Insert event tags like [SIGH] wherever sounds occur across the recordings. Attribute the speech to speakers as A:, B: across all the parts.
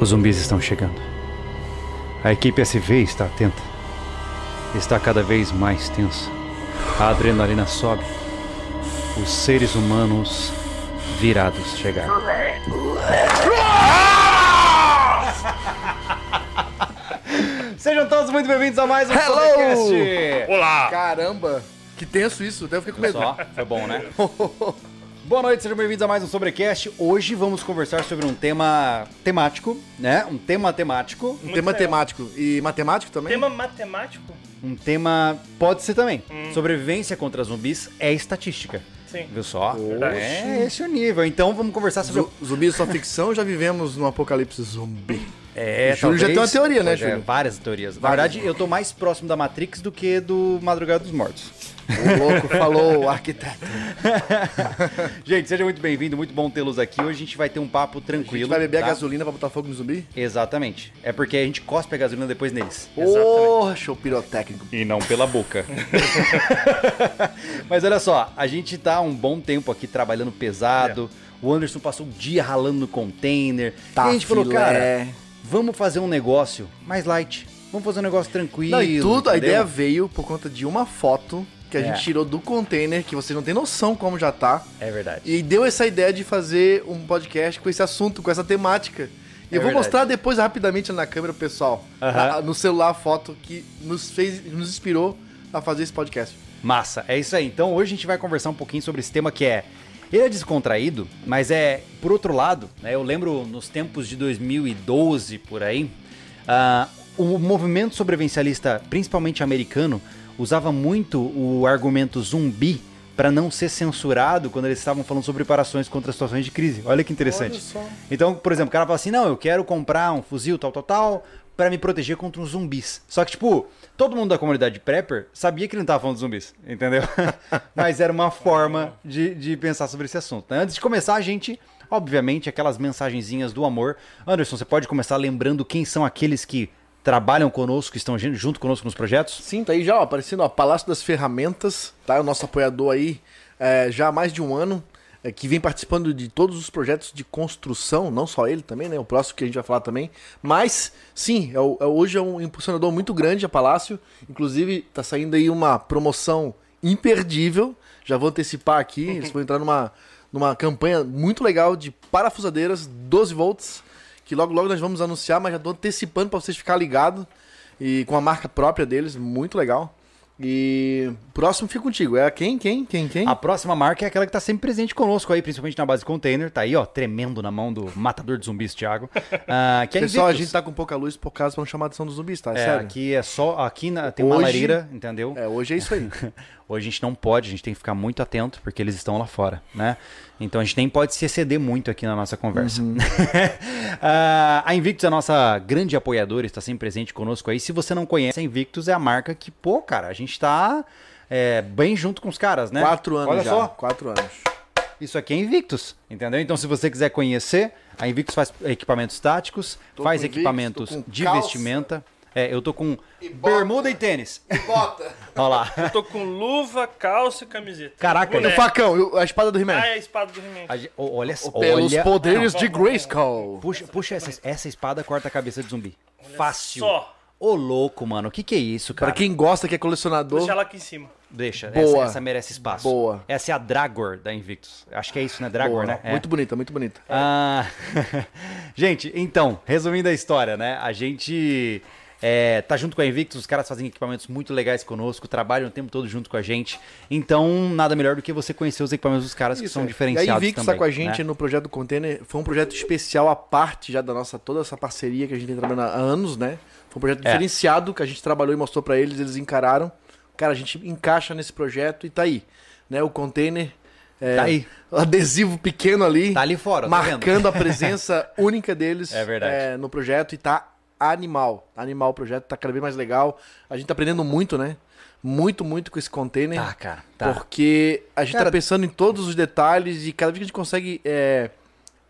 A: Os zumbis estão chegando. A equipe SV está atenta. Está cada vez mais tensa. A adrenalina sobe. Os seres humanos virados chegaram.
B: [LAUGHS] Sejam todos muito bem-vindos a mais um
C: Hello!
B: podcast.
D: Olá!
C: Caramba! Que tenso isso, daí eu fiquei com medo.
B: Ah. Só, foi bom, né? [LAUGHS] Boa noite, sejam bem-vindos a mais um Sobrecast. Hoje vamos conversar sobre um tema temático, né? Um tema temático.
C: Um tema temático. E matemático também?
D: Tema matemático?
B: Um tema pode ser também.
C: Hum.
B: Sobrevivência contra zumbis é estatística.
D: Sim.
B: Viu só?
D: Verdade.
B: É esse o nível. Então vamos conversar sobre.
C: Zu- Zumbis só ficção, já vivemos num apocalipse
B: [LAUGHS]
C: zumbi.
B: É,
C: O Júlio já tem uma teoria, né,
B: Pois é,
C: Júlio?
B: várias teorias. Na verdade, eu tô mais próximo da Matrix do que do Madrugada dos Mortos.
C: O louco [LAUGHS] falou, o arquiteto.
B: [LAUGHS] gente, seja muito bem-vindo, muito bom tê-los aqui. Hoje a gente vai ter um papo
C: A gente
B: tranquilo.
C: vai beber
B: tá?
C: a gasolina pra botar fogo no zumbi?
B: Exatamente. É porque a gente cospe a gasolina depois neles.
C: Porra, show pirotécnico.
A: E não pela boca.
B: [LAUGHS] Mas olha só, a gente tá há um bom tempo aqui trabalhando pesado. O Anderson passou o dia ralando no container.
C: É. Tá
B: e a gente falou,
C: filé.
B: cara, vamos fazer um negócio mais light. Vamos fazer um negócio tranquilo.
C: Não, e tudo, a
B: entendeu?
C: ideia veio por conta de uma foto que a
B: É.
C: gente tirou do container, que vocês não têm noção como já tá.
B: É verdade.
C: E deu essa ideia de fazer um podcast com esse assunto, com essa temática. E
B: É
C: eu vou
B: verdade.
C: mostrar depois rapidamente na câmera, pro pessoal,
B: Aham.
C: a- no celular a foto que nos fez, nos inspirou a fazer esse podcast.
B: Massa, é isso aí. Então hoje a gente vai conversar um pouquinho sobre esse tema que é. Ele é descontraído, mas é, por outro lado, né, eu lembro nos tempos de 2012 por aí, ah, o movimento sobrevivencialista, principalmente americano, usava muito o argumento zumbi para não ser censurado quando eles estavam falando sobre preparações contra situações de crise. Olha que interessante. Então, por exemplo, o cara fala assim: não, eu quero comprar um fuzil tal, tal, tal, pra me proteger contra os zumbis. Só que, tipo, todo mundo da comunidade prepper sabia que ele não tava falando de zumbis, entendeu? [LAUGHS] Mas era uma forma de, de pensar sobre esse assunto. né? Antes de começar, a gente, obviamente, aquelas mensagenzinhas do amor. Anderson, você pode começar lembrando quem são aqueles que trabalham conosco, que estão jun- junto conosco nos projetos?
C: Sim, tá aí já ó, aparecendo, ó, Palácio das Ferramentas, tá? O nosso apoiador aí é, já há mais de um ano, é, que vem participando de todos os projetos de construção, não só ele também, né? O próximo que a gente vai falar também. Mas, sim, é o- é- hoje é um impulsionador muito grande a Palácio. Inclusive, tá saindo aí uma promoção imperdível. Já vou antecipar aqui, eles vão entrar numa, numa campanha muito legal de parafusadeiras 12 volts, que logo logo nós vamos anunciar, mas já tô antecipando pra vocês ficarem ligados e com a marca própria deles, muito legal. E próximo fica contigo. É quem, quem, quem, quem?
B: A próxima marca é aquela que tá sempre presente conosco aí, principalmente na base container. Tá aí, ó, tremendo na mão do matador de zumbis, Thiago. [LAUGHS] Ah, que é
C: Pessoal, a
B: Invictus.
C: gente tá com pouca luz por causa pra não chamar a atenção dos zumbis, tá? É,
B: É,
C: sério.
B: aqui é só. Aqui na- tem uma
C: Hoje-
B: lareira, entendeu?
C: É, hoje é isso
B: Né?
C: aí.
B: [LAUGHS] Hoje a gente não pode, a gente tem que ficar muito atento, porque eles estão lá fora, né? Então a gente nem pode se exceder muito aqui na nossa conversa.
C: Uhum.
B: [LAUGHS] Ah, a Invictus é a nossa grande apoiadora, está sempre presente conosco aí. Se você não conhece, a Invictus é a marca que, pô, cara, a gente tá é, bem junto com os caras, né?
C: Quatro anos
B: Olha
C: já.
B: só,
C: Quatro anos.
B: isso aqui é Invictus, entendeu? Então, se você quiser conhecer, a Invictus faz equipamentos táticos,
C: Tô
B: faz
C: com Invictus,
B: equipamentos
C: tô com
B: de
C: calça.
B: vestimenta. É, eu tô com
C: bota.
B: bermuda e tênis.
C: Bota.
B: Olha lá.
C: [LAUGHS]
D: Eu tô com luva, calça e camiseta.
B: Caraca,
C: O
D: Boné.
C: facão, eu- a espada do He-Man.
D: Ah, é a espada do He-Man.
B: A ge- o- olha só.
C: Pelos
B: olha-
C: poderes
D: Não.
C: de Grayskull.
B: Puxa, puxa essa, essa espada corta a cabeça de zumbi. Fácil.
D: só.
B: Ô louco, mano. O que que é isso, cara?
C: Pra quem gosta que é
D: Vou
C: colecionador,
D: deixar ela aqui em cima.
B: Deixa.
C: Boa.
B: Essa, essa merece espaço.
C: Boa.
B: Essa é a Dragor da Invictus. Acho que é isso, né? Dragor,
C: boa,
B: né? É.
C: muito bonita, muito bonita.
B: Ah, [LAUGHS] gente, então, resumindo a história, né? A gente é, tá junto com a Invictus, os caras fazem equipamentos muito legais conosco, trabalham o tempo todo junto com a gente. Então, nada melhor do que você conhecer os equipamentos dos caras que são
C: é.
B: diferenciados.
C: E a Invictus
B: também, né?
C: tá com a gente no projeto do Container. Foi um projeto especial à parte já da nossa toda essa parceria que a gente tem trabalhando há anos, né? Foi um projeto
B: É.
C: diferenciado que a gente trabalhou e mostrou pra eles, eles encararam. Cara, a gente encaixa nesse projeto e tá aí, né? O Container é,
B: Tá aí.
C: o adesivo pequeno ali,
B: Tá ali fora, tá vendo? [LAUGHS]
C: marcando a presença única deles
B: É verdade.
C: no projeto e tá animal. Tá Animal o projeto, tá cada vez mais legal. A gente tá aprendendo muito, né? Muito, muito com esse container.
B: Tá, cara. Tá.
C: Porque a gente
B: Cara- Né?
C: tá pensando em todos os detalhes e cada vez que a gente consegue. É,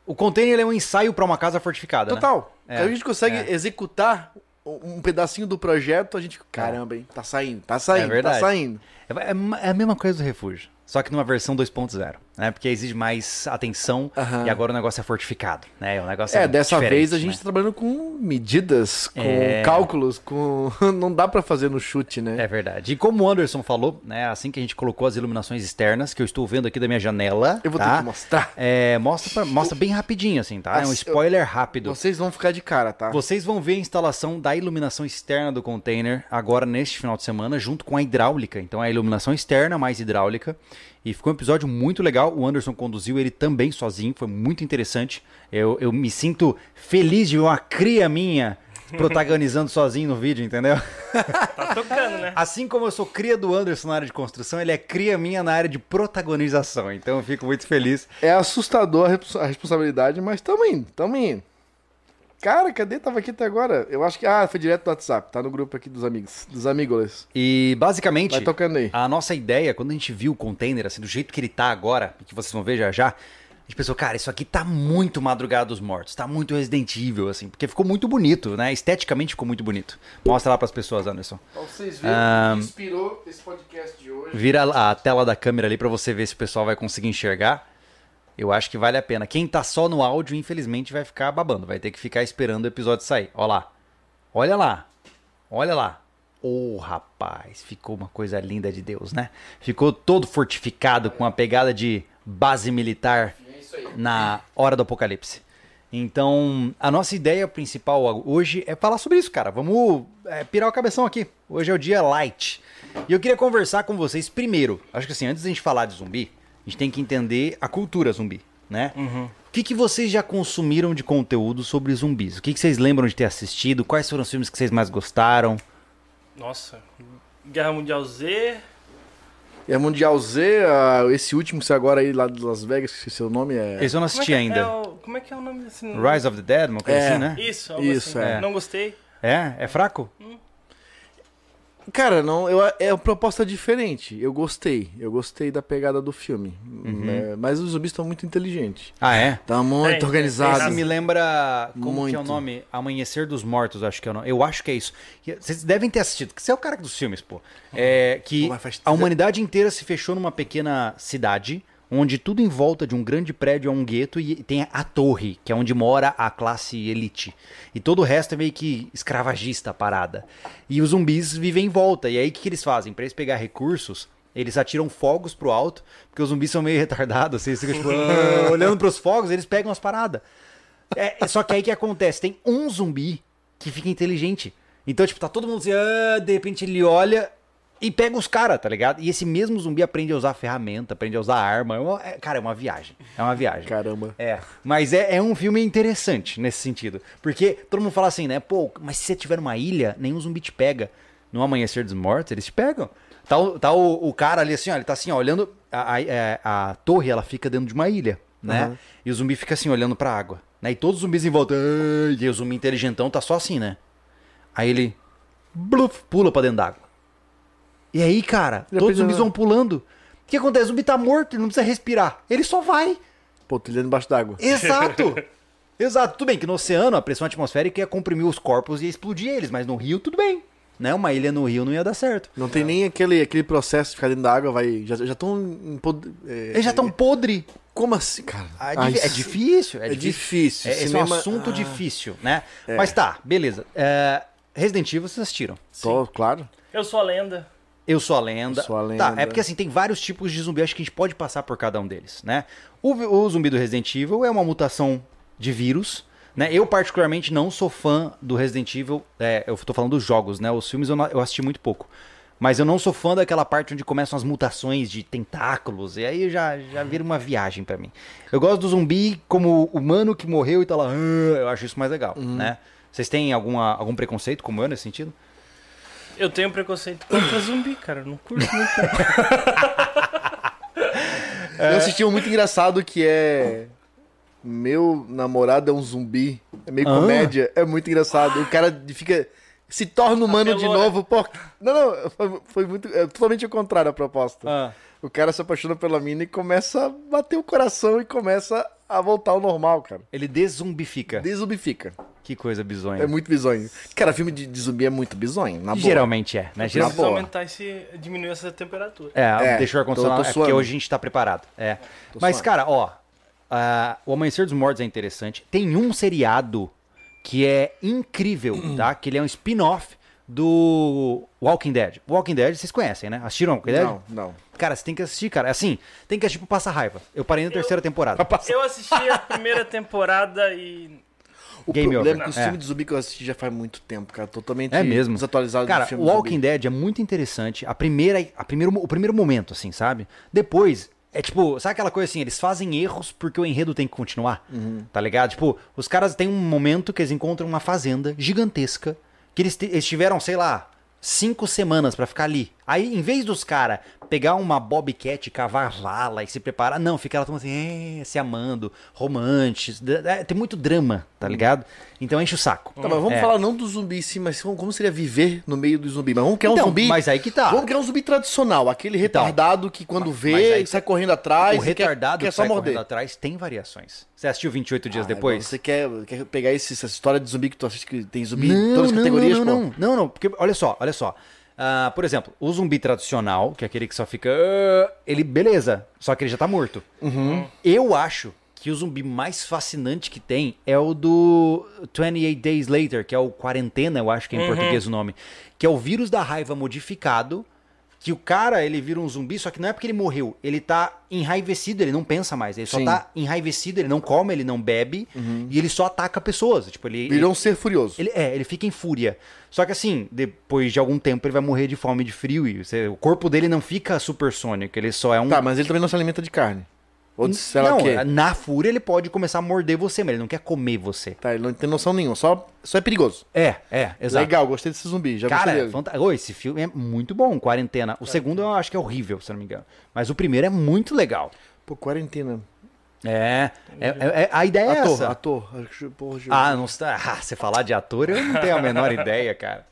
B: O container ele é um ensaio pra uma casa fortificada. né?
C: total.
B: É,
C: Cada vez que a gente consegue
B: é.
C: executar um um pedacinho do projeto, a gente. fica, Caramba, hein? Tá saindo, tá saindo, tá
B: verdade.
C: saindo.
B: É, é a mesma coisa do refúgio, só que numa versão 2.0. né? Porque exige mais atenção
C: Aham.
B: e agora o negócio é fortificado, né? O negócio
C: É, dessa
B: diferente,
C: vez a
B: né?
C: gente tá trabalhando com medidas, com
B: É.
C: cálculos, com. [LAUGHS] Não dá pra fazer no chute, né?
B: É verdade. E como o Anderson falou, né, assim que a gente colocou as iluminações externas, que eu estou vendo aqui da minha janela,
C: Eu vou
B: tá?
C: ter que mostrar.
B: É, mostra, pra- mostra bem rapidinho, assim, tá? É um
C: Nossa,
B: spoiler rápido.
C: Vocês vão ficar de cara, tá?
B: Vocês vão ver a instalação da iluminação externa do container agora neste final de semana, junto com a hidráulica. Então é a iluminação externa mais hidráulica. E ficou um episódio muito legal. O Anderson conduziu ele também sozinho, foi muito interessante. Eu, eu me sinto feliz de ver uma cria
C: [LAUGHS]
B: minha protagonizando sozinho no vídeo, entendeu?
D: Tá tocando, né?
B: Assim como eu sou cria do Anderson na área de construção, ele é cria minha na área de protagonização. Então eu fico muito feliz.
C: É assustador a repos- a responsabilidade, mas tamo indo, tamo indo. Cara, cadê? Tava aqui até agora. Eu acho que. Ah, foi direto do WhatsApp. Tá no grupo aqui dos amigos. Dos amigos.
B: E basicamente.
C: Vai tocando aí.
B: A nossa ideia, quando a gente viu o container, assim, do jeito que ele tá agora, e que vocês vão ver já já, a gente pensou, cara, isso aqui tá muito Madrugada dos Mortos, tá muito Resident Evil, assim, porque ficou muito bonito, né? Esteticamente ficou muito bonito. Mostra lá pras pessoas, Anderson.
C: Pra vocês verem
B: Ah,
C: o que inspirou esse podcast de hoje.
B: Vira a tela da câmera ali pra você ver se o pessoal vai conseguir enxergar. Eu acho que vale a pena. Quem tá só no áudio, infelizmente, vai ficar babando, vai ter que ficar esperando o episódio sair. Ó lá. Olha lá. Olha lá. Ô, rapaz, ficou uma coisa linda de Deus, né? Ficou todo fortificado com a pegada de base militar na hora do apocalipse. Então, a nossa ideia principal hoje é falar sobre isso, cara. Vamos é, pirar o cabeção aqui. Hoje é o dia light. E eu queria conversar com vocês primeiro. Acho que assim, antes da gente falar de zumbi, a gente tem que entender a cultura zumbi, né?
C: Uhum.
B: O que, que vocês já consumiram de conteúdo sobre zumbis? O que, que vocês lembram de ter assistido? Quais foram os filmes que vocês mais gostaram?
D: Nossa. Guerra Mundial Z.
C: É Mundial Z, ah, esse último que saiu agora aí lá de Las Vegas, que seu nome é.
B: Eles eu não
D: Como é
B: assisti
D: que é
B: ainda.
D: o- como é que é o nome desse nome?
B: Rise of the Dead, uma coisa
C: É.
B: assim, né?
D: Isso, algo
C: Isso,
D: assim.
C: é.
D: Não gostei.
B: É? É fraco?
C: Cara, não, eu, é uma proposta diferente. Eu gostei. Eu gostei da pegada do filme.
B: Uhum.
C: né? Mas os zumbis estão muito inteligentes.
B: Ah, é?
C: Tá muito
D: Tem,
C: organizados.
B: Esse me lembra. Como que é o
C: Muito.
B: nome? Amanhecer dos Mortos, acho que é o nome. Eu acho que é isso. E Vocês devem ter assistido, que você é o cara dos filmes, pô. É que
C: Pô, mas faz-
B: a humanidade inteira se fechou numa pequena cidade. Onde tudo em volta de um grande prédio é um gueto e tem a torre, que é onde mora a classe elite. E todo o resto é meio que escravagista a parada. E os zumbis vivem em volta. E aí o que, que eles fazem? Pra eles pegar recursos, eles atiram fogos pro alto, porque os zumbis são meio retardados, assim, eles ficam
C: [LAUGHS]
B: tipo, "Ah", olhando pros fogos, eles pegam as paradas. É, é só que aí que acontece? Tem um zumbi que fica inteligente. Então, tipo, tá todo mundo assim, "Ah", de repente ele olha e pega os caras, tá ligado? E esse mesmo zumbi aprende a usar ferramenta, aprende a usar arma. É uma- é- cara, é uma viagem. É uma viagem.
C: Caramba.
B: É, mas é, é um filme interessante nesse sentido. Porque todo mundo fala assim, né? Pô, mas se você tiver numa ilha, nenhum zumbi te pega. No Amanhecer dos Mortos, eles te pegam. Tá, o, tá o, o cara ali assim, ó, ele tá assim, ó, olhando. A, a- é, a torre, ela fica dentro de uma ilha, né? E o zumbi fica assim, olhando pra água. Né? E todos os zumbis em volta. "Ai", E o zumbi inteligentão tá só assim, né? Aí ele. Bluf, pula pra dentro d'ágla. E aí, cara,
C: Ele
B: todos os
C: aprendeu,
B: zumbis
C: né?
B: vão pulando. O que acontece? O zumbi tá morto, ele não precisa respirar. Ele só vai.
C: Pô, trilhando embaixo d'água. [LAUGHS]
B: Exato! Exato, tudo bem que no oceano a pressão atmosférica ia comprimir os corpos e ia explodir eles, mas no rio tudo bem. Né? Uma ilha no rio não ia dar certo.
C: Não tem nem aquele, aquele processo de ficar dentro da água, vai. Já estão.
B: Eles já estão podre.
C: é, Como assim, cara?
B: Ah, é
C: Ah,
B: difi- é
C: isso-
B: difícil, é,
C: é
B: difícil.
C: difícil.
B: É, esse é um
C: Cinema-
B: assunto
C: Ah,
B: difícil, né? Mas tá, beleza. É, Resident Evil vocês assistiram.
C: Tô, claro.
D: Eu sou a lenda.
B: Eu sou a lenda.
C: Eu Sou a
B: Tá,
C: Lenda.
B: é porque assim, tem vários tipos de zumbi, acho que a gente pode passar por cada um deles, né? O, vi- o zumbi do Resident Evil é uma mutação de vírus, né? Eu, particularmente, não sou fã do Resident Evil. é, eu tô falando dos jogos, né? Os filmes eu, não- eu assisti muito pouco. Mas eu não sou fã daquela parte onde começam as mutações de tentáculos. E aí já, já vira uma viagem pra mim. Eu gosto do zumbi como humano que morreu e tá lá. "Ah", Eu acho isso mais legal,
C: Uhum.
B: né? Vocês têm alguma, algum preconceito como eu nesse sentido?
D: Eu tenho preconceito contra zumbi, cara. Eu não curto muito.
B: [LAUGHS]
D: não.
B: É.
C: Eu assisti um muito engraçado que é. Meu namorado é um zumbi. É meio
B: Ah.
C: comédia. É muito engraçado. O cara fica. se torna humano de
D: Apelou, né?
C: novo, por... Não, não, foi, foi muito, é totalmente o contrário a proposta.
B: Ah.
C: O cara se apaixona pela mina e começa a bater o coração e começa a voltar ao normal, cara.
B: Ele desumbifica.
C: Desubifica.
B: Que coisa bizonha.
C: É muito bizonho. Cara, filme de, de zumbi é muito bizonho, na boa.
B: Geralmente é, né?
C: Na
B: Geralmente.
D: Precisa
C: boa.
D: aumentar esse. diminuir essa temperatura.
B: É,
C: É,
B: deixa o ar-condicionado.
C: tô- tô
B: É porque
C: suando.
B: hoje a gente tá preparado. É. Mas,
C: suando.
B: cara, ó. ah, o Amanhecer dos Mortos é interessante. Tem um seriado que é incrível,
C: Hum.
B: tá? Que ele é um spin-off do Walking Dead. Walking Dead, vocês conhecem, né? Assistiram Walking Dead?
C: Não, não.
B: Cara, você tem que assistir, cara. Assim, tem que assistir pro passar raiva. Eu parei na terceira
C: [LAUGHS]
B: temporada.
D: Eu assisti a primeira temporada e.
C: O
B: Game
C: problema
B: over.
C: é que os
B: É.
C: filmes de zumbi que eu assisti já faz muito tempo, cara. Totalmente
B: É mesmo.
C: desatualizado
B: Cara,
C: do filme
B: o Walking Dead é muito interessante. A primeira, a primeiro, o primeiro momento, assim, sabe? Depois, é tipo, sabe aquela coisa assim, eles fazem erros porque o enredo tem que continuar.
C: Uhum.
B: Tá ligado? Tipo, os caras têm um momento que eles encontram uma fazenda gigantesca que eles, te- eles tiveram, sei lá, cinco semanas pra ficar ali. Aí, em vez dos caras pegar uma bobcat, cavar vala e se preparar, não, fica ela tão assim, eh, se amando, romantes, d- é, tem muito drama, tá ligado? Então enche o saco.
C: Uhum. Tá, mas vamos
B: É.
C: falar não do zumbi em si, mas como, como seria viver no meio do zumbi? Mas vamos criar
B: Então,
C: um zumbi.
B: mas aí que tá.
C: Vamos criar um zumbi tradicional, aquele
B: Então.
C: retardado que quando
B: mas
C: vê,
B: aí-
C: sai correndo atrás.
B: o
C: e quer-
B: retardado
C: quer,
B: que
C: é- só
B: sai
C: morder.
B: correndo atrás tem variações. Você assistiu 28 dias
C: Ah,
B: depois?
C: Você quer, quer pegar esse- essa história de zumbi que tu assiste que tem zumbi em
B: Não,
C: todas as
B: não,
C: categorias,
B: não,
C: pô?
B: não, não, não, porque olha só, olha só. Ah, por exemplo, o zumbi tradicional, que é aquele que só fica. "Ah", Ele, beleza, só que ele já tá morto.
C: Uhum.
B: Eu acho que o zumbi mais fascinante que tem é o do 28 Days Later, que é o Quarentena, eu acho que é em
C: Uhum.
B: português o nome. Que é o vírus da raiva modificado. Que o cara, ele vira um zumbi, só que não é porque ele morreu. Ele tá enraivecido, ele não pensa mais. Ele só
C: Sim. Uhum.
B: tá enraivecido, ele não come, ele não bebe. E ele só ataca pessoas. Tipo, ele,
C: Virou um ser furioso.
B: ele, é, ele fica em fúria. Só que assim, depois de algum tempo ele vai morrer de fome e de frio. E você- o corpo dele não fica supersônico, ele só é um.
C: Tá, mas ele também não se alimenta de carne. Ou de sei lá
B: não, é-
C: o quê.
B: na fúria ele pode começar a morder você, mas ele não quer comer você.
C: Tá, ele não tem noção nenhuma, só, só é perigoso.
B: É, é, exato.
C: Legal, gostei desse zumbi, já
B: Cara,
C: gostei dele.
B: fanta- Ô, esse filme é muito bom, Quarentena. O segundo eu acho que é horrível, se eu não me engano. Mas o primeiro é muito legal.
C: Pô, quarentena.
B: É, é- é- é- a ideia é
C: ator,
B: essa.
C: ator. Acho que- Porra, Gil.
B: Ah, não está. [LAUGHS] Ah, você falar de ator, eu não tenho a [LAUGHS] menor ideia, cara.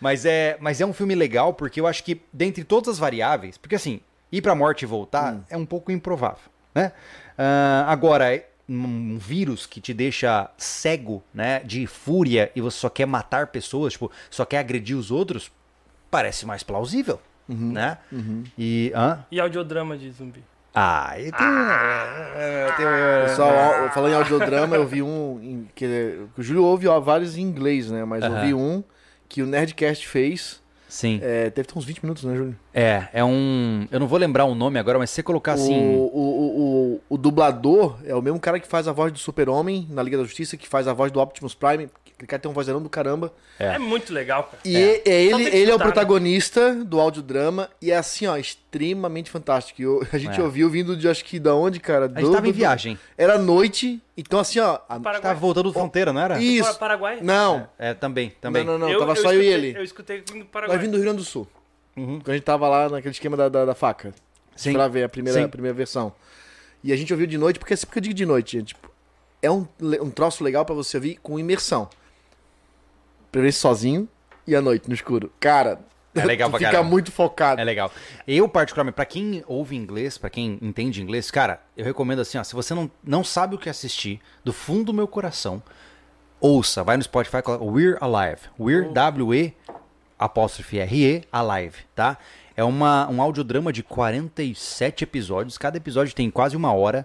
B: Mas é, mas é um filme legal porque eu acho que dentre todas as variáveis, porque assim, ir pra morte e voltar é um pouco improvável, né? Ah, agora um vírus que te deixa cego, né, de fúria e você só quer matar pessoas, tipo, só quer agredir os outros, parece mais plausível, né? E hã?
D: E audiodrama de zumbi.
B: ah, e tem, é, tem-
C: Pessoal,
B: É.
C: ó, falando em audiodrama, eu vi um. em- que, que o Júlio ouve ó, vários em inglês, né? Mas eu
B: Aham.
C: vi um que o Nerdcast fez.
B: sim,
C: É, deve ter uns 20 minutos, né, Júlio?
B: é, é um, eu não vou lembrar o nome agora, mas se você colocar assim,
C: O, o, o, o, o dublador é o mesmo cara que faz a voz do Super-Homem na Liga da Justiça, que faz a voz do Optimus Prime. Aquele cara tem um vozeirão do caramba.
D: É, muito legal, cara.
C: E é, é ele,
D: Só tem
C: ele é
D: que
C: o
D: escutar, né?
C: protagonista do audiodrama e é assim, ó, extremamente fantástico. E eu- a gente
B: É.
C: ouviu vindo de acho que da onde, cara?
B: A gente tava em viagem.
C: Era noite, então assim, ó. a-
D: Paraguai.
B: Tava Tá voltando da fronteira, não era?
C: Isso.
D: Para- Paraguai?
C: Não.
B: É, também, também.
C: Não, não, não. tava só eu e
D: escutei-
C: ele.
D: Eu escutei vindo do
C: Nós
D: Paraguai.
C: vindo do Rio Grande do Sul. Quando a gente tava lá naquele esquema da, da, da faca.
B: Uhum. Sim.
C: Pra ver a primeira,
B: Sim.
C: a primeira versão. E a gente ouviu de noite, porque assim porque eu digo de noite, gente. Tipo, é um, le- um troço legal pra você ouvir com imersão. Primeiro sozinho e à noite, no escuro. Cara,
B: É legal
C: tu
B: pra
C: fica
B: caramba.
C: muito focado.
B: É legal. Eu, particularmente, pra quem ouve inglês, pra quem entende inglês, cara, eu recomendo assim, ó, se você não, não sabe o que é assistir, do fundo do meu coração, ouça, vai no Spotify, coloca We're Alive. We're,
C: Oh.
B: W-E, apóstrofe R-E, Alive, tá? É uma, um audiodrama de 47 episódios, cada episódio tem quase uma hora.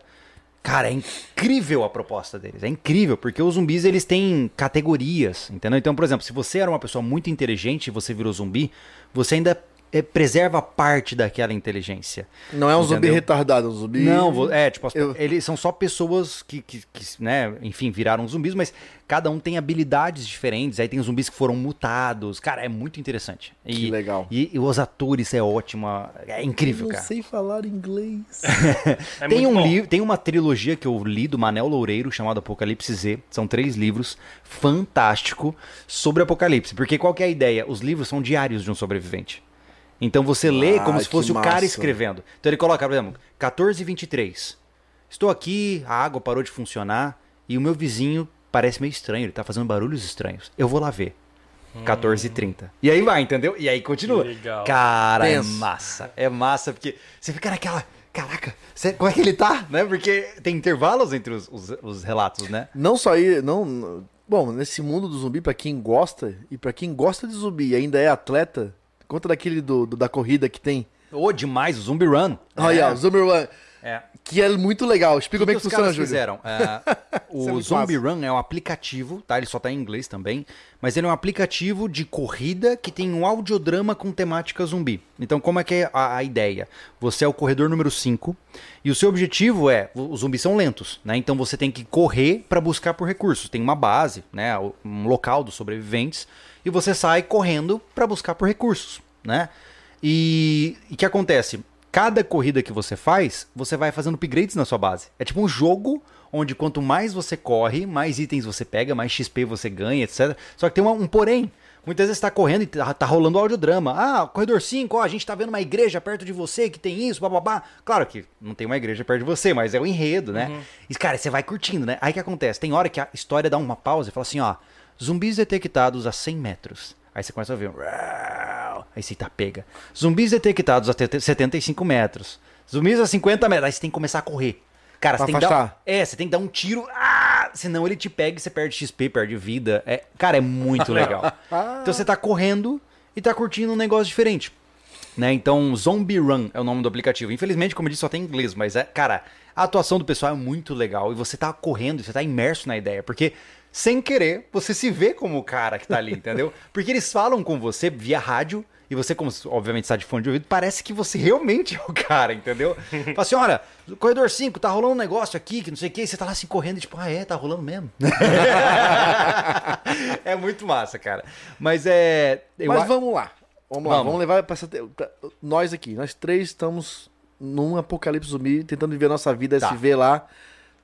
B: Cara, é incrível a proposta deles. É incrível, porque os zumbis eles têm categorias, entendeu? Então, por exemplo, se você era uma pessoa muito inteligente e você virou zumbi, você ainda eh, preserva parte daquela inteligência.
C: Não é um zumbi
B: Entendeu?
C: retardado, é um zumbi.
B: Não, vo- é, tipo, as-
C: Eu-
B: eles são só pessoas que, que, que, né, enfim, viraram zumbis, mas cada um tem habilidades diferentes. Aí tem zumbis que foram mutados. Cara, é muito interessante. E,
C: Que legal.
B: E, e os atores é ótimo, é incrível, cara.
C: sei falar inglês.
D: É
B: tem,
D: muito
B: um
D: bom.
B: livro, tem uma trilogia que eu li do Manel Loureiro, chamado Apocalipse Z. São três livros, fantástico, sobre Apocalipse. Porque qual que é a ideia? Os livros são diários de um sobrevivente. Então você lê
C: Ah,
B: como se
C: que
B: fosse o cara
C: massa.
B: escrevendo. Então ele coloca, por exemplo, 14 e 23. Estou aqui, a água parou de funcionar e o meu vizinho parece meio estranho, ele tá fazendo barulhos estranhos. Eu vou lá ver. 14h30. E aí vai, entendeu? E aí continua.
D: Que legal.
B: Cara,
C: Tenso.
B: é massa. É massa, porque você fica naquela. Caraca, você- como é que ele tá? Né? Porque tem intervalos entre os, os- os relatos, né?
C: Não só aí, não. Bom, nesse mundo do zumbi, pra quem gosta, e pra quem gosta de zumbi e ainda é atleta, conta daquele do, do- da corrida que tem.
B: Ô, demais, o Zumbi Run.
C: Olha, o Zumbi Run,
B: É.
C: que é muito legal. Explica como é que
B: que os
C: funciona,
B: caras
C: Júlio.
B: fizeram? É,
C: [LAUGHS] Isso é
B: o
C: muito
B: Zombie Run é um aplicativo, tá? Ele só tá em inglês também, mas ele é um aplicativo de corrida que tem um audiodrama com temática zumbi. Então, como é que é a, a ideia? Você é o corredor número 5 e o seu objetivo é, o- os zumbis são lentos, né? Então você tem que correr pra buscar por recursos. Tem uma base, né, o- um local dos sobreviventes e você sai correndo pra buscar por recursos, né? E o que acontece? Cada corrida que você faz, você vai fazendo upgrades na sua base. É tipo um jogo onde quanto mais você corre, mais itens você pega, mais XP você ganha, etc. Só que tem uma- um porém. Muitas vezes você tá correndo e tá, tá rolando um audiodrama. Ah, corredor 5, ó, a gente tá vendo uma igreja perto de você que tem isso, bababá. Claro que não tem uma igreja perto de você, mas é o enredo, né? E, cara, você vai curtindo, né? Aí o que acontece? Tem hora que a história dá uma pausa e fala assim, ó, zumbis detectados a 100 metros. Aí você começa a ouvir um... "Uau", Aí você tá pega. Zumbis detectados a 75 metros. Zumbis a 50 metros. Aí você tem que começar a correr. Cara,
C: Pra
B: você tem que dar...
C: afastar.
B: É, você tem que dar um tiro. Ah! Senão ele te pega e você perde XP, perde vida. É, cara, é muito legal. Então você tá correndo e tá curtindo um negócio diferente. Né? Então, Zombie Run é o nome do aplicativo. Infelizmente, como eu disse, só tem em inglês, mas é, cara, a atuação do pessoal é muito legal. E você tá correndo, você tá imerso na ideia, porque sem querer, você se vê como o cara que tá ali, [LAUGHS] entendeu? Porque eles falam com você via rádio, e você, como obviamente está de fone de ouvido, parece que você realmente [LAUGHS] é o cara, entendeu? Fala assim, olha, corredor 5, tá rolando um negócio aqui, que não sei o que, e você tá lá assim correndo, e tipo, ah é, tá rolando mesmo. [LAUGHS] é muito massa, cara. Mas é... eu
C: Mas
B: a-
C: vamos lá. Vamos lá,
B: Vamos.
C: vamos, levar pra essa. te- pra- Nós aqui, nós três estamos num apocalipse zumbi, tentando viver a nossa vida,
B: Tá.
C: se ver lá,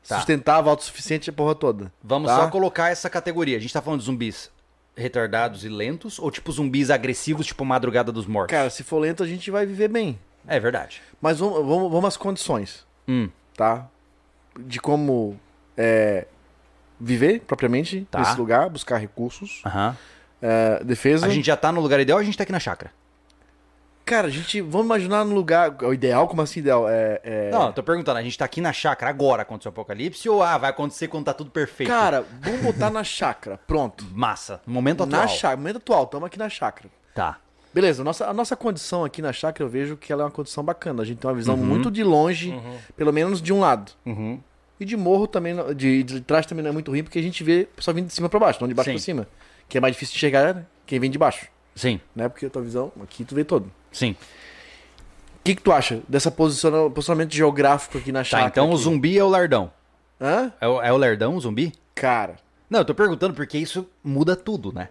B: Tá.
C: sustentável, autossuficiente, a porra toda.
B: Vamos
C: tá?
B: só colocar essa categoria. A gente tá falando de zumbis retardados e lentos ou tipo zumbis agressivos, tipo Madrugada dos Mortos?
C: Cara, se for lento, a gente vai viver bem.
B: é verdade.
C: Mas vamos, vamos, vamos às condições,
B: Hum.
C: tá? De como é, viver propriamente
B: Tá.
C: nesse lugar, buscar recursos,
B: Aham.
C: é, defesa.
B: A gente já tá no lugar ideal ou a gente tá aqui na chácara?
C: Cara, a gente. Vamos imaginar no lugar. O ideal, como assim ideal? É, é-
B: Não, eu tô perguntando, a gente tá aqui na chácara agora aconteceu o apocalipse ou ah, vai acontecer quando tá tudo perfeito?
C: Cara, vamos botar na chácara. Pronto.
B: Massa, no momento atual.
C: Na chácara, momento atual, estamos aqui na chácara.
B: Tá.
C: Beleza, a nossa, a nossa condição aqui na chácara, eu vejo que ela é uma condição bacana. A gente tem uma visão
B: Uhum.
C: muito de longe, pelo menos de um lado. E de morro também, não- de, de trás também não é muito ruim, porque a gente vê só vindo de cima pra baixo, não de baixo
B: Sim.
C: pra cima. Que é mais difícil de enxergar né? quem vem de baixo,
B: Sim,
C: né? Porque a tua visão aqui tu vê todo.
B: sim. Tá,
C: O que, que tu acha dessa posiciona- posicionamento geográfico aqui na
B: Tá,
C: chácara?
B: então o
C: aqui?
B: zumbi é o lardão.
C: Hã?
B: É o, é o lerdão, o zumbi?
C: Cara,
B: Não, eu tô perguntando porque isso muda tudo, né?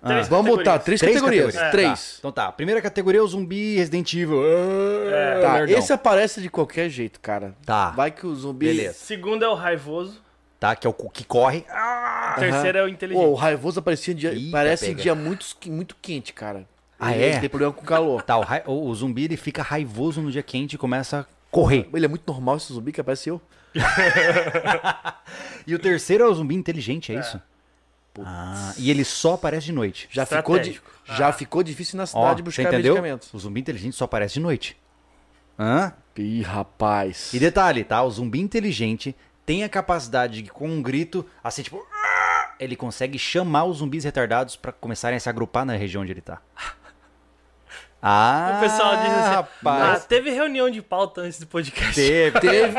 B: Ah.
D: Três
C: Ah, vamos botar três,
D: categorias.
C: categorias. É.
B: Tá.
C: Três.
B: Então tá, a primeira categoria é o zumbi Resident Evil. Ah,
D: É.
C: Tá,
B: lerdão.
C: esse aparece de qualquer jeito, cara.
B: Tá.
C: Vai que o zumbi...
B: Beleza.
D: Segundo é o raivoso.
B: tá? Que é o cu- que corre. Ah!
D: Terceiro é o
C: Pô, o
D: inteligente.
C: raivoso aparecia dia,
B: Eita,
C: parece
B: pega.
C: um dia muito, esqui- muito quente, cara.
B: tá Ah,
C: ele,
B: é?
C: ele tem problema com calor.
B: Tá, o, rai- o- o zumbi ele fica raivoso no dia quente e começa a correr.
C: Ele é muito normal esse zumbi que aparece eu.
B: E o terceiro é o zumbi inteligente, é, isso? Ah, e ele só aparece de noite.
C: Já ficou, di-
D: Estratégico. Ah.
C: já ficou difícil na
B: Ó,
C: cidade
B: você
C: buscar
B: entendeu?
C: medicamentos.
B: O zumbi inteligente só aparece de noite. Hã?
C: Ih, rapaz.
B: E detalhe, tá? O zumbi inteligente tem a capacidade de, com um grito, assim, tipo. "Ah!", Ele consegue chamar os zumbis retardados pra começarem a se agrupar na região onde ele tá. Ah,
D: o pessoal diz assim,
B: rapaz.
D: ah, teve reunião de pauta antes do podcast.
B: Teve,
C: Teve-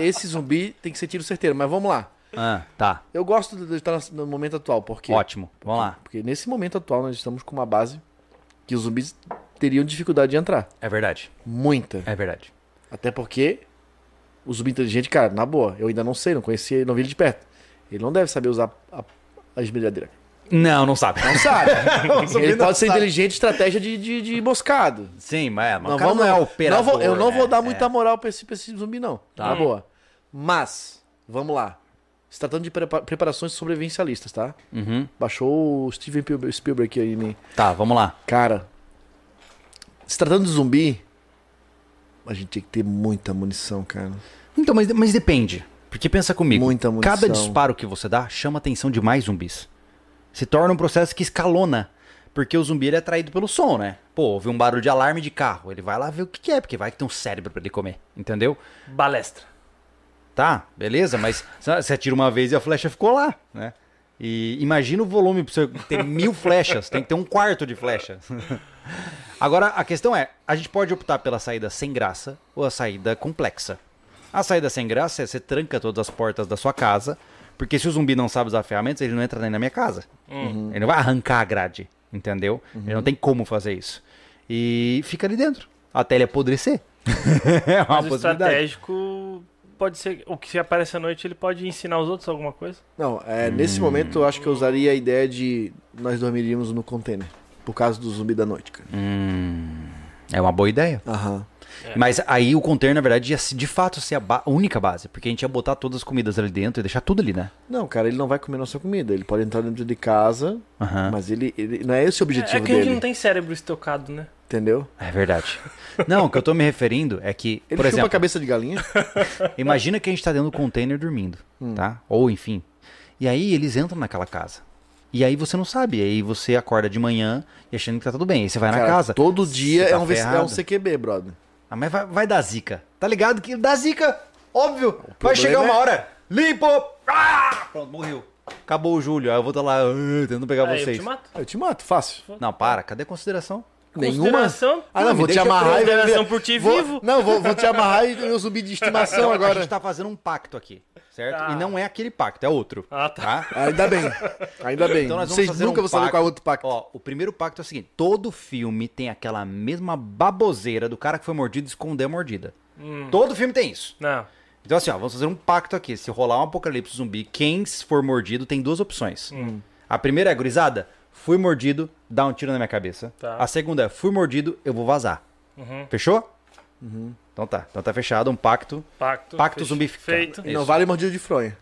C: Esse zumbi tem que ser tiro certeiro, mas vamos lá.
B: Ah, tá.
C: Eu gosto de estar no momento atual, porque...
B: Ótimo. Vamos lá.
C: Porque nesse momento atual nós estamos com uma base que os zumbis teriam dificuldade de entrar.
B: É verdade.
C: Muita.
B: É verdade.
C: Até porque o zumbi inteligente, cara, na boa, eu ainda não sei, não conheci ele, não vi ele de perto. Ele não deve saber usar a, a esmerilhadeira.
B: Não, não sabe. [LAUGHS]
C: Não [LAUGHS] sabe.
B: zumbi
C: ele
B: não
C: pode ser
B: sabe.
C: inteligente estratégia de, de, de emboscado.
B: Sim, mas é, mas
C: Não,
B: o cara
C: vamos,
B: não é
C: não.
B: operador.
C: Não vou- eu não
B: né?
C: vou dar muita moral pra esse, pra esse zumbi, não.
B: Tá.
C: Na boa. Mas, vamos lá. Se tratando de prepa- preparações sobrevivencialistas, tá?
B: Uhum.
C: Baixou o Steven Spielberg- Spielberg aí em mim.
B: Tá, vamos lá.
C: Cara, se tratando de zumbi, a gente tinha que ter muita munição, cara.
B: Então, mas, mas depende. Porque pensa comigo.
C: Muita munição.
B: Cada disparo que você dá chama a atenção de mais zumbis. se torna um processo que escalona. Porque o zumbi ele é atraído pelo som, né? Pô, ouve um barulho de alarme de carro. Ele vai lá ver o que que é, porque vai que tem um cérebro pra ele comer. Entendeu?
D: Balestra.
B: Tá, beleza, mas você atira uma vez e a flecha ficou lá, né? E imagina o volume pra você ter mil flechas, tem que ter um quarto de flecha. [LAUGHS] Agora, a questão é, a gente pode optar pela saída sem graça ou a saída complexa. A saída sem graça é você tranca todas as portas da sua casa, porque se o zumbi não sabe usar ferramentas, ele não entra nem na minha casa. Ele não vai arrancar a grade, entendeu? Ele não tem como fazer isso. E fica ali dentro, até ele apodrecer. [LAUGHS] é
C: Ah,
B: uma
D: Mas o
B: possibilidade.
D: estratégico pode ser. O que se aparece à noite, ele pode ensinar os outros alguma coisa?
C: Não, é, nesse momento eu acho que eu usaria a ideia de nós dormiríamos no container. Por causa do zumbi da noite, cara.
B: É uma boa ideia.
C: Aham.
B: Mas aí o container, na verdade, ia se- de fato ser a, ba- a única base, porque a gente ia botar todas as comidas ali dentro e deixar tudo ali, né?
C: Não, cara, ele não vai comer nossa comida. Ele pode entrar dentro de casa,
B: Aham.
C: mas ele, ele- não é esse o objetivo
D: é que a
C: dele.
D: gente não tem cérebro estocado, né?
C: Entendeu?
B: É
C: [LAUGHS]
B: verdade. Não, o que eu tô me referindo é que, por
C: Ele chupa
B: exemplo,
C: a cabeça de galinha.
B: imagina que a gente tá dentro do container dormindo,
C: Hum.
B: tá? Ou enfim. E aí eles entram naquela casa. E aí você não sabe. E aí você acorda de manhã e achando que tá tudo bem. Aí você vai
C: Cara,
B: na casa.
C: Todo dia
B: você tá
C: é, um, VC- é um
B: ferrado.
C: CQB, brother.
B: Ah, mas vai, vai dar zica. Tá ligado que dá zica? Óbvio.
C: problema
B: Vai chegar uma
C: é-
B: hora. Limpo! Ah! Pronto, morreu. Acabou o Júlio. Aí eu vou estar lá ah, tentando pegar
D: Aí eu
B: vocês.
D: te mato.
C: Eu te mato, fácil.
B: Não, para. Cadê a consideração?
C: Nenhuma.
D: Consideração?
C: Ah, não,
D: me
C: vou te
D: deixa
C: amarrar e vai
D: consideração
C: viver-
D: por ti
C: vou-
D: vivo.
C: Não, vou, vou te amarrar e meu zumbi de
D: [LAUGHS]
C: estimação
B: A
C: agora.
B: gente tá fazendo um pacto aqui, certo?
D: Tá.
B: E não é aquele pacto, é outro.
D: Ah, tá.
C: Ainda bem. Ainda bem.
B: Então nós vamos
C: Vocês
B: fazer
C: nunca
B: um
C: vão saber
B: pacto.
C: qual é o outro pacto.
B: Ó, o primeiro pacto é o seguinte: todo filme tem aquela mesma baboseira do cara que foi mordido e esconder a mordida.
D: Hum.
B: Todo filme tem isso.
D: Não.
B: Então, assim, ó, vamos fazer um pacto aqui. Se rolar um apocalipse zumbi, quem for mordido tem duas opções.
D: Hum.
B: A primeira é, gurizada, fui mordido, dá um tiro na minha cabeça.
D: Tá.
B: A segunda é, fui mordido, eu vou vazar.
D: Uhum.
B: Fechou? Então tá. Então tá fechado, um pacto.
D: Pacto.
B: Pacto
D: feito.
B: zumbificado.
D: Feito.
C: E não
B: Isso.
C: vale mordida de fronha.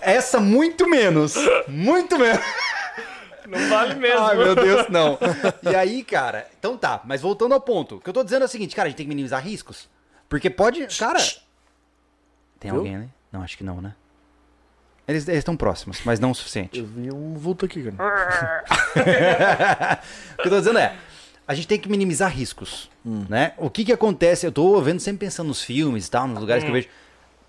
B: Essa muito
D: [LAUGHS]
B: menos. Muito menos.
D: Não vale mesmo.
B: Ai, meu Deus, não. [LAUGHS] E aí, cara, então tá, mas voltando ao ponto. O que eu tô dizendo é o seguinte, cara, a gente tem que minimizar riscos. Porque pode. Cara. Tem
C: Viu?
B: alguém, né? Não, acho que não, né? Eles estão próximos, mas não o [LAUGHS] suficiente.
C: Eu vi um vulto aqui, cara.
B: O que eu tô dizendo é. A gente tem que minimizar riscos, né? O que que acontece? Eu tô vendo sempre pensando nos filmes e tal, nos lugares que eu vejo.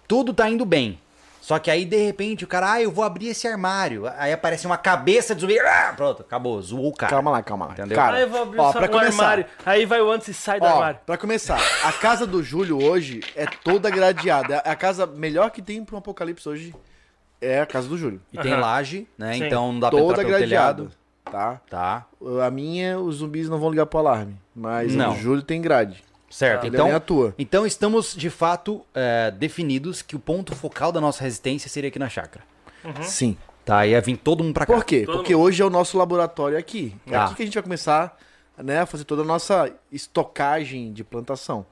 B: Tudo tá indo bem. Só que aí, de repente, o cara, ah, eu vou abrir esse armário. Aí aparece uma cabeça de zumbi. Ah, pronto, acabou, zoou o cara.
C: Calma lá, calma lá.
B: Entendeu?
C: Cara,
D: Aí eu vou abrir
C: ó,
D: o
C: pra
D: sa- o
C: começar.
D: armário. Aí vai o antes e sai do
C: Ó,
D: armário.
C: pra começar, a casa do Júlio hoje é toda gradeada. É a casa melhor que tem pra um apocalipse hoje. É a casa do Júlio.
B: E tem
D: Aham.
B: laje, né?
D: Sim.
B: Então não dá pra
C: toda
B: entrar pelo
C: gradeada.
B: telhado.
C: Tá?
B: Tá,
C: A minha, os zumbis não vão ligar pro alarme. Mas o
B: Não.
C: Júlio tem grade.
B: certo.
C: Tá. Ele é
B: Então,
C: nem atua.
B: então estamos, de fato, é, definidos que o ponto focal da nossa resistência seria aqui na chácara.
C: Sim.
B: Tá, ia vir todo mundo pra cá.
C: Por quê?
D: Uhum. Todo
C: Porque hoje é o nosso laboratório aqui. É
B: Tá.
C: aqui que a gente vai começar né, a fazer toda a nossa estocagem de plantação.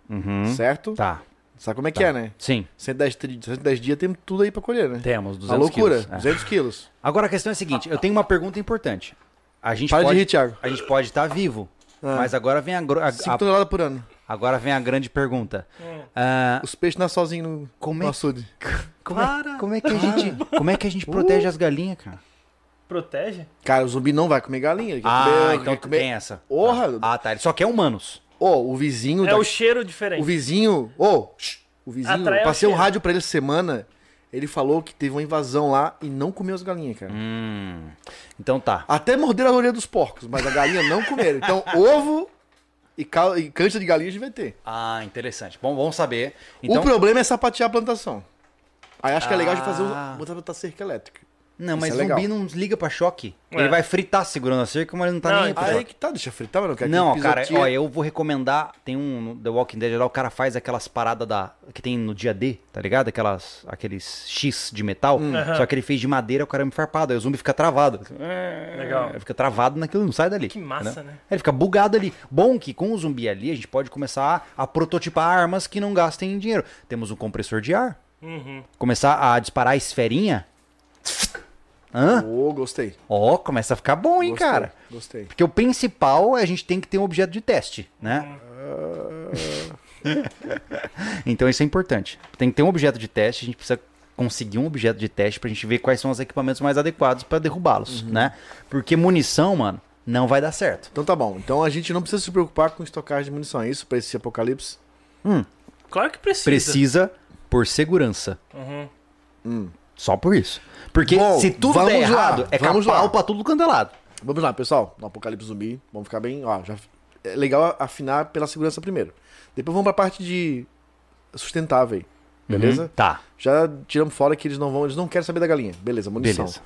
C: Certo?
B: Tá,
C: Sabe como é que é, né?
B: sim.
C: 110, tri- 110 dias temos tudo aí pra colher, né?
B: Temos
C: Uma
B: 200
C: loucura,
B: quilos. É.
C: 200 quilos.
B: Agora a questão é a seguinte, eu tenho uma pergunta importante. A gente
C: Para de
B: pode
C: rir, Ah. Thiago.
B: a gente pode estar vivo, mas agora vem a, gro- a-
C: 5
B: a-
C: toneladas por ano.
B: agora vem a grande pergunta.
D: Hum.
B: Ah,
C: Os peixes nascem sozinhos no,
B: Como
C: no
B: é-
C: açude.
B: como, é, como é que a gente como é que a gente protege
C: Uh.
B: as galinhas, cara?
D: Protege?
C: Cara, o zumbi não vai comer galinha. Ele quer
B: Ah,
C: comer,
B: então
C: quer
B: tu
C: comer...
B: tem essa.
C: Porra!
B: Ah, tá, ele só quer humanos.
C: Ô, o vizinho.
D: É
C: da-
D: o cheiro diferente.
C: O vizinho. Ô! shh, o vizinho.
D: Atrai
C: eu passei
D: o
C: um
D: cheiro.
C: rádio pra ele essa semana. Ele falou que teve uma invasão lá e não comeu as galinhas, cara.
B: Hum. Então tá.
C: Até morderam a orelha dos porcos, mas a galinha não comeram.
B: [LAUGHS]
C: Então, ovo e, cal... e cancha de galinha a gente vai ter.
B: Ah, interessante. Bom, vamos saber. Então,
C: O problema é sapatear a plantação. Aí acho que é legal de fazer
B: Ah.
C: um... botar botar cerca elétrica.
B: não,
C: isso
B: mas
C: é
B: zumbi
C: legal.
B: não liga pra choque.
D: É.
B: Ele vai fritar segurando a cerca, mas ele não tá
D: Não,
B: nem aí pro
C: Aí
B: choque.
C: que tá, deixa fritar, mas não quer
B: Não,
C: que é?
B: cara,
C: pisoteie.
B: ó, eu vou recomendar, tem um no The Walking Dead lá, o cara faz aquelas paradas da que tem no dia D, tá ligado? Aquelas aqueles X de metal,
C: Hum.
B: só que ele fez de madeira, o cara me farpado, aí o zumbi fica travado.
D: Legal.
C: É.
B: Ele É, fica travado naquilo, não sai dali.
D: Que massa, né?
B: Ele fica bugado ali. Bom que com o zumbi ali a gente pode começar a prototipar armas que não gastem dinheiro. Temos um compressor de ar,
D: Uhum.
B: começar a disparar a esferinha. Hã?
C: Ô, gostei.
B: Ó, começa a ficar bom, hein,
C: gostei,
B: cara?
C: Gostei.
B: Porque o principal é a gente tem que ter um objeto de teste, né?
D: Uhum.
B: [LAUGHS] então isso é importante. Tem que ter um objeto de teste, a gente precisa conseguir um objeto de teste pra gente ver quais são os equipamentos mais adequados pra derrubá-los, né? Porque munição, mano, não vai dar certo.
C: Então tá bom. Então a gente não precisa se preocupar com estocagem de munição, é isso? Pra esse apocalipse?
D: Claro que precisa.
B: Precisa por segurança.
D: Uhum.
B: Só por isso. Porque
C: Hum. Bom,
B: se tudo
C: vamos
B: der
C: lá,
B: errado, é
C: vamos
B: capau
C: lá.
B: pra tudo quanto é lado.
C: Vamos lá, pessoal. No apocalipse zumbi, vamos ficar bem. Ó, já... É legal afinar pela segurança primeiro. Depois vamos pra parte de sustentável aí. Beleza?
B: Uhum. Tá.
C: Já tiramos fora que eles não vão. Eles não querem saber da galinha. Beleza, munição.
B: Beleza.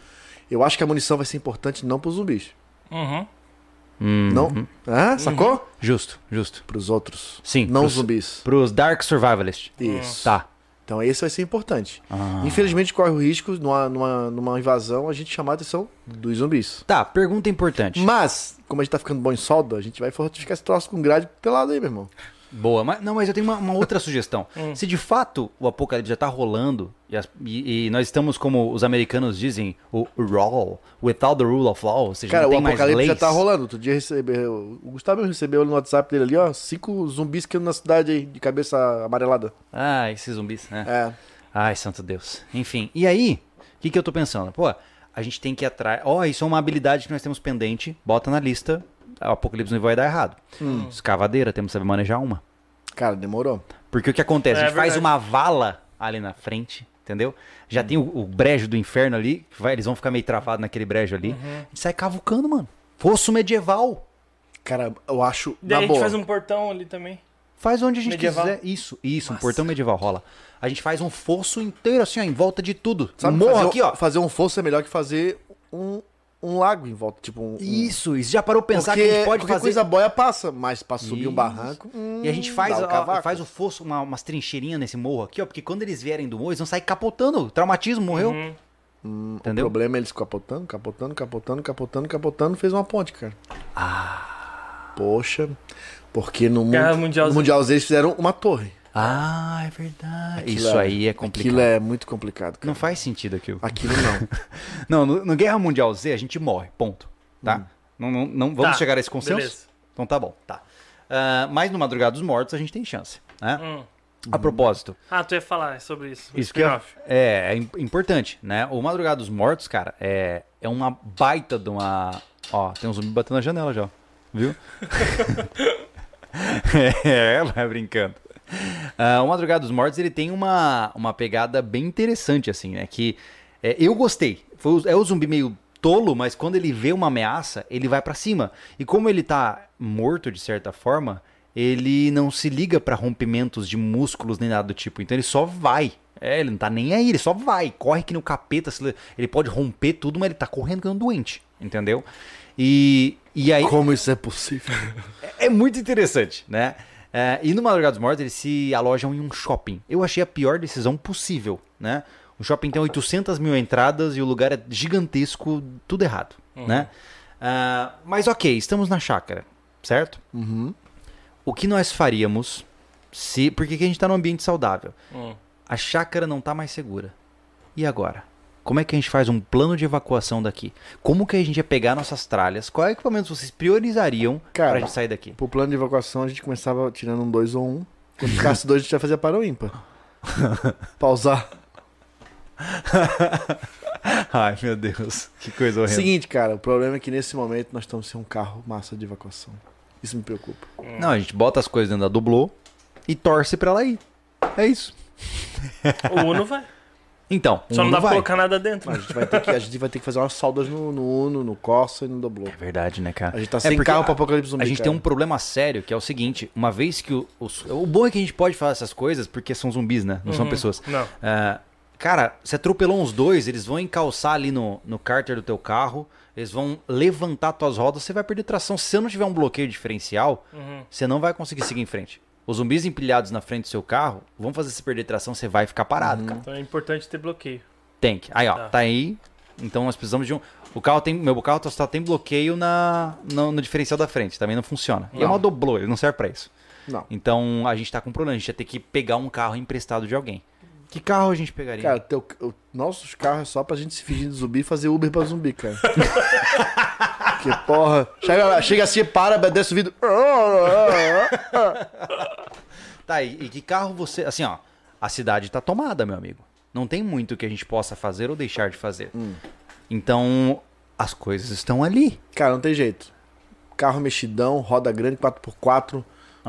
C: Eu acho que a munição vai ser importante não pros zumbis.
D: Uhum.
B: Uhum.
C: Não. Hã? Sacou?
B: Justo, justo.
C: Pros outros.
B: Sim,
C: Não
B: pros-
C: zumbis.
B: Pros Dark Survivalists.
C: Isso.
B: Tá.
C: Então esse vai ser importante.
B: Ah.
C: Infelizmente corre o risco, numa, numa, numa invasão, a gente chamar a atenção dos zumbis.
B: Tá, pergunta importante.
C: Mas, como a gente tá ficando bom em solda, a gente vai fortificar esse troço com grade pelado aí, meu irmão.
B: Boa, mas não, mas eu tenho uma, uma outra [LAUGHS] sugestão. Se de fato o apocalipse já tá rolando e, as- e- e nós estamos, como os americanos dizem, o raw, without the rule of law, ou seja,
C: Cara,
B: não
C: o
B: tem mais leis.
C: apocalipse já tá rolando. Outro dia recebeu. O Gustavo recebeu ali no WhatsApp dele ali, ó. Cinco zumbis que andam na cidade aí, de cabeça amarelada.
B: Ah, esses zumbis, né?
C: É.
B: Ai, santo Deus. Enfim, e aí, o que, que eu tô pensando? Pô, a gente tem que ir atrás. Ó, isso é uma habilidade que nós temos pendente, bota na lista. O apocalipse não vai dar errado.
C: Hum.
B: Escavadeira, temos que saber manejar uma.
C: Cara, demorou.
B: Porque o que acontece?
D: É
B: a gente faz
D: verdade.
B: uma vala ali na frente, entendeu? Já tem o, o brejo do inferno ali, que vai- eles vão ficar meio travados naquele brejo ali.
D: Uhum.
B: A gente sai cavucando, mano. Fosso medieval.
C: Cara, eu acho.
D: Daí a
C: na
D: gente
C: boa.
D: faz um portão ali também.
B: Faz onde a gente
D: Medieval?
B: quiser. Isso, isso, um portão medieval rola. A gente faz um fosso inteiro assim, ó, em volta de tudo.
C: Sabe,
B: Morro
C: fazer,
B: aqui, ó.
C: Fazer um fosso é melhor que fazer um, um lago em volta. Tipo, um. um-
B: Isso, isso já parou pra pensar
C: Porque
B: que a gente pode
C: qualquer
B: fazer.
C: coisa boia passa, mas pra subir
B: Isso.
C: um barranco.
B: E a gente faz,
C: dá o
B: ó,
C: cavaco.
B: faz o fosso, uma- umas trincheirinhas nesse morro aqui, ó. Porque quando eles vierem do morro, eles vão sair capotando. Traumatismo, morreu.
C: Uhum.
D: Uhum.
C: O
B: Entendeu?
C: problema é eles capotando, capotando, capotando, capotando, capotando, fez uma ponte, cara. Ah. Poxa. Porque no
D: Guerra
C: mundo,
D: Mundial
C: mundial,
D: Z.
C: mundial Z eles fizeram uma torre.
B: Ah, é verdade.
C: Aquilo
B: isso aí é complicado.
C: Aquilo é Ah. muito complicado, cara.
B: Não faz sentido aquilo.
C: Aquilo [LAUGHS] não.
B: Não, no, no Guerra Mundial Z a gente morre, ponto. Tá?
C: Hum.
B: Não, não, não- vamos
D: Tá,
B: chegar a esse consenso?
D: beleza.
B: Então tá bom, tá. Ah, mas no Madrugada dos Mortos a gente tem chance, né?
D: Hum.
B: A propósito,
D: Ah, tu ia falar sobre isso.
B: isso que é, é, é im- importante, né? O Madrugada dos Mortos, cara, é, é uma baita de uma... Ó, tem um zumbi batendo na janela já, ó. viu? [LAUGHS] é, vai brincando. Ah, o Madrugada dos Mortos, ele tem uma, uma pegada bem interessante, assim, né? Que é, eu gostei. Foi, o- é o zumbi meio tolo, mas quando ele vê uma ameaça, ele vai pra cima. E como ele tá morto, de certa forma, ele não se liga pra rompimentos de músculos nem nada do tipo. Então ele só vai. É, ele não tá nem aí, ele só vai. Corre que no capeta. se le- Ele pode romper tudo, mas ele tá correndo que nem um doente. Entendeu? E, e aí...
C: Como isso é possível?
B: É muito interessante, né? É, e no Madrugada dos Mortos eles se alojam em um shopping. Eu achei a pior decisão possível, né? O shopping tem 800 mil entradas e o lugar é gigantesco, tudo errado, né? Ah, mas ok, estamos na chácara, certo?
C: Uhum.
B: O que nós faríamos se... Porque aqui a gente tá num ambiente saudável. A chácara não tá mais segura. E agora? Como é que a gente faz um plano de evacuação daqui? Como que a gente ia pegar nossas tralhas? Qual equipamentos vocês priorizariam pra
C: Cara,
B: gente sair daqui?
C: Pro plano de evacuação a gente começava tirando um 2 ou um. Quando ficasse dois a gente já fazia para o [LAUGHS] ímpar. Pausar. [LAUGHS]
B: Ai, meu Deus, que coisa horrenda.
C: Seguinte, cara, o problema é que nesse momento nós estamos sem um carro massa de evacuação. Isso me preocupa.
B: Não, a gente bota as coisas dentro da dublô e torce pra ela ir. É isso.
D: O
B: [LAUGHS]
D: Uno vai.
B: Então,
D: Só
B: um
D: não dá pra
B: vai.
D: colocar nada dentro.
C: A gente vai ter que, a gente vai ter que fazer umas soldas no, no Uno, no Corsa e no Doblô.
B: É verdade, né, cara?
C: A gente tá
B: É
C: sem
B: porque
C: carro
B: a-
C: pra Apocalipse Zumbi,
B: A gente
C: cara.
B: tem um problema sério, que é o seguinte, uma vez que o, os- o bom é que a gente pode falar essas coisas porque são zumbis, né? Não são pessoas.
D: Uhum. Não.
B: Ah, cara, você atropelou uns dois, eles vão encalçar ali no, no cárter do teu carro, eles vão levantar tuas rodas, você vai perder tração. Se você não tiver um bloqueio diferencial,
D: Uhum.
B: você não vai conseguir seguir em frente. Os zumbis empilhados na frente do seu carro vão fazer você perder tração, você vai ficar parado, cara.
D: Então é importante ter bloqueio.
B: Tem que. Aí, ó,
D: Tá.
B: tá aí. Então nós precisamos de um. O carro tem. Meu carro tá, só tem bloqueio na, no, no diferencial da frente, também não funciona. E é uma doblô, ele não serve pra isso.
C: Não.
B: Então a gente tá com um problema, a gente ia ter que pegar um carro emprestado de alguém. Que carro a gente pegaria?
C: Cara, teu, o- nossos carros é só pra gente se fingir de zumbi e fazer Uber pra
B: [LAUGHS]
C: zumbi, cara. que porra. Chega, lá, chega assim, para, desce o vidro.
B: Tá, e, e que carro você. Assim, ó, a cidade tá tomada, meu amigo. Não tem muito que a gente possa fazer ou deixar de fazer. Então, as coisas estão ali.
C: Cara, não tem jeito. Carro mexidão, roda grande, 4x4,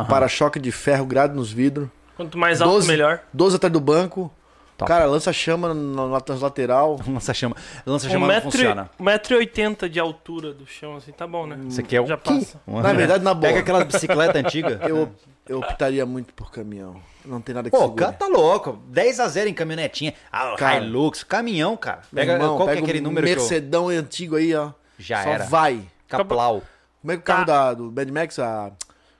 C: para-choque de ferro, grade nos vidros,
D: Quanto mais alto,
C: Doze.
D: melhor.
C: 12 atrás do banco.
B: Top.
C: Cara, lança chama na, na translateral.
B: [LAUGHS] Lança-chama. Lança-chama
D: Um
B: não
D: metro,
B: funciona.
D: e- um metro e oitenta de altura do chão, assim, tá bom, né?
B: Você quer um
D: Já passa.
C: Na verdade, na boa.
B: Pega aquela bicicleta antiga.
C: [LAUGHS] Eu, eu optaria muito por caminhão. Não tem nada que
B: É. Pô,
C: segure.
B: cara, tá louco. 10 a 0 em caminhonetinha. Ah,
C: Cara.
B: Hilux, caminhão, cara.
C: Meu
B: Pega,
C: irmão,
B: qual que
C: pega
B: é aquele
C: um
B: número que eu...
C: Mercedão antigo aí, ó.
B: Já
C: Só
B: era.
C: vai.
B: Caplau.
C: Como é que o
D: Tá.
C: carro da, do Mad Max, a...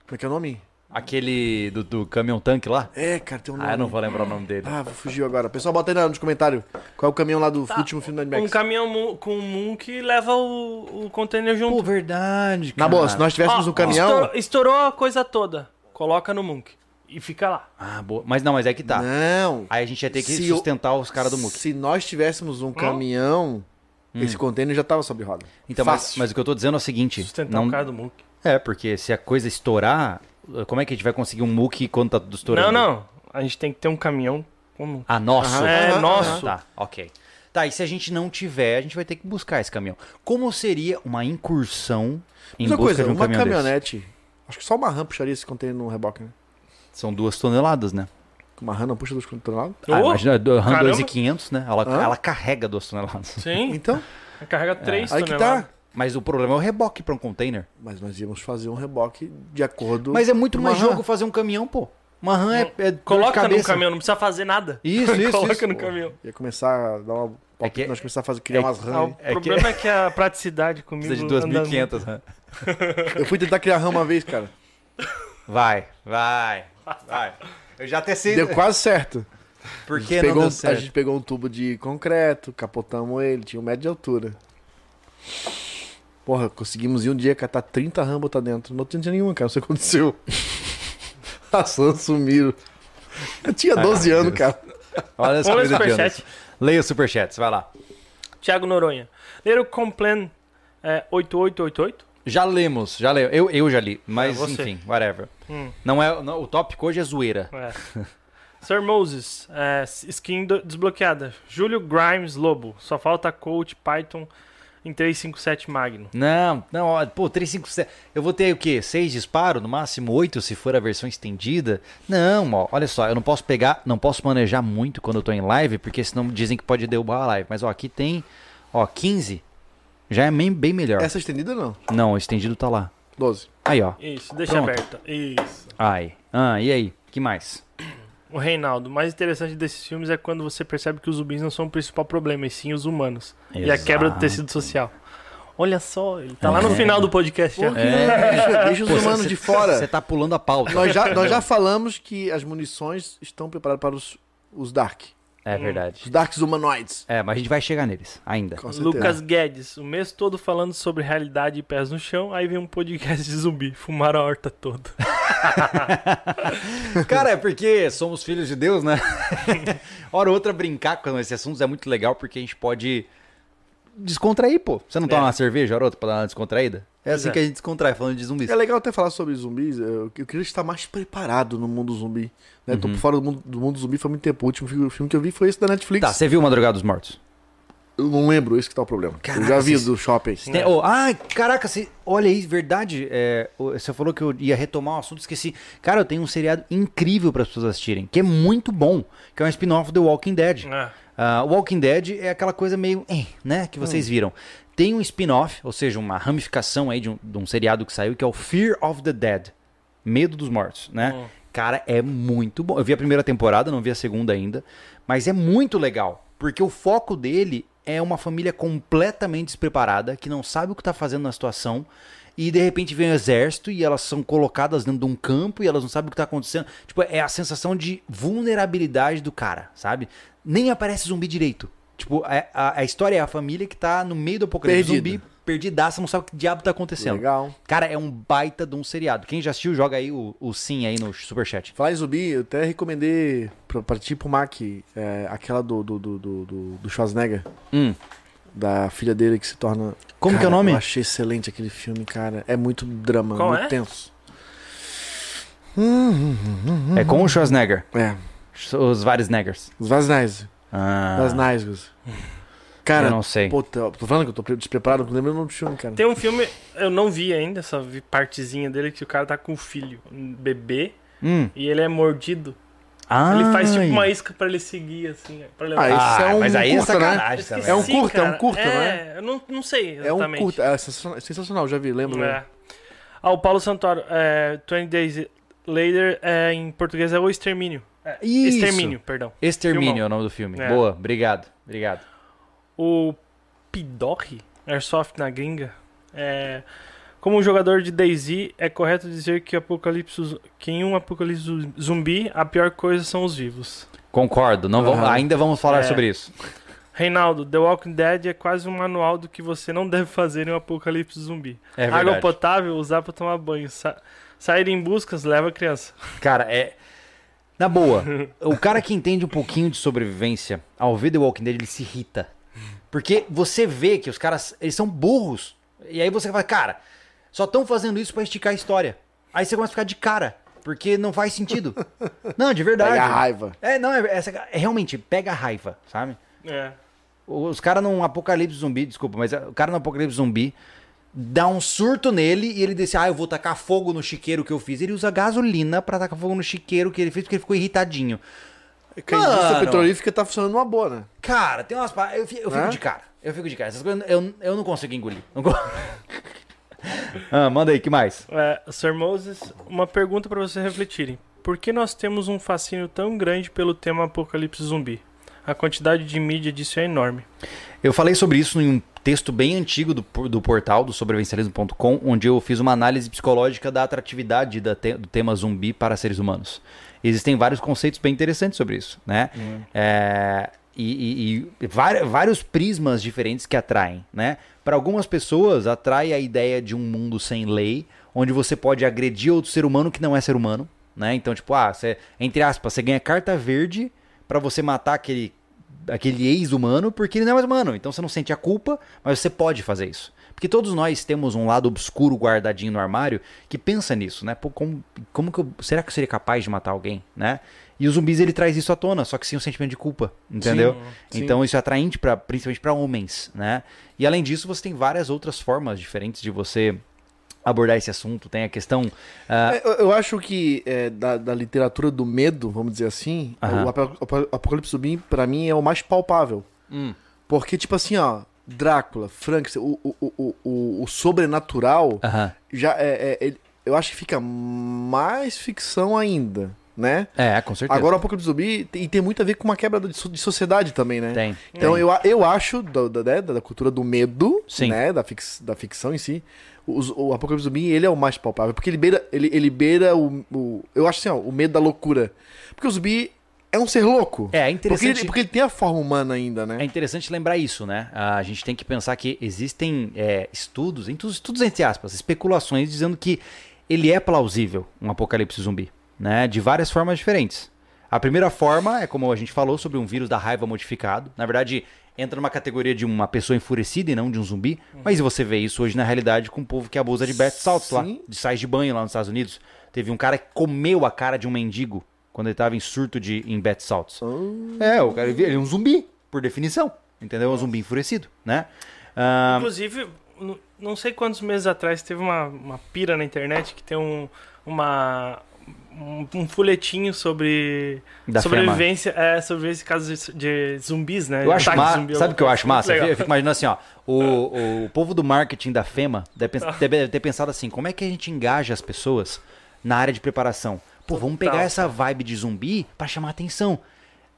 C: Como é que é o nome?
B: Aquele do, do caminhão tanque lá.
C: É, cara, tem um nome.
B: Ah, eu não vou lembrar o nome dele.
C: Ah, fugiu agora. Pessoal, bota aí na- nos comentários qual é o caminhão lá do último filme do Mad
D: Um
C: Max.
D: caminhão mu- com um moon que leva o, o container junto.
B: verdade,
C: Na boa, se nós tivéssemos
D: Ó,
C: um caminhão...
D: estourou, estourou a coisa toda. Coloca no Munk. E fica lá.
B: Ah, boa. Mas não, mas é que tá.
C: Não.
B: Aí a gente ia ter que
C: Se eu-
B: sustentar os caras do Muk.
C: Se nós tivéssemos
D: Hum?
C: um caminhão, esse container já tava sobre roda.
B: Hum. Então, mas,
C: Fácil.
B: mas o que eu tô dizendo é o seguinte.
D: Sustentar
B: Não...
D: o cara do Munk.
B: É, porque se a coisa estourar, como é que a gente vai conseguir um Muk quando tá tudo estourando?
D: Não, não. A gente tem que ter um caminhão com Munk.
B: Ah, nosso.
C: Aham.
D: É,
C: aham,
D: nosso.
B: Tá, ok. Tá, e se a gente não tiver, a gente vai ter que buscar esse caminhão. Como seria uma incursão em
C: Mas
B: busca
C: uma coisa,
B: de um
C: uma
B: caminhão desse?
C: caminhonete... Acho que só uma RAM puxaria esse container no reboque, né?
B: São duas toneladas, né?
C: Uma RAM não puxa dos containers
B: Ah,
D: Oh,
B: imagina, do- RAM
D: caramba.
B: 2,500, né? Ela,
C: Hã?
B: ela carrega duas toneladas.
D: Sim.
C: Então,
D: Carrega
B: É.
D: três
C: aí que tá.
D: toneladas.
B: Mas o problema é o reboque pra um container.
C: Mas nós íamos fazer um reboque de acordo.
B: Mas é muito
C: Uma
B: mais
C: RAM.
B: jogo fazer um caminhão, pô. Uma RAM é, é dor de
D: Coloca no
B: cabeça.
D: caminhão, não precisa fazer nada.
B: Isso,
D: [LAUGHS]
B: isso,
D: Coloca
B: isso.
D: no caminhão.
C: Ia começar a dar uma.
B: É que-
C: Nós começar a fazer, criar
B: é
C: umas
B: que-
D: Ah,
C: RAM.
D: o
B: É que-
D: problema é que a praticidade comigo.
B: Precisa de
D: anda
B: 2.500 RAM. é
C: Eu fui tentar criar RAM uma vez, cara.
B: Vai, vai, vai. Eu já até sei.
C: Deu quase certo.
B: Por que não
C: Pegou,
B: deu
C: um- a
B: certo?
C: gente pegou um tubo de concreto, capotamos ele, tinha um metro de altura. Porra, conseguimos em um dia catar 30 RAM botar dentro. Não tinha nenhuma, cara.
B: [LAUGHS]
C: Isso aconteceu. As RAM sumiram. Eu tinha 12
B: meu
C: anos,
B: Deus.
C: cara.
B: Olha as
D: Vamos ler
B: coisas de
D: superchat.
B: Anderson. Leia os superchats, vai lá.
D: muito. Thiago Noronha. Ler o Complan é, 8888.
B: Já lemos, já leu. Eu, eu já li, mas
D: É, você.
B: enfim, whatever.
D: Hum.
B: Não é, não, o tópico hoje é zoeira. [LAUGHS]
D: É. Sir Moses, é, skin do- desbloqueada. Júlio Grimes Lobo. Só falta coach Python em 357 Magno.
B: Não, não, ó, pô, 357. Eu vou ter o quê? Seis disparos, no máximo oito, se for a versão estendida? Não, ó, olha só, eu não posso pegar, não posso manejar muito quando eu tô em live, porque senão dizem que pode derrubar a live. Mas, ó, aqui tem, ó, 15. Já é bem, bem melhor.
C: Essa estendida não.
B: Não, o estendido tá lá.
C: 12.
B: Aí, ó.
D: Isso, deixa
B: Pronto.
D: aberta. Isso.
B: Ai. Ah, e aí? Que mais?
D: O Reinaldo, o mais interessante desses filmes é quando você percebe que os zumbis não são o principal problema, e sim os humanos. E a
B: Exato.
D: quebra do tecido social. Olha só, ele tá lá no
B: É.
D: final do podcast já.
C: Deixa, deixa os humanos de fora.
B: Você tá pulando a pauta.
C: Nós já, nós já falamos que as munições estão preparadas para os, os Dark.
B: É verdade.
C: Os Darks humanoides.
B: É, mas a gente vai chegar neles ainda.
C: Com certeza.
D: Lucas Guedes, o mês todo falando sobre realidade e pés no chão, aí vem um podcast de zumbi, fumaram a
C: [LAUGHS]
D: horta toda.
B: Cara, é porque somos filhos de Deus, né? Hora ou outra brincar com esses assuntos é muito legal porque a gente pode descontrair, pô. Você não toma uma cerveja, hora ou outra, pra dar uma descontraída? É assim
D: é.
B: que a gente descontrai, falando de zumbis.
C: É legal até falar sobre zumbis. Eu, eu queria estar mais preparado no mundo zumbi. Né?
B: Uhum.
C: Tô por fora do mundo, do mundo zumbi faz muito tempo. O último fi- filme que eu vi foi esse da Netflix.
B: Tá, você viu Madrugada dos Mortos?
C: Eu não lembro, esse que tá o problema.
B: Caraca,
C: eu já vi
B: vocês-
C: do shopping.
B: Tem- oh, ah, caraca, você, olha aí, verdade. é, o- você falou que eu ia retomar o assunto, esqueci. Cara, eu tenho um seriado incrível para as pessoas assistirem, que é muito bom, que é um spin-off do Walking Dead.
D: É.
B: Ah, Walking Dead é aquela coisa meio, eh, né, que vocês viram. Tem um spin-off, ou seja, uma ramificação aí de um, de um seriado que saiu, que é o Fear of the Dead. Medo dos Mortos, né? Cara, é muito bom. Eu vi a primeira temporada, não vi a segunda ainda, mas é muito legal, porque o foco dele é uma família completamente despreparada, que não sabe o que tá fazendo na situação, e de repente vem o exército e elas são colocadas dentro de um campo e elas não sabem o que tá acontecendo. Tipo, é a sensação de vulnerabilidade do cara, sabe? Nem aparece zumbi direito. Tipo, é- a, a história é a família que tá no meio do apocalipse
C: Perdida.
B: zumbi, perdidaça, não sabe o que diabo tá acontecendo.
C: Legal.
B: Cara, é um baita de um seriado. Quem já assistiu, joga aí o, o sim aí no superchat.
C: Falar em zumbi, eu até recomendei pra, pra ti e pro Mac é, aquela do, do, do, do, do- do Schwarzenegger.
B: Hum.
C: Da filha dele que se torna.
B: Como
C: Cara,
B: que é o nome?
C: Eu achei excelente aquele filme, cara. É muito drama,
D: Qual
C: muito
D: é?
C: tenso. Hum,
B: É com o Schwarzenegger.
C: É.
B: Os vários Neggers.
C: Os Vazinais.
A: Ah,
C: das Nazgûs. Cara,
A: eu não sei.
C: puta, tô falando que eu tô pre- despreparado, não lembro o nome do filme, cara.
D: Tem um filme, eu não vi ainda, só vi partezinha dele, que o cara tá com um filho, um bebê,
A: Hum.
D: e ele é mordido.
A: Ah,
D: Ele faz tipo uma isca pra ele seguir, assim, pra levar.
C: Ah, isso
B: Ah,
C: é um
B: mas aí é
C: curta, né?
B: sacanagem
D: Eu
B: também.
D: esqueci,
C: É um curta, é um
D: cara.
C: curta,
D: é? eu não, não
C: É
D: sei
C: um
D: exatamente.
C: curto, é sensacional, sensacional, já vi, lembro. né?
D: É. Ah, o Paulo Santoro, é, 20 Days Later, é, em português é O Extermínio. É,
B: Isso.
D: Extermínio, perdão.
B: Extermínio
D: Filmão.
B: é o nome do filme.
D: É.
B: Boa, obrigado, obrigado.
D: O Pidorri, Airsoft na gringa, é... Como jogador de DayZ, é correto dizer que, apocalipse, que em um apocalipse zu- zumbi, a pior coisa são os vivos.
B: Concordo, não vamos-
C: Aham.
B: ainda vamos falar
D: É.
B: sobre isso.
D: Reinaldo, The Walking Dead é quase um manual do que você não deve fazer em um apocalipse zumbi.
B: É
D: Água
B: verdade.
D: potável, usar pra tomar banho. Sa- sair em buscas, leva a criança.
B: Cara, é. Na
C: [LAUGHS]
B: boa, o cara que entende um pouquinho de sobrevivência, ao ver The Walking Dead, ele se irrita. Porque você vê que os caras, eles são burros. E aí você fala, cara, só estão fazendo isso pra esticar a história. Aí você começa a ficar de cara, porque não faz
C: [LAUGHS]
B: sentido. Não, de verdade.
C: Pega a raiva.
B: É, não, é, é- é realmente, pega a raiva, sabe?
D: É.
B: Os caras num apocalipse zumbi, desculpa, mas eh, o cara num apocalipse zumbi dá um surto nele e ele disse: Ah, eu vou tacar fogo no chiqueiro que eu fiz. Ele usa gasolina pra tacar fogo no chiqueiro que ele fez porque ele ficou irritadinho.
C: Porque a indústria
B: Mano.
C: petrolífica tá funcionando uma boa, né?
B: Cara, tem umas. pa- Eu, fi- eu fico
C: Hã?
B: de cara. Eu fico de cara. Essas coisas eu, eu não consigo engolir. Não con- [LAUGHS] ah, manda aí, que mais?
D: É, Sir Moses, uma pergunta pra vocês refletirem. Por que nós temos um fascínio tão grande pelo tema apocalipse zumbi? A quantidade de mídia disso é enorme.
B: Eu falei sobre isso em um texto bem antigo do, por- do portal do sobrevivencialismo.com, onde eu fiz uma análise psicológica da atratividade da te- do tema zumbi para seres humanos. Existem vários conceitos bem interessantes sobre isso, né? É, e e- e vari- vários prismas diferentes que atraem, né? Para algumas pessoas, atrai a ideia de um mundo sem lei, onde você pode agredir outro ser humano que não é ser humano, né? Então, tipo, ah, você, entre aspas, você ganha carta verde para você matar aquele aquele ex-humano porque ele não é mais humano. Então você não sente a culpa, mas você pode fazer isso. Porque todos nós temos um lado obscuro guardadinho no armário que pensa nisso, né? Pô, como, como que eu, será que eu seria capaz de matar alguém, né? E o zumbis ele traz isso à tona, só que sem o sentimento de culpa, entendeu?
C: sim.
B: Então isso é atraente pra, principalmente para homens, né? E além disso, você tem várias outras formas diferentes de você abordar esse assunto. Tem a questão ah,
C: É, Eu, eu acho que é, da, da literatura do medo, vamos dizer assim,
B: Aham.
C: o apo- apo- Apocalipse Zumbi, pra mim, é o mais palpável. Porque, tipo assim, ó, Drácula, Frankenstein, o, o, o- o, o, o sobrenatural,
B: aham,
C: já é, é- ele- eu acho que fica mais ficção ainda, né?
B: é, com certeza.
C: Agora o Apocalipse Zumbi tem, e tem muito a ver com uma quebra de, so- de sociedade também, né?
B: tem.
C: Então eu, a- eu acho, da, da, né, da cultura do medo,
B: Sim.
C: né, da, fix- da ficção em si, os- o Apocalipse Zumbi, ele é o mais palpável, porque ele beira, ele, ele beira o, o- Eu acho assim, ó, o medo da loucura. Porque o zumbi é um ser louco.
B: É
C: porque,
B: interessante.
C: ele, porque ele tem a forma humana ainda, né?
B: É interessante lembrar isso, né? A gente tem que pensar que existem é, estudos, em- estudos entre aspas, especulações dizendo que ele é plausível, um apocalipse zumbi, né? De várias formas diferentes. A primeira forma é como a gente falou sobre um vírus da raiva modificado. Na verdade, entra numa categoria de uma pessoa enfurecida e não de um zumbi.
C: Uhum.
B: Mas você vê isso hoje na realidade com o povo que abusa de bath salts lá,
C: Sim.
B: de sais de banho lá nos Estados Unidos. Teve um cara que comeu a cara de um mendigo quando ele estava em surto de em bath salts. É, o cara ele é um zumbi, por definição. Entendeu? É um zumbi enfurecido, né? Ah,
D: Inclusive, n- não sei quantos meses atrás teve uma, uma pira na internet que tem um, uma, um, um folhetinho sobre
B: Da
D: sobrevivência, é, sobrevivência em casos de, de zumbis, né?
B: eu acho
D: Ataque de
B: ma...
D: zumbi,
B: Sabe o
D: alguma
B: que eu
D: coisa.
B: acho massa?
D: Muito
B: Eu
D: legal.
B: fico imaginando assim, ó.
D: [LAUGHS]
B: O, o povo do marketing da FEMA deve, pens- deve ter pensado assim: como é que a gente engaja as pessoas na área de preparação? Pô, vamos pegar
D: Total.
B: essa vibe de zumbi pra chamar atenção.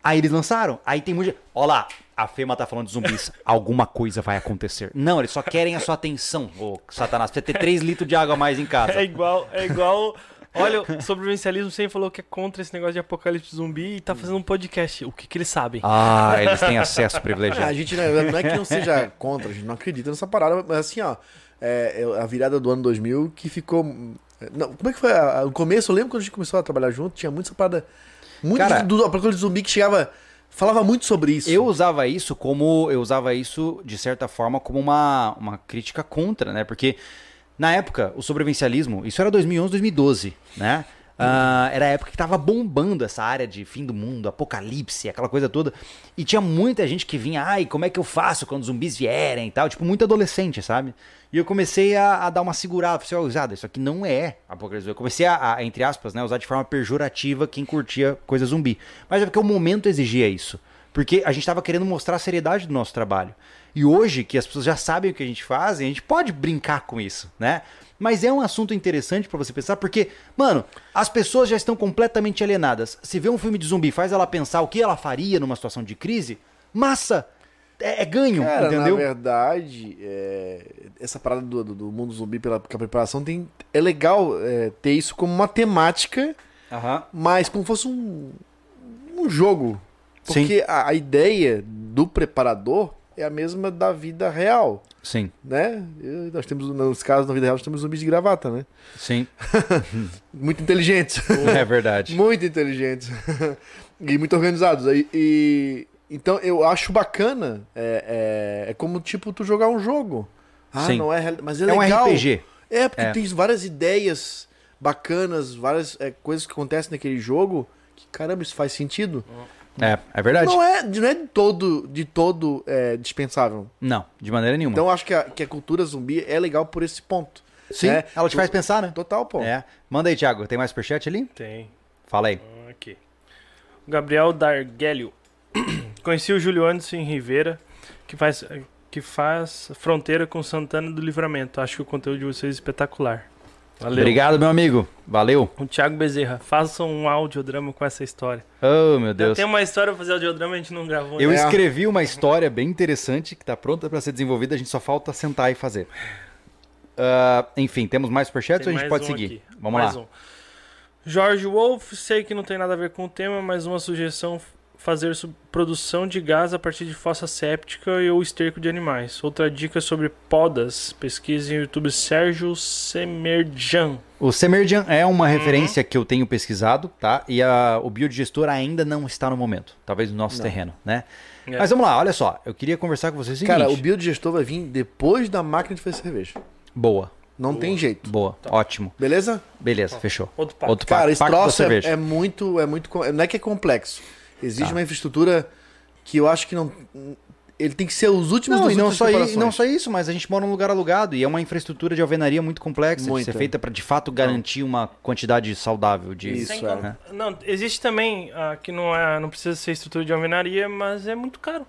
B: Aí eles lançaram. Aí tem muito. Ó lá, a FEMA tá falando de
D: [LAUGHS]
B: zumbis. Alguma coisa vai acontecer. Não, eles só querem a sua atenção, ô Satanás. Você tem 3 litros de água a mais em casa.
D: É igual, é igual. Olha,
B: [LAUGHS]
D: o sobrevivencialismo sempre falou que é contra esse negócio de apocalipse zumbi e tá fazendo um podcast. O que, que eles sabem?
B: Hum. Ah, eles têm acesso
C: É, A
B: privilegiado.
C: gente né, não é que
B: [LAUGHS]
C: não seja contra, a gente não acredita nessa parada, mas assim, ó, é, é a virada do ano 2000 que ficou. Não, como é que foi? a- a- O começo, eu lembro quando a gente começou a trabalhar junto, tinha muito essa parada. Muito
B: Cara-
C: do, do Apocalipse Zumbi que chegava. Falava muito sobre isso.
B: Eu usava isso como. Eu usava isso, de certa forma, como uma, uma crítica contra, né? Porque na época, o sobrevivencialismo, isso era 2011, 2012, né? Ah, era a época que tava bombando essa área de fim do mundo, apocalipse, aquela coisa toda. E tinha muita gente que vinha, ai, como é que eu faço quando os zumbis vierem e tal? Tipo, muito adolescente, sabe? E eu comecei a, a dar uma segurada, falei, assim, ó, usada, isso aqui não é apocalipse. Eu comecei a, a, entre aspas, né, usar de forma pejorativa quem curtia coisa zumbi. Mas é porque o momento exigia isso. Porque a gente tava querendo mostrar a seriedade do nosso trabalho. E hoje, que as pessoas já sabem o que a gente faz, a gente pode brincar com isso, né? Mas é um assunto interessante pra você pensar, porque, mano, as pessoas já estão completamente alienadas. Se vê um filme de zumbi, faz ela pensar o que ela faria numa situação de crise, massa! É, é ganho,
C: Cara,
B: entendeu?
C: na verdade, é, essa parada do, do- do mundo zumbi pela, pela preparação tem, é legal é, ter isso como uma temática,
B: Aham.
C: mas como fosse um, um jogo.
B: Sim.
C: Porque a, a ideia do preparador é a mesma da vida real,
B: Sim,
C: né? Eu- nós temos, nos casos, na vida real, nós temos zumbis de gravata, né?
B: sim.
C: Muito inteligentes.
B: [LAUGHS]
C: [LAUGHS]
B: É verdade.
C: Muito inteligentes. [LAUGHS] e muito organizados. E, e- então eu acho bacana. É, é, é como tipo tu jogar um jogo. Ah,
B: Sim.
C: não é, real- mas é,
B: É um
C: legal.
B: RPG.
C: É, porque
B: É.
C: tem várias ideias bacanas, várias é, coisas que acontecem naquele jogo. Que caramba, isso faz sentido.
B: É, é verdade.
C: Não é, não é de todo, de todo é, dispensável.
B: Não, de maneira nenhuma.
C: Então eu acho que a, que a cultura zumbi é legal por esse ponto.
B: sim,
C: é,
B: ela te
C: tu-
B: faz pensar, né?
C: Total, pô.
B: É. Manda aí, Thiago. Tem mais superchat ali?
D: Tem.
B: Fala aí.
D: Aqui. Gabriel Darguelio. [CLEARS THROAT] Conheci o Júlio Anderson Rivera, que faz, que faz fronteira com Santana do Livramento. Acho que o conteúdo de vocês é espetacular. Valeu.
B: Obrigado, meu amigo. Valeu.
D: O Thiago Bezerra, façam um audiodrama com essa história.
B: Oh, meu
D: Eu
B: Deus.
D: Tem uma história pra fazer audiodrama, a gente não gravou. né?
B: Eu
D: ainda.
C: É.
B: escrevi uma história bem interessante que tá pronta pra ser desenvolvida, a gente só falta sentar e fazer. Ah, enfim, temos mais superchats
D: Tem
B: ou a gente
D: mais
B: pode
D: um
B: seguir?
D: aqui.
B: Vamos
D: Mais
B: lá.
D: um. Jorge Wolf, sei que não tem nada a ver com o tema, mas uma sugestão: fazer sub- produção de gás a partir de fossa séptica e ou esterco de animais. Outra dica é sobre podas: pesquise no YouTube Sérgio Semerjan.
B: O Semerjan é
D: Uhum.
B: uma referência que eu tenho pesquisado, tá? E a- o biodigestor ainda não está no momento. Talvez no nosso terreno, né?
D: É.
B: Mas vamos lá, olha só. Eu queria conversar com vocês o seguinte.
C: Cara, o biodigestor vai vir depois da máquina de fazer cerveja.
B: Boa,
C: Não tem jeito.
B: boa. Ótimo.
C: Beleza?
B: Beleza, fechou.
D: Tá. Outro papo.
B: Outro
C: Cara,
B: papo.
C: esse
B: Pacto da
C: troço é,
B: cerveja.
C: é muito, é muito. co- Não é que é complexo.
B: Tá.
C: Exige uma infraestrutura que eu acho que não. Ele tem que ser os últimos
B: Não,
C: dos
B: e não,
C: últimos
B: só i-
C: preparações.
B: e não só isso, mas a gente mora num lugar alugado e é uma infraestrutura de alvenaria muito complexa, de
C: Muita.
B: ser feita para de fato garantir uma quantidade saudável de. né?
C: Isso,
D: Sem
C: é.
D: conta- Não, existe também ah, que não, é, não precisa ser estrutura de alvenaria, mas é muito caro.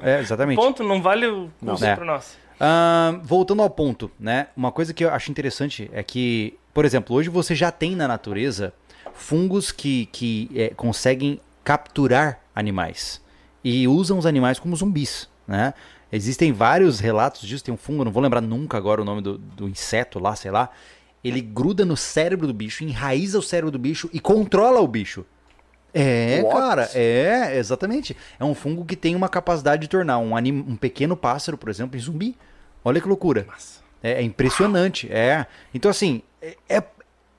B: É, é, exatamente.
D: Ponto, não vale o
C: Não.
D: custo
B: É.
D: pra nós.
B: Ahn, voltando ao ponto, né? Uma coisa que eu acho interessante é que, por exemplo, hoje você já tem na natureza fungos que, que é, conseguem capturar animais e usam os animais como zumbis, né? Existem vários relatos disso. Tem um fungo, eu não vou lembrar nunca agora o nome do, do inseto lá, sei lá. Ele gruda no cérebro do bicho, enraiza o cérebro do bicho e controla o bicho. É,
C: What?
B: cara, é, exatamente. É um fungo que tem uma capacidade de tornar um, anim- um pequeno pássaro, por exemplo, em zumbi. Olha que loucura. É, é impressionante, é. Então, assim, é, é-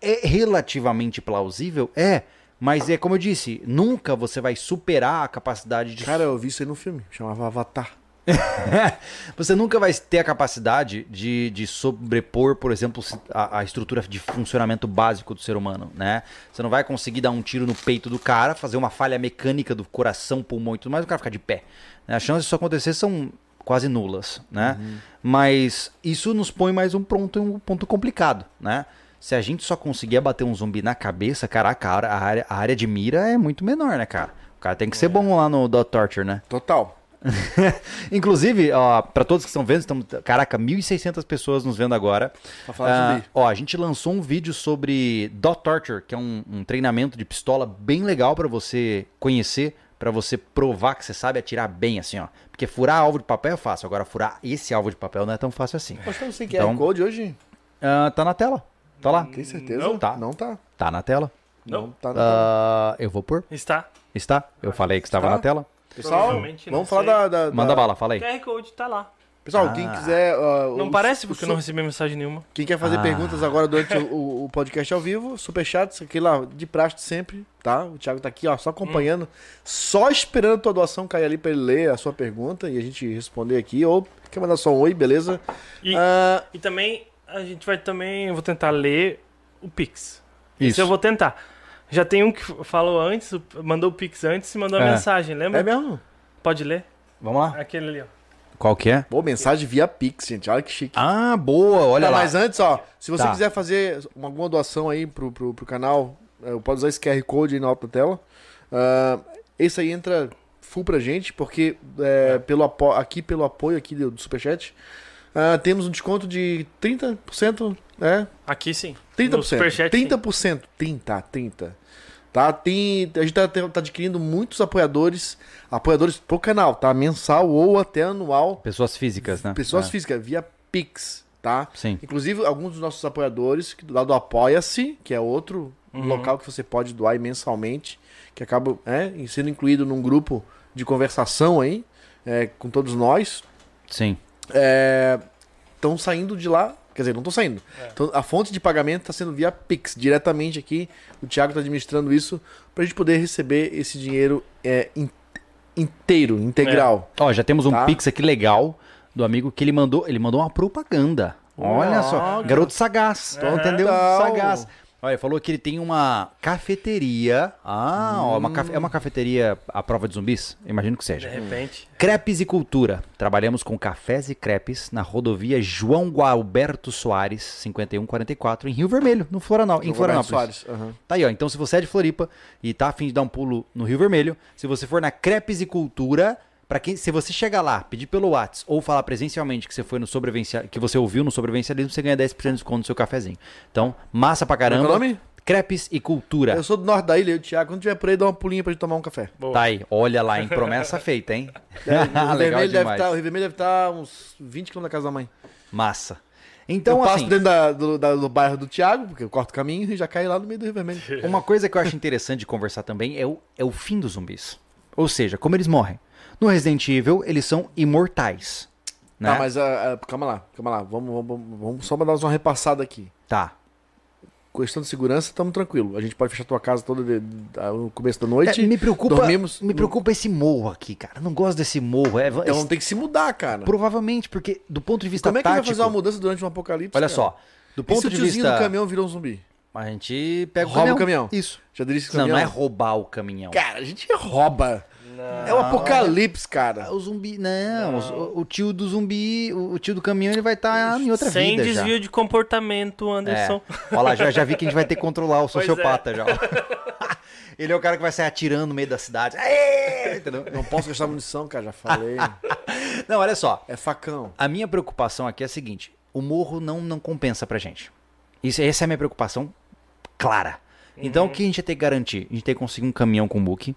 B: é relativamente plausível? É. Mas é como eu disse, nunca você vai superar a capacidade de
C: Cara, eu vi isso aí no filme. Chamava Avatar.
B: É. Você nunca vai ter a capacidade de, de sobrepor, por exemplo, a, a estrutura de funcionamento básico do ser humano, né? Você não vai conseguir dar um tiro no peito do cara, fazer uma falha mecânica do coração, pulmão e tudo mais, o cara ficar de pé. né? As chances disso acontecer são quase nulas, né? Mas isso nos põe mais um ponto, um ponto complicado, né? Se a gente só conseguir bater um zumbi na cabeça, caraca, a área- a área, a área de mira é muito menor, né, cara? O cara tem que ser bom lá no Dot Torture, né?
C: Total.
B: [LAUGHS] Inclusive, ó, para todos que estão vendo, estamos, caraca, 1.600 pessoas nos vendo agora.
C: Pra falar de
B: Ah,
C: zumbi.
B: ó, a gente lançou um vídeo sobre Dot Torture, que é um, um treinamento de pistola bem legal pra você conhecer, pra você provar que você sabe atirar bem, assim, ó. Porque furar alvo de papel é fácil, agora furar esse alvo de papel não é tão fácil assim.
C: Nós estamos sem QR
B: Então-
C: é Code hoje?
B: Ah, tá na tela? Tá lá?
C: Tem certeza?
D: Não
B: tá.
C: Não tá.
B: Tá na tela?
D: Não.
C: tá.
B: Ah, eu vou pôr.
D: Está.
B: Está? Eu falei que estava
C: Está.
B: na tela.
C: Pessoal,
D: provavelmente, não
C: vamos falar da, da- da-
B: Manda bala, fala aí.
D: QR Code tá lá.
C: Pessoal,
B: Ah.
C: quem quiser. ah,
D: Não
C: o-
D: parece
C: o
D: porque
C: su-
D: eu não recebi mensagem nenhuma.
C: Quem quer fazer
B: Ah.
C: perguntas agora durante o- o, o podcast ao vivo, superchats, aquele lá de praxe sempre, tá? O Thiago tá aqui, ó, só acompanhando, só esperando a tua doação cair ali pra ele ler a sua pergunta e a gente responder aqui. Ou quer mandar só um oi, beleza?
D: E-
C: Ah,
D: E também, a gente vai também, eu vou tentar ler o Pix. Isso. eu vou tentar. Já tem um que falou antes, mandou o Pix antes e mandou
B: É.
D: a mensagem, lembra?
C: É mesmo?
D: Pode ler?
B: Vamos lá.
D: Aquele ali, ó.
B: Qual que é?
C: Boa mensagem via Pix, gente. Olha que chique.
B: Ah, boa, olha
C: Não,
B: lá.
C: Tá, Mas antes, ó, se você
B: Tá.
C: quiser fazer uma- alguma doação aí pro, pro, pro canal, eh, pode usar esse QR Code aí na alta tela. Ah, esse aí entra full pra gente, porque eh,
B: É.
C: pelo apo- aqui pelo apoio aqui do, do Superchat, ah, temos um desconto de 30%, né?
D: Aqui sim. No
C: 30%.
D: Superchat, sim.
C: 30%. 30, 30. Tá? Tem, a gente tá, tá adquirindo muitos apoiadores, apoiadores pro canal, tá? Mensal ou até anual.
B: Pessoas físicas, né?
C: Pessoas
B: É.
C: físicas, via Pix, tá?
B: Sim.
C: Inclusive, alguns dos nossos apoiadores, que do lado do Apoia-se, que é outro
D: Uhum.
C: local que você pode doar mensalmente, que acaba é, sendo incluído num grupo de conversação aí, é, com todos nós,
B: Sim.
C: estão saindo de lá. Quer dizer, não estão saindo. Então, a fonte de pagamento está sendo via Pix, diretamente aqui. O Thiago está administrando isso para a gente poder receber esse dinheiro é, in- inteiro, integral.
B: Ó, já temos um
C: Tá.
B: pix aqui legal do amigo que ele mandou, ele mandou uma propaganda. Olha só, garoto sagaz,
D: É.
B: entendeu?
C: Legal.
B: Sagaz. Olha, ele falou que ele tem uma cafeteria. Ah, ó, uma cafe- é uma cafeteria à prova de zumbis? Imagino que
D: De
B: seja.
D: repente.
B: Crepes e cultura. Trabalhamos com cafés e crepes na rodovia João Gualberto Soares, 5144, em Rio Vermelho, no Floranal, em
C: João Roberto
B: Florianópolis.
C: Soares, aham.
B: Tá aí, ó. Então, se você é de Floripa e tá afim de dar um pulo no Rio Vermelho, se você for na Crepes e Cultura, para quem, se você chegar lá, pedir pelo Whats ou falar presencialmente que você foi no sobrevivencia, que você ouviu no sobrevivencialismo, você ganha 10% de desconto no seu cafezinho. Então, massa pra
C: Como é que é
B: caramba.
C: o nome?
B: Crepes e Cultura.
C: Eu sou do norte da ilha, eu, e o Thiago. Quando tiver por aí, dá uma pulinha pra gente tomar um café.
D: Boa.
B: Tá aí, olha lá, hein? Promessa [LAUGHS] feita, hein?
C: O É, Rio
B: [LAUGHS] Legal
C: Vermelho deve
B: demais.
C: tá, o Rio Vermelho deve estar uns 20 km da casa da mãe.
B: Massa.
C: eu
B: Então,
C: passo
B: assim,
C: dentro da- do, da- do bairro do Thiago, porque eu corto o caminho e já caio lá no meio do Rio Vermelho. Tá,
B: Uma coisa que eu acho interessante de conversar também é o, é o fim dos zumbis. Ou seja, como eles morrem. No Resident Evil, eles são imortais. Né?
C: Tá, mas ah, ah, calma lá, calma lá. Vamos, vamos- vamos, vamos só dar uma repassada aqui.
B: Tá.
C: Questão de segurança, estamos tranquilo. A gente pode fechar tua casa toda de- da- no começo da noite.
B: É, me preocupa,
C: dormimos
B: me
C: no-
B: preocupa esse morro aqui, cara. Eu Não gosto desse morro. É,
C: Então
B: é-
C: tem que se mudar, cara.
B: provavelmente, porque do ponto de vista
C: Como é que
B: tático,
C: vai fazer uma mudança durante um apocalipse?
B: olha
C: cara?
B: só, do
C: E se
B: ponto
C: o
B: de
C: tiozinho
B: vista,
C: do caminhão virou um zumbi?
B: a gente pega o
C: Rouba
B: caminhão.
C: o caminhão.
B: Isso.
C: Já diria que o
B: Não,
C: caminhão.
B: não é roubar o caminhão.
C: Cara, a gente é rouba.
D: Não.
C: É o apocalipse, cara.
B: é O zumbi, não, o, o tio do zumbi, o, o tio do caminhão, ele vai estar em outra
D: Sem
B: vida já.
D: desvio de comportamento, Anderson.
B: É. Olha lá, já, já vi que a gente vai ter que controlar o
D: Pois
B: sociopata já. [LAUGHS] ó. Ele é o cara que vai sair atirando no meio da cidade. Aê! Entendeu?
C: Não posso gastar munição, cara, já falei.
B: Não, olha só.
C: É facão.
B: A minha preocupação aqui é a seguinte: o morro não, não compensa pra gente. Isso, essa é a minha preocupação clara. Então o que a gente tem que garantir? A gente tem que conseguir um caminhão com book,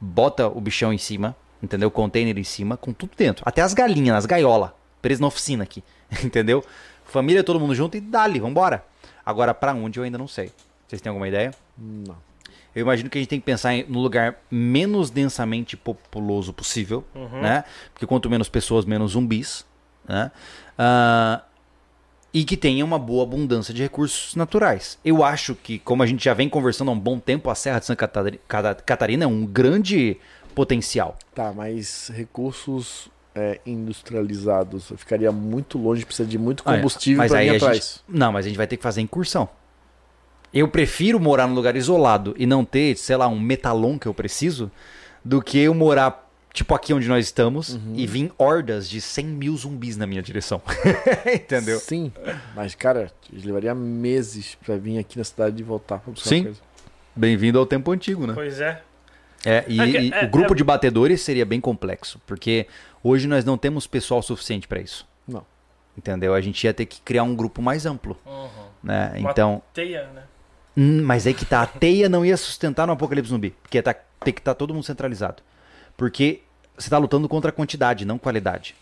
B: bota o bichão em cima, entendeu? O container em cima, com tudo dentro. Até as galinhas, as gaiolas, preso na oficina aqui, [LAUGHS] entendeu? Família, todo mundo junto e dali, vambora. Agora, pra onde eu ainda não sei. Vocês têm alguma ideia?
C: Não.
B: Eu imagino que a gente tem que pensar em- no lugar menos densamente populoso possível, né? Porque quanto menos pessoas, menos zumbis, né? Ah, e que tenha uma boa abundância de recursos naturais. Eu acho que, como a gente já vem conversando há um bom tempo, a Serra de Santa Catari- Cata- Catarina é um grande potencial.
C: Tá, mas recursos é, industrializados. Eu ficaria muito longe, precisa de muito combustível
B: Ah, é. Mas
C: pra
B: aí
C: ir
B: a
C: atrás.
B: gente- Não, mas a gente vai ter que fazer incursão. Eu prefiro morar num lugar isolado e não ter, sei lá, um metalon que eu preciso, do que eu morar, tipo, aqui onde nós estamos e vir hordas de 100 mil zumbis na minha direção. [LAUGHS] Entendeu?
C: Sim, mas cara, levaria meses pra vir aqui na cidade e voltar pra buscar
B: Sim.
C: uma coisa.
B: Bem-vindo ao tempo antigo, né?
D: Pois é.
B: É, e,
D: É que-
B: e
D: é-
B: o grupo
D: é-
B: de batedores seria bem complexo, porque hoje nós não temos pessoal suficiente pra isso.
C: Não.
B: Entendeu? A gente ia ter que criar um grupo mais amplo, né?
D: Uma
B: Então,
D: Teia, né?
B: Hum, Mas aí que tá, a teia não ia sustentar no apocalipse zumbi, porque ia tá, ter que estar todo mundo centralizado. Porque você tá lutando contra a quantidade, não qualidade.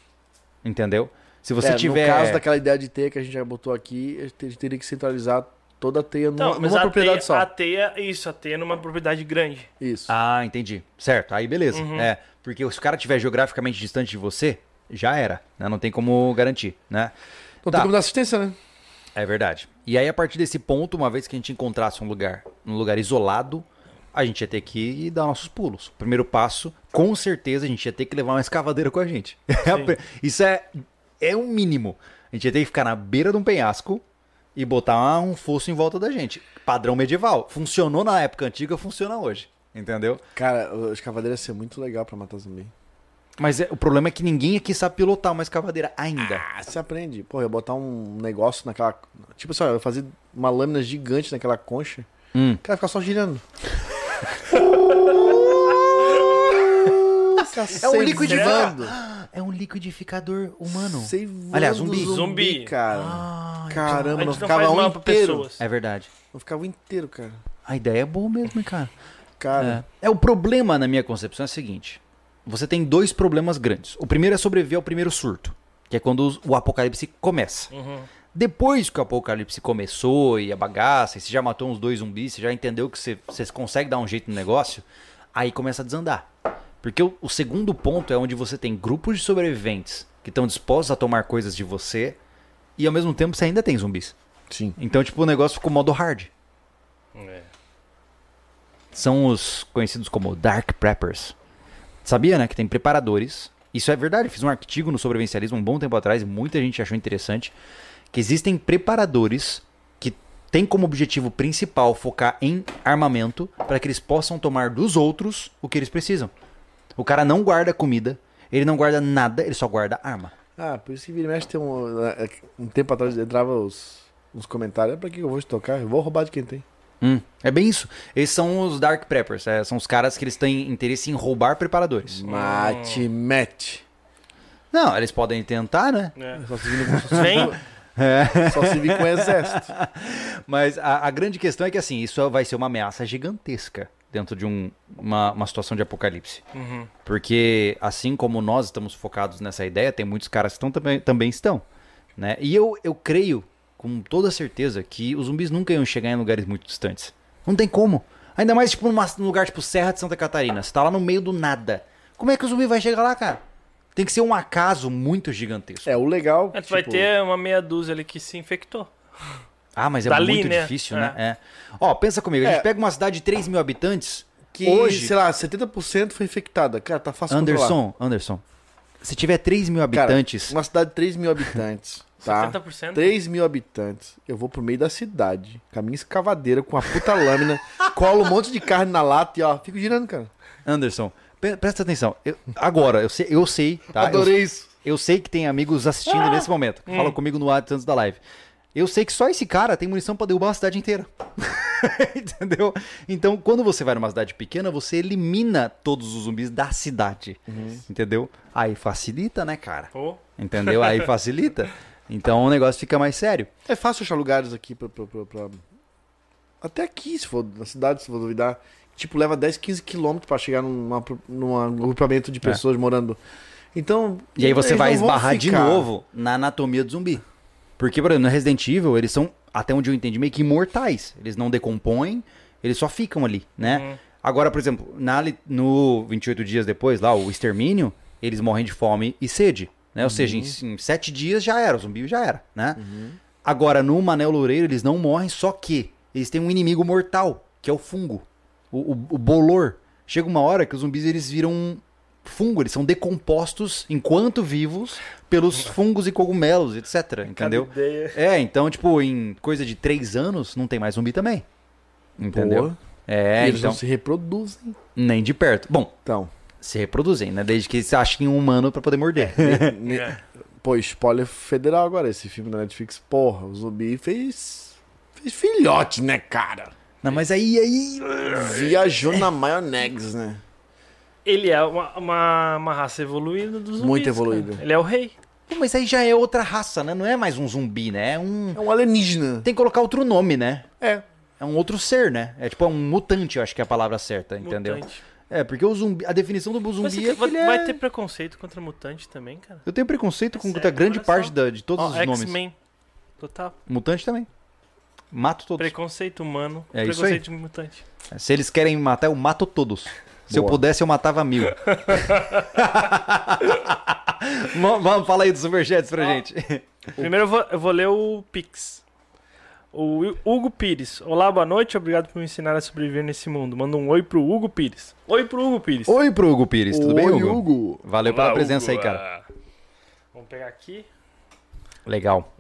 B: Entendeu? Se você
C: É,
B: tiver.
C: No caso daquela ideia de teia que a gente já botou aqui, a gente teria que centralizar toda a teia numa,
D: Não, mas
C: numa
D: a
C: propriedade
D: teia,
C: só.
D: a teia, isso, a teia numa propriedade grande.
C: Isso.
B: Ah, entendi. Certo, aí beleza.
C: Uhum.
B: É, porque se o cara estiver geograficamente distante de você, já era. né? Não tem como garantir, né?
C: Não
B: tá.
C: tem como dar assistência, né?
B: É verdade. E aí, a partir desse ponto, uma vez que a gente encontrasse um lugar, um lugar isolado, a gente ia ter que dar nossos pulos. O primeiro passo, com certeza, a gente ia ter que levar uma escavadeira com a gente. [LAUGHS] é Isso é, é um mínimo. A gente ia ter que ficar na beira de um penhasco, e botar um fosso em volta da gente. Padrão medieval. Funcionou na época antiga, funciona hoje. Entendeu?
C: Cara, os cavadeiros ia ser muito legal pra matar zumbi.
B: Mas é- o problema é que ninguém aqui sabe pilotar uma escavadeira ainda.
C: Ah, você aprende. Pô, eu ia botar um negócio naquela. Tipo assim, ó, eu ia fazer uma lâmina gigante naquela concha.
B: Hum.
C: O cara ia ficar só
B: [LAUGHS]
C: girando.
B: É um liquidificador.
C: Seivando.
B: É um liquidificador humano.
C: Seivando
B: Aliás, um Ah, zumbi.
D: Zumbi.
C: cara.
D: A
C: Caramba,
D: gente
C: não
D: não
C: ficava
D: faz
C: um
D: mal pra
C: inteiro.
D: pessoas.
B: É verdade.
C: Não ficava inteiro, cara.
B: A ideia é boa mesmo, hein, cara. É.
C: Cara,
B: É, o problema, na minha concepção, é o seguinte: você tem dois problemas grandes. O primeiro é sobreviver ao primeiro surto, que é quando os- o apocalipse começa. Depois que o apocalipse começou e a bagaça, e você já matou uns dois zumbis, você já entendeu que você, você consegue dar um jeito no negócio, aí começa a desandar. Porque o, o segundo ponto é onde você tem grupos de sobreviventes que estão dispostos a tomar coisas de você, e ao mesmo tempo você ainda tem zumbis.
C: sim.
B: Então, tipo, o negócio ficou modo hard.
D: É.
B: São os conhecidos como Dark Preppers. Sabia, né, que tem preparadores. Isso é verdade, fiz um artigo no sobrevivencialismo um bom tempo atrás e muita gente achou interessante que existem preparadores que têm como objetivo principal focar em armamento para que eles possam tomar dos outros o que eles precisam. O cara não guarda comida, ele não guarda nada, ele só guarda arma.
C: Ah, por isso que vira e mexe tem um. é, Um tempo atrás entrava os, uns comentários. "Ah, Pra que eu vou te tocar? Eu vou roubar de quem tem.
B: Hum, é bem isso. Eles são os Dark Preppers. é, são os caras que eles têm interesse em roubar preparadores.
D: Hum.
C: Hum. Mate, mete.
B: Não, eles podem tentar, né?
D: É.
C: Só se vir com-
D: Vem.
C: só se vir com exército.
B: Mas a, a grande questão é que, assim, isso vai ser uma ameaça gigantesca dentro de um- uma, uma situação de apocalipse.
D: Uhum.
B: Porque, assim como nós estamos focados nessa ideia, tem muitos caras que estão, também, também estão. Né? E eu, eu creio, com toda certeza, que os zumbis nunca iam chegar em lugares muito distantes. Não tem como. Ainda mais, tipo, numa- num lugar tipo Serra de Santa Catarina. Você tá lá no meio do nada. Como é que o zumbi vai chegar lá, cara? Tem que ser um acaso muito gigantesco.
C: É, o legal.
D: É, tu vai
C: tipo,
D: ter uma meia dúzia ali que se infectou.
B: Ah, mas é
D: Dali,
B: muito
D: né?
B: difícil, né? É. Ó, pensa comigo. A gente
C: É.
B: pega uma cidade de 3 mil habitantes.
C: Que, é
B: hoje,
C: sei lá, 70% foi infectada. Cara, tá fácil controlar.
B: Anderson, Anderson. Se tiver 3 mil
C: Cara,
B: habitantes,
C: uma cidade de 3 mil habitantes,
D: [LAUGHS]
C: tá?
D: 70%?
C: 3 mil habitantes. Eu vou pro meio da cidade, com a minha escavadeira, com a puta lâmina, [LAUGHS] colo um monte de carne na lata e ó, fico girando, cara.
B: Anderson, pre- presta atenção. Eu- agora, eu sei, eu sei, tá? Eu-
C: Adorei isso.
B: Eu, sei que tem amigos assistindo
D: Ah.
B: nesse momento.
D: Hum.
B: que Falam comigo no WhatsApp antes da live. Eu sei que só esse cara tem munição pra derrubar a cidade inteira. [LAUGHS] Entendeu? Então, quando você vai numa cidade pequena, você elimina todos os zumbis da cidade.
C: Uhum.
B: Entendeu? Aí facilita, né, cara?
D: Pô.
B: Entendeu? Aí facilita. Então o negócio fica mais sério.
C: É fácil achar lugares aqui pra, pra- pra- pra- Até aqui, se for na cidade, se for duvidar. Tipo, leva 10, 15 quilômetros pra chegar numa, num agrupamento de pessoas morando. Então.
B: É. E aí você
C: eles
B: vai
C: não vão
B: esbarrar de
C: ficar.
B: novo na anatomia do zumbi. Porque, por exemplo, no Resident Evil, eles são, até onde eu entendi, meio que imortais. Eles não decompõem, eles só ficam ali, né? Agora, por exemplo, na li- no 28 dias depois, lá, o extermínio, eles morrem de fome e sede. Né? Ou seja, em, em sete dias já era, o zumbi já era, né? Agora, no Manel Loureiro, eles não morrem, só que eles têm um inimigo mortal, que é o fungo. O, o, o bolor. Chega uma hora que os zumbis eles viram um fungo, eles são decompostos enquanto vivos pelos fungos e cogumelos, Então, etc. Entendeu?
D: Ideia.
B: É, então, tipo, em coisa de três anos não tem mais zumbi também. Entendeu?
C: Pô,
B: É,
C: e eles
B: então.
C: não se reproduzem.
B: Nem de perto. Bom,
C: Então.
B: se reproduzem, né? Desde que eles achem um humano pra poder
D: [LAUGHS]
B: morder.
D: É.
C: Ne- Pô, spoiler federal agora, esse filme da Netflix, porra, o zumbi fez. fez filhote, né, cara?
B: não, mas aí, aí. [LAUGHS]
C: Viajou na maionese, né?
D: Ele é uma, uma, uma raça evoluída dos zumbis.
C: Muito
D: cara.
C: evoluída.
D: Ele é o rei.
B: Pô, Mas aí já é outra raça, né? Não é mais um zumbi, né? É um.
C: É um alienígena.
B: Tem que colocar outro nome, né?
C: É.
B: É um outro ser, né? É tipo é um mutante, eu acho que é a palavra certa, entendeu?
D: Mutante.
B: É, porque o zumbi. A definição do zumbi
D: Mas você
B: é que
D: vai,
B: ele é-
D: vai ter preconceito contra mutante também, cara?
B: Eu tenho preconceito com
D: Sério,
B: grande
D: olha
B: parte
D: só.
B: da- de todos
D: Ó,
B: os nomes.
D: X-Men. Total.
B: Mutante também. Mato todos.
D: Preconceito humano.
B: É isso aí.
D: preconceito de mutante.
B: Se eles querem me matar, eu mato todos. Se eu
C: Boa.
B: pudesse, eu matava mil. [LAUGHS] Ma- Vamos, fala aí dos superchats pra gente.
D: Primeiro eu vou, eu vou ler o Pix. O Hu- Hugo Pires. Olá, boa noite. Obrigado por me ensinar a sobreviver nesse mundo. Manda um oi pro Hugo Pires. Oi pro Hugo Pires.
B: Oi pro Hugo Pires, tudo bem,
C: Oi,
B: Hugo?
C: Hugo.
B: Valeu
D: Olá,
B: pela presença
D: Hugo.
B: aí, cara.
D: Ah, Vamos pegar aqui.
B: Legal.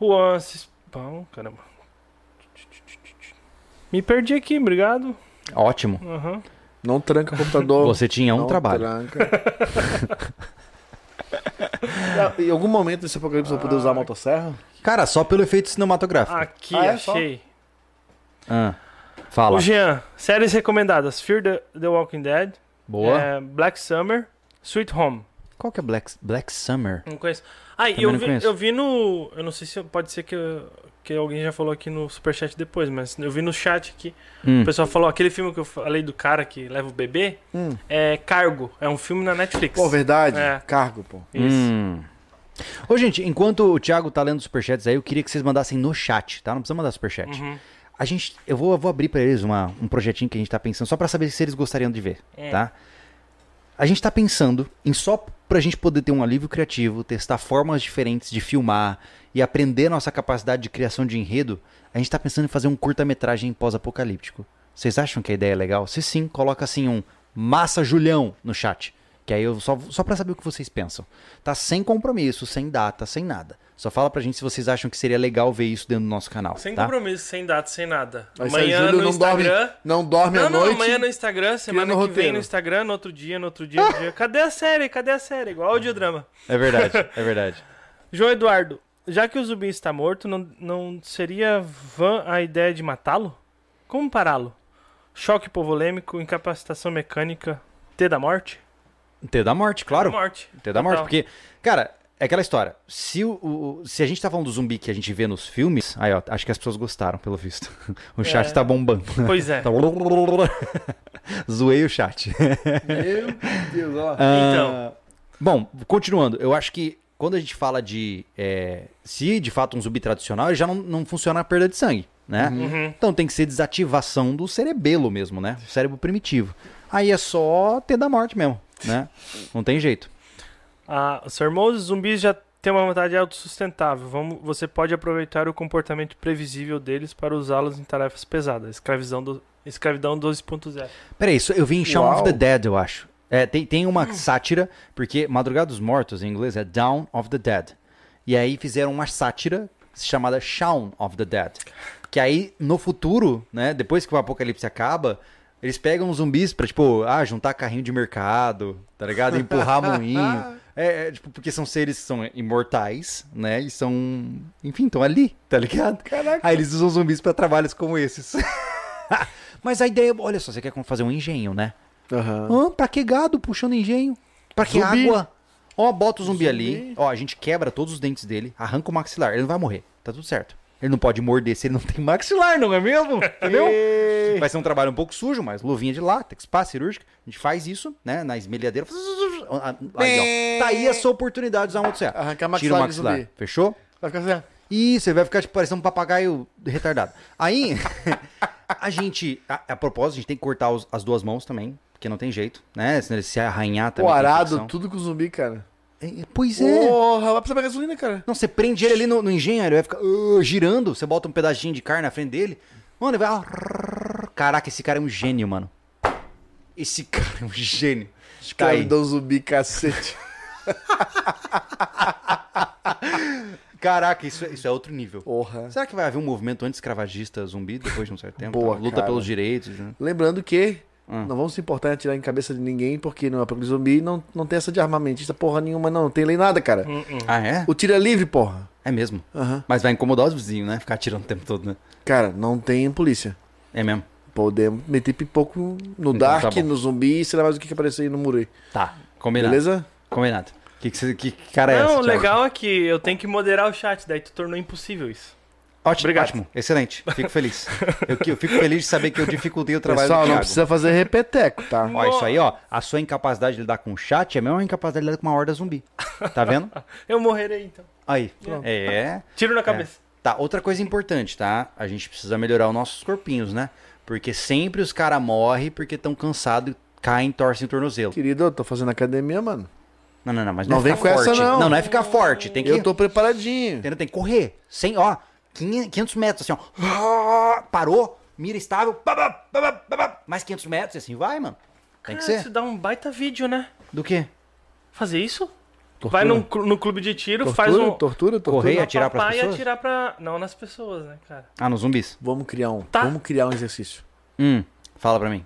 D: Juan Cispão, caramba. Me perdi aqui, obrigado.
E: Ótimo.
D: Aham.
C: Não tranca o computador.
B: Você
D: É
B: tinha um
C: Não
B: trabalho.
C: tranca. [LAUGHS] em algum momento desse apocalipse eu vou poder usar a motosserra?
E: Cara, só pelo efeito cinematográfico.
D: Aqui,
C: Ah, é só?
D: achei.
B: Ah, fala.
D: O Jean, séries recomendadas: Fear the, the Walking Dead,
B: Boa.
C: É.
D: eh, Black Summer, Sweet Home.
B: Qual que é Black, Black Summer?
D: Não conheço. Ah, e
B: Também
D: eu
B: não
D: vi,
B: conheço.
D: eu vi no. Eu não sei se. Pode ser que, eu- que alguém já falou aqui no superchat depois, mas eu vi no chat aqui.
B: Hum.
D: O pessoal falou: aquele filme que eu falei do cara que leva o bebê
C: Hum.
D: é Cargo. É um filme na Netflix.
C: Pô, verdade.
D: É.
C: Cargo, pô.
D: Isso.
B: Hum. Ô, gente, enquanto o Thiago tá lendo os superchats aí, eu queria que vocês mandassem no chat, tá? Não precisa mandar superchat.
D: Uhum.
B: A gente, eu vou, eu vou abrir pra eles uma- um projetinho que a gente tá pensando, só pra saber se eles gostariam de ver,
D: É.
B: tá? A gente tá pensando em só pra gente poder ter um alívio criativo, testar formas diferentes de filmar e aprender nossa capacidade de criação de enredo, a gente tá pensando em fazer um curta-metragem pós-apocalíptico. Vocês acham que a ideia é legal? Se sim, coloca assim um Massa Julião no chat. Que aí eu só, só pra saber o que vocês pensam. Tá sem compromisso, sem data, sem nada. Só fala pra gente se vocês acham que seria legal ver isso dentro do nosso canal.
D: Sem
B: tá?
D: compromisso, sem data, sem nada.
C: Aí sai
D: amanhã
C: Júlio,
D: no
C: não dorme,
D: Instagram.
C: não dorme
D: Não,
C: à
D: não,
C: noite.
D: amanhã no Instagram, semana que
C: criando
D: vem
C: roteiro.
D: no Instagram, no outro dia, no outro dia, no outro dia. Cadê a série? Cadê a série? Igual audiodrama.
B: É verdade, é verdade. [LAUGHS]
D: João Eduardo, já que o zumbi está morto, não, não seria vã a ideia de matá-lo? Como pará-lo? Choque povolêmico, incapacitação mecânica, T da morte?
B: T da morte, claro.
D: Morte.
B: T da morte,
D: Total.
B: porque, cara, é aquela história. Se, o, o- se a gente tá falando do zumbi que a gente vê nos filmes, aí ó, acho que as pessoas gostaram, pelo visto. [LAUGHS] O chat
D: É.
B: tá bombando. [LAUGHS]
C: [LAUGHS]
D: Pois é.
C: Então,
B: Tá- Zoei o chat. [LAUGHS]
C: Meu Deus, ó.
D: Então.
B: Bom, continuando, eu acho que quando a gente fala de. é, se de fato um zumbi tradicional, ele já não, não funciona a perda de sangue, né?
D: Uhum.
B: Então tem que ser desativação do cerebelo mesmo, né? O cérebro primitivo. Aí é só ter da morte mesmo, né? Não tem jeito.
D: Ah, Sr. Moses, zumbis já têm uma vantagem autossustentável. Vamos, você pode aproveitar o comportamento previsível deles para usá-los em tarefas pesadas. Escravidão, do, escravidão 12.0.
B: Peraí, isso eu vi em Shaun of
C: Uau.
B: the Dead, eu acho. É, tem, tem uma sátira, porque Madrugada dos Mortos em inglês é Down of the Dead. E aí fizeram uma sátira chamada Shaun of the Dead. Que aí, no futuro, né, depois que o apocalipse acaba, eles pegam os zumbis pra, tipo, ah, juntar carrinho de mercado, tá ligado?
C: [LAUGHS]
B: Empurrar moinho. É, é, tipo, porque são seres que são imortais, né? E são. Enfim, estão ali, tá ligado?
C: Caraca.
B: Aí eles usam zumbis pra trabalhos como esses. [LAUGHS] Mas a ideia, olha só, você quer fazer um engenho, né?
D: Uhum.
C: Aham.
B: Ah, pra que gado puxando engenho? Pra que
C: Zumbi.
B: água? Ó, bota o zumbi,
C: Zumbi.
B: ali. Ó, a gente quebra todos os dentes dele, arranca o maxilar. Ele não vai morrer. Tá tudo certo. Ele não pode morder se ele não tem maxilar, não é mesmo? Entendeu? Vai ser um trabalho um pouco sujo, mas luvinha de látex, pá, cirúrgica. A gente faz isso, né? Na esmelhadeira. Aí, ó. Tá aí a sua oportunidade de usar um outro certo.
C: Arrancar
B: Tira o
C: maxilar de
B: maxilar.
C: zumbi.
B: Fechou?
C: Vai ficar assim, ó.
B: Ih, você vai ficar tipo, parecendo um papagaio retardado. Aí, [LAUGHS] a gente. A, a propósito, a gente tem que cortar os- as duas mãos também, porque não tem jeito, né? Senão ele se arranhar também.
C: O
B: tem
C: arado,
B: infecção.
C: tudo com zumbi, cara.
B: É, Pois é.
C: Porra, vai precisar pegar gasolina, cara.
B: Não, você prende ele ali no, no engenho, ele vai ficar ah, girando, você bota um pedacinho de carne na frente dele. Mano, ele vai. ah, Caraca, esse cara é um gênio, mano. Esse cara é um gênio. Tá aí.
C: Escravidão zumbi, cacete. [LAUGHS]
B: Caraca, isso, é- isso é outro nível.
C: Porra.
B: Será que vai haver um movimento anti-escravagista zumbi depois de um certo tempo?
C: Boa,
B: Luta
C: cara.
B: pelos direitos. Né?
C: Lembrando que
B: Hum.
C: não vamos se importar em atirar em cabeça de ninguém, porque no Apocalipse Zumbi não, não tem essa de armamentista porra nenhuma, não. Não tem lei nada, cara.
D: Hum,
B: Ah, é?
C: O tiro é livre, porra.
B: É mesmo.
C: Aham.
B: Mas vai incomodar os vizinhos, né? Ficar atirando o tempo todo, né?
C: Cara, não tem polícia.
B: É mesmo.
C: Podemos meter pipoco no
B: Então tá
C: Dark,
B: bom.
C: no zumbi, sei lá mais o que que aparecer aí no muro aí.
B: Tá. Combinado.
C: Beleza?
B: Combinado. Que, que, cê- que que cara é essa?
D: Não, o
B: Thiago?
D: legal é que eu tenho que moderar o chat, daí tu tornou impossível isso.
B: Ótimo,
D: Obrigado.
B: ótimo. Excelente. Fico
D: [LAUGHS]
B: feliz. Eu, que- eu fico feliz de saber que eu dificultei o trabalho
C: Pessoal,
B: do
C: não
B: Thiago.
C: precisa fazer repeteco, tá?
B: Ó, isso aí, ó. A sua incapacidade de lidar com o chat é a mesma incapacidade de lidar com uma horda zumbi. Tá
D: [LAUGHS]
B: vendo?
D: Eu morrerei então.
B: Aí. É.
D: Tiro na cabeça.
B: Tá, outra coisa importante, tá? A gente precisa melhorar os nossos corpinhos, né? Porque sempre os caras morrem porque estão cansados, caem, torcem o tornozelo.
C: [LAUGHS] Querido, eu tô fazendo academia, mano.
B: Não, não, não, mas
C: Não
B: não, é
C: vem
B: ficar
C: com essa,
B: forte.
C: não.
B: não, não é ficar forte. Tem que
C: Eu tô preparadinho.
B: Entendeu? Tem que correr. 100, ó, 500 500 metros, assim, ó. Ah, Parou, mira estável. pá, pá, pá, pá, pá, pá, Mais 500 metros, e assim vai, mano. Tem que
D: Cara, isso
B: ser.
D: dá um baita vídeo, né?
B: Do quê?
D: Fazer isso? Vai num clu- no clube de tiro, faz um.
C: Tortura, tortura.
A: Correia. E
D: uma
A: atirar pras
D: papai e
A: pessoas?
D: atirar pra. Não, nas pessoas, né, cara?
B: Ah, nos zumbis.
C: Vamos criar um.
D: Tá.
C: Vamos criar um exercício.
B: Hum, fala pra mim.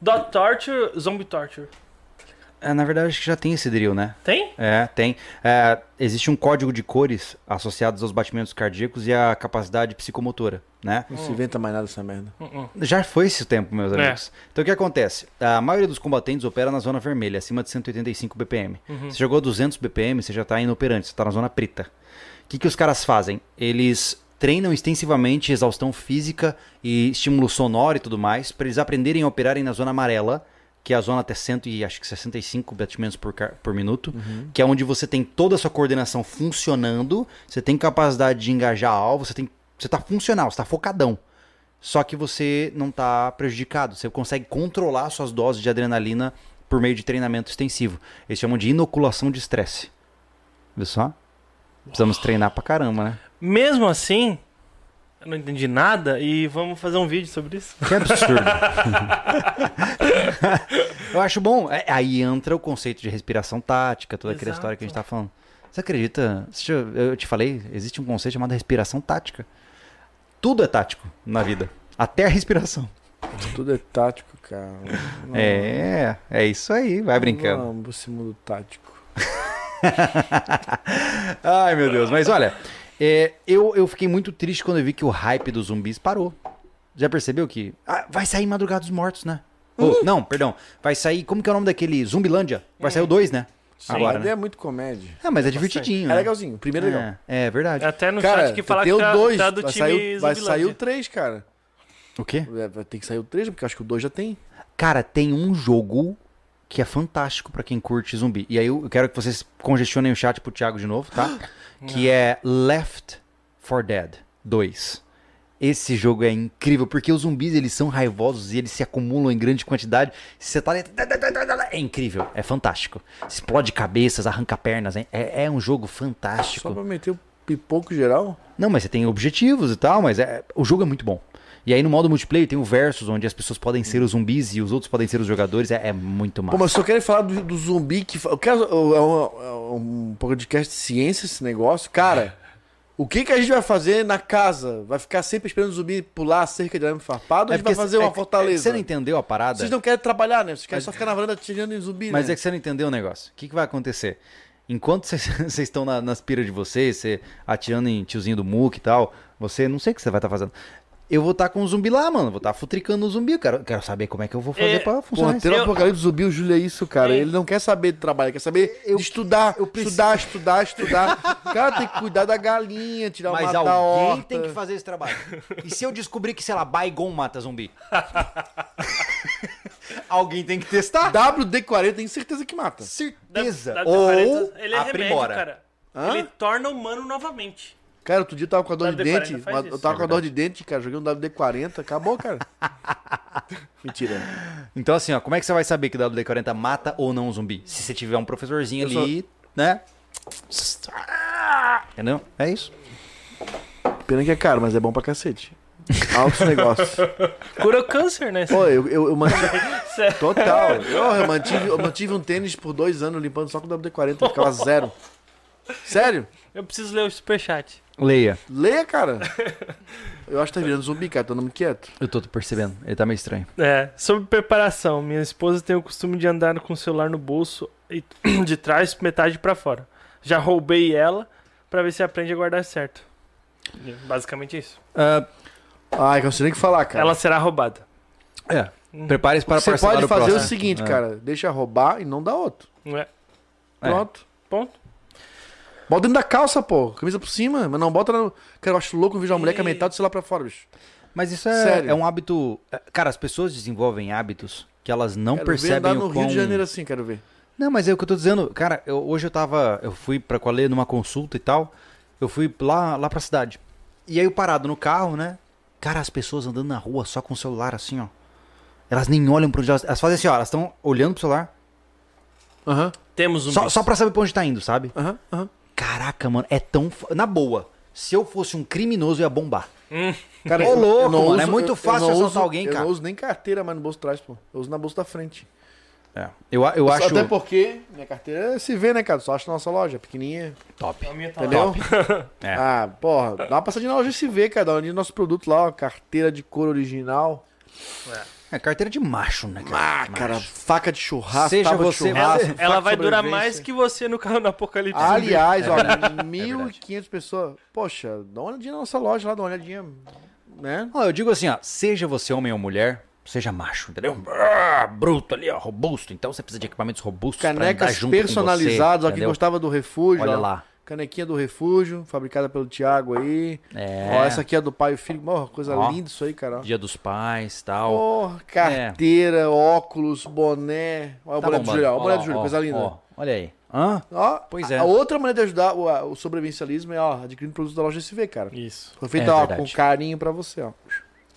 D: Dot torture, zombie torture.
B: É, na verdade, acho que já tem esse drill, né?
D: Tem?
B: É, tem. É, existe um código de cores associados aos batimentos cardíacos e à capacidade psicomotora, né?
C: Não se inventa mais nada essa merda.
D: Uh-uh.
B: Já foi esse tempo, meus
D: É.
B: amigos. Então o que acontece? A maioria dos combatentes opera na zona vermelha, acima de 185 BPM. Você chegou a 200 BPM, você já tá inoperante, você tá na zona preta. O que, que os caras fazem? Eles treinam extensivamente exaustão física e estímulo sonoro e tudo mais, para eles aprenderem a operarem na zona amarela, que é a zona até 100 e acho que 65 batimentos por, ca- por minuto, que é onde você tem toda a sua coordenação funcionando, você tem capacidade de engajar alvo, você tem você tá funcional, você tá focadão. Só que você não tá prejudicado, você consegue controlar suas doses de adrenalina por meio de treinamento extensivo. Eles chamam de inoculação de estresse. Viu só? Precisamos treinar pra caramba, né?
D: Mesmo assim, eu não entendi nada e vamos fazer um vídeo sobre isso.
B: Que é absurdo. [LAUGHS] Eu acho bom. É, Aí entra o conceito de respiração tática, toda aquela
D: Exato.
B: história que a gente tá falando. Você acredita? Você já- Eu te falei, existe um conceito chamado respiração tática. Tudo é tático na vida. Até a respiração.
C: Tudo é tático, cara. Não,
B: É, é isso aí. Vai brincando.
C: Não, esse mundo tático.
B: Ai, meu Deus. Mas olha, é, eu, eu fiquei muito triste quando eu vi que o hype dos zumbis parou. Já percebeu que. Ah, vai sair Madrugada dos Mortos, né?
C: Hum.
B: Ô, não, perdão. Vai sair. Como que é o nome daquele? Zumbilândia?
C: É.
B: Vai sair o 2, né? Agora,
C: Mas
B: né?
C: é muito comédia.
B: Ah, mas é divertidinho.
C: É
B: né?
C: legalzinho. O primeiro é legal.
B: É, é verdade.
D: Até no
C: Cara,
D: chat que fala
C: tem
D: que tá,
C: o dois,
D: tá do
C: vai,
D: time
C: sair, o- vai sair
D: Zumbilândia.
C: o 3, cara.
B: O quê?
C: É, vai- Tem que sair o 3, porque eu acho que o 2 já tem.
B: Cara, tem um jogo que é fantástico pra quem curte zumbi. E aí eu eu quero que vocês congestionem o chat pro Thiago de novo, tá? que é Left 4 Dead 2. Esse jogo é incrível, porque os zumbis eles são raivosos e eles se acumulam em grande quantidade. Se você tá ali... É incrível, é fantástico. Explode cabeças, arranca pernas, hein? é, é um jogo fantástico.
C: Só pra meter o pipoco geral.
B: Não, mas você tem objetivos e tal, mas é, o jogo é muito bom. E aí no modo multiplayer tem o versus, onde as pessoas podem ser os zumbis e os outros podem ser os jogadores. É, é muito
C: Pô,
B: massa.
C: mas eu só quero falar do, do zumbi que. fa- Eu quero, é, um, é um podcast de ciência esse negócio. Cara, o que, que a gente vai fazer na casa? Vai ficar sempre esperando o zumbi pular a cerca de arame farpado ou a gente vai fazer uma
B: é- é que
C: fortaleza?
B: você não entendeu a parada?
C: Vocês não querem trabalhar, né? Vocês querem só ficar na varanda atirando em zumbi,
B: Mas
C: né?
B: é que você não entendeu o negócio. O que, que vai acontecer? Enquanto vocês [LAUGHS] vocês estão na- nas piras de vocês, você atirando em tiozinho do Mook e tal, você não sei o que você vai estar fazendo. Eu vou estar com um zumbi lá, mano. Vou estar futricando o zumbi. Eu Quero, quero saber como é que eu vou fazer
D: É,
B: pra funcionar
C: Porra,
B: isso.
C: ter um
D: Eu-
C: apocalipse zumbi, o Júlio é isso, cara.
D: É.
C: Ele não quer saber de trabalho, quer saber de estudar, estudar, estudar, estudar. cara tem que cuidar da galinha,
D: Então,
C: tirar o
B: Mas
C: mato da
B: alguém
C: horta.
B: tem que fazer esse trabalho. E se eu descobrir que, sei lá, Baigon mata
D: [LAUGHS]
B: zumbi? alguém tem que testar.
C: WD-40 tem certeza que mata.
B: Certeza.
D: Da- da-
B: Ou
D: ele é
B: aprimora.
D: remédio, cara.
C: Hã?
D: Ele torna humano novamente.
C: Cara, outro dia eu tava com a dor de
D: WD-40
C: dente.
D: faz
C: uma- eu
D: isso.
C: tava
B: É
C: com a dor de dente, cara. Joguei um WD-40, acabou,
D: [LAUGHS]
C: cara. Mentira.
B: Então, assim, ó, como é que você vai saber que WD-40 mata ou não um zumbi? Se você tiver um professorzinho
C: Eu
B: ali, né? Entendeu? É isso.
C: Pena que é caro, mas é bom pra cacete. Altos negócios.
D: Cura o câncer, né?
C: Pô, eu, eu, eu mantive.
D: Sério.
C: Total. Eu, eu mantive, eu mantive um tênis por dois anos limpando só com WD-40, ficava zero. Sério?
D: Eu preciso ler o superchat.
B: Leia.
C: Leia, cara. Eu acho que tá virando zumbi, cara. Tô andando quieto.
B: Eu tô percebendo. Ele tá meio estranho.
D: É, sobre preparação. Minha esposa tem o costume de andar com o celular no bolso e [CLEARS THROAT] de trás metade pra fora. Já roubei ela pra ver se aprende a guardar certo. Basicamente isso.
B: Ah,
C: Ai, que eu não sei nem o que falar, cara.
D: Ela será roubada.
B: é. Prepare-se para
C: Você
B: parcelar
C: pode
B: o
C: fazer
B: próximo.
C: o seguinte,
B: É.
C: cara. Deixa roubar e não dá outro.
D: Não é?
B: É.
C: Pronto.
D: Ponto.
C: Bota dentro da calça, pô. Camisa por cima. Mas não bota no... Cara, eu acho louco eu vejo uma mulher com a metade do celular pra fora, bicho.
B: Mas isso é,
C: Sério.
B: é um hábito... Cara, as pessoas desenvolvem hábitos que elas não
C: quero
B: percebem
C: ver andar no
B: o
C: Rio
B: quão...
C: de Janeiro assim, quero ver.
B: Não, mas é o que eu tô dizendo. Cara, eu- hoje eu tava. Eu fui pra Qualê numa consulta e tal. Eu fui lá, lá pra cidade. E aí eu parado no carro, né? Cara, as pessoas andando na rua só com o celular assim, ó. Elas nem olham pra onde elas. Elas fazem assim, ó. Elas estão olhando pro celular.
C: Aham,
D: Temos um.
B: Só, só pra saber pra onde tá indo, sabe?
C: aham, aham.
B: Caraca, mano. É tão. f- Na boa. Se eu fosse um criminoso, eu ia bombar.
C: Cara,
B: Ô,
C: eu- eu
B: louco,
C: não
B: mano, é muito
C: eu- eu
B: fácil
C: não
B: assaltar
C: uso-
B: alguém,
C: Eu
B: cara.
C: não uso nem carteira mais no bolso de trás, pô. Eu uso na bolsa da frente.
B: É. Eu, a- eu acho.
C: Até porque minha carteira se vê, né, cara? Só acha na nossa loja, pequenininha,
B: Top.
D: A minha tá lá.
C: entendeu?
B: [LAUGHS] É.
C: Ah, porra, dá uma passadinha na loja e se vê, cara. Dá uma olhadinha no nosso produto lá, ó, carteira de couro original.
B: É carteira de macho, né, cara?
C: Ah, cara, faca de churrasco,
B: Seja
C: tábua
B: você-
C: de churrasco.
B: Ela-
C: faca
D: Ela
C: de
D: vai durar
C: sobrevivência.
D: mais que você no carro do Apocalipse. zumbi.
C: Ah, Aliás, ó,
B: É verdade.
C: 1.500 pessoas. Poxa, dá uma olhadinha na nossa loja lá, dá uma olhadinha, né?
B: Ó, eu digo assim, ó, seja você homem ou mulher, seja macho, entendeu? Ah, bruto ali, ó, robusto. Então você precisa de equipamentos robustos pra andar
C: Canecas
B: junto
C: personalizadas, ó,
B: com
C: quem
B: você,
C: gostava do refúgio.
B: Olha
C: ó.
B: lá.
C: Canequinha do refúgio, fabricada pelo Thiago aí.
B: É.
C: Ó, essa aqui é do pai e filho. Mó, coisa
B: Ó.
C: linda isso aí, cara. ó.
B: Dia dos pais, tal.
C: Porra, carteira, óculos, boné. Olha o
B: Tá
C: boné
B: bom,
C: do
B: mano.
C: Júlio, olha o boné
B: Ó,
C: do Júlio,
B: ó,
C: coisa linda.
B: ó, olha aí. Hã?
C: Ó,
B: Pois
C: a-
B: é.
C: A outra maneira de ajudar o, a- o sobrevivencialismo é, ó, adquirindo produtos da loja SV, cara.
D: Isso.
C: Foi feito,
B: É
C: ó,
B: verdade.
C: com carinho pra você, ó.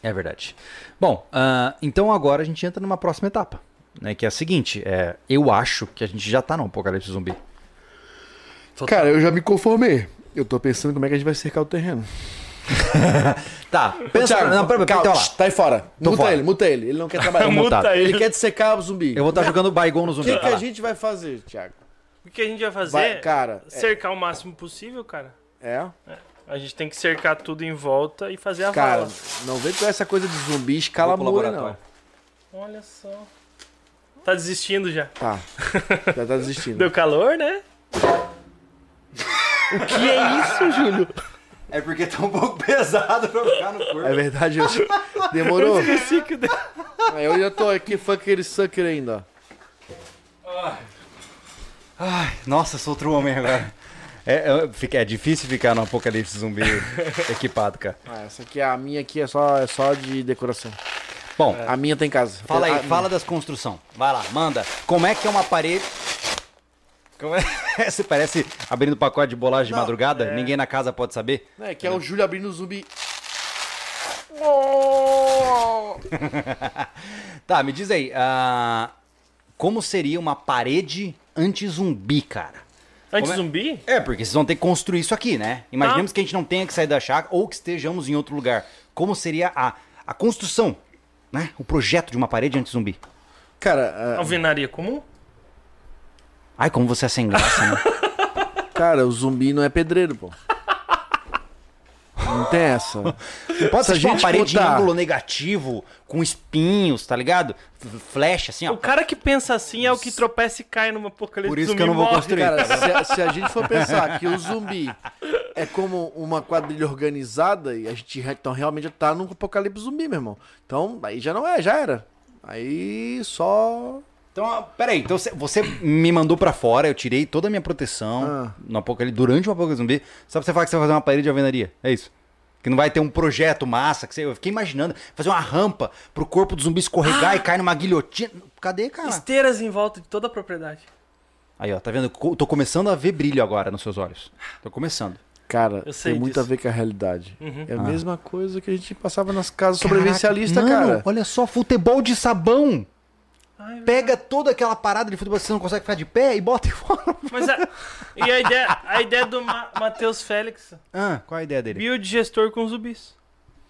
B: É verdade. Bom, ah, então agora a gente entra numa próxima etapa, né? Que é a seguinte, é, eu acho que a gente já tá no apocalipse zumbi.
C: Cara, eu já me conformei. Eu tô pensando como é que a gente vai cercar o terreno.
B: Tá, pensa... não, pera, pera,
C: calma,
B: então, lá.
C: tá aí fora. Muta
B: fora.
C: ele, muta ele. Ele não quer trabalhar.
D: Muta
B: mutado.
D: ele.
C: ele quer dissecar o zumbi.
B: Eu vou estar jogando Baigon no
C: O
B: zumbi,
C: que, que
B: tá lá.
C: a gente vai fazer, Thiago?
D: O que a gente vai fazer
C: Vai, cara,
D: é
C: é-
D: cercar o máximo possível, cara.
C: É?
D: A gente tem que cercar tudo em volta e fazer a
C: Cara,
D: vala.
C: não vem com essa coisa de zumbi escala
B: Vou pro
C: muro, não.
B: laboratório.
D: Olha só. Tá desistindo já.
C: Tá. Já tá desistindo.
D: Deu calor, né? o [LAUGHS] que é isso, Júlio?
A: É porque tá um pouco [LAUGHS] pesado pra ficar no corpo.
C: É verdade, eu... demorou.
D: Esqueci que deu.
C: Aí eu já tô aqui, fucker e sucker ainda.
A: Nossa, sou outro homem agora.
B: É, é, fica- é difícil ficar no apocalipse zumbi
A: [LAUGHS]
B: equipado, cara.
C: ó. Ah, essa aqui, a minha aqui é só, é só de decoração.
B: Bom,
A: É.
C: A minha tá em casa.
B: fala
C: A
A: Ah,
B: aí,
C: minha.
B: fala das construção. Vai lá, manda. Como é que é uma parede... Como é... [LAUGHS] Você parece abrindo um pacote de bolacha de madrugada,
A: é.
B: ninguém na casa pode saber.
C: É, que é o Júlio abrindo o zumbi.
B: Tá, me diz aí, ah, como seria uma parede anti-zumbi, cara?
D: Anti-zumbi?
B: É, porque vocês vão ter que construir isso aqui, né? Imaginemos
C: Ah.
B: que a gente não tenha que sair da chácara ou que estejamos em outro lugar. Como seria a, a construção, né? O projeto de uma parede anti-zumbi.
C: Cara, ah,
D: Alvenaria É um comum?
B: Ai, como você é sem graça,
C: [LAUGHS]
B: né?
C: cara, o zumbi não é pedreiro, pô. Não tem essa.
B: Pode
C: Se a
B: ser tipo uma
C: gente
B: parede em
C: botar-
B: ângulo negativo, com espinhos, tá ligado? F- Flecha, assim, ó.
D: O cara que pensa assim é o que tropeça e cai numa apocalipse
B: Por isso
D: zumbi
B: que eu não vou
D: morre.
B: construir.
C: Cara, se a, se a gente for pensar que o zumbi é como uma quadrilha organizada, e a gente re- então, realmente tá num apocalipse zumbi, meu irmão. Então, aí já não é, já era. Aí só.
B: Então, ó, peraí, então você- você me mandou pra fora, eu tirei toda a minha proteção
C: Ah.
B: no apocalipse, durante o apocalipse zumbi, só pra você falar que você vai fazer uma parede de alvenaria. É isso. Que não vai ter um projeto massa. Que você, eu fiquei imaginando fazer uma rampa pro corpo do zumbi escorregar
C: Ah!
B: e cair numa guilhotina. Cadê, cara?
D: Esteiras em volta de toda a propriedade.
B: Aí, ó, tá vendo? Co- Tô começando a ver brilho agora nos seus olhos. Tô começando.
C: Cara,
D: Eu
C: tem
D: sei
C: muito
D: disso. Uhum.
C: a ver com a realidade. É a
B: Ah.
C: mesma coisa que a gente passava nas casas sobrevivencialistas,
B: Caraca, mano,
C: cara.
B: Olha só, futebol de sabão.
D: Ai,
B: Pega toda aquela parada de futebol que você não consegue ficar de pé e [LAUGHS] bota em fora.
D: Mas a... E a ideia, a ideia do Ma Matheus Félix?
B: Ah, qual a ideia dele?
D: Biodigestor com zumbis.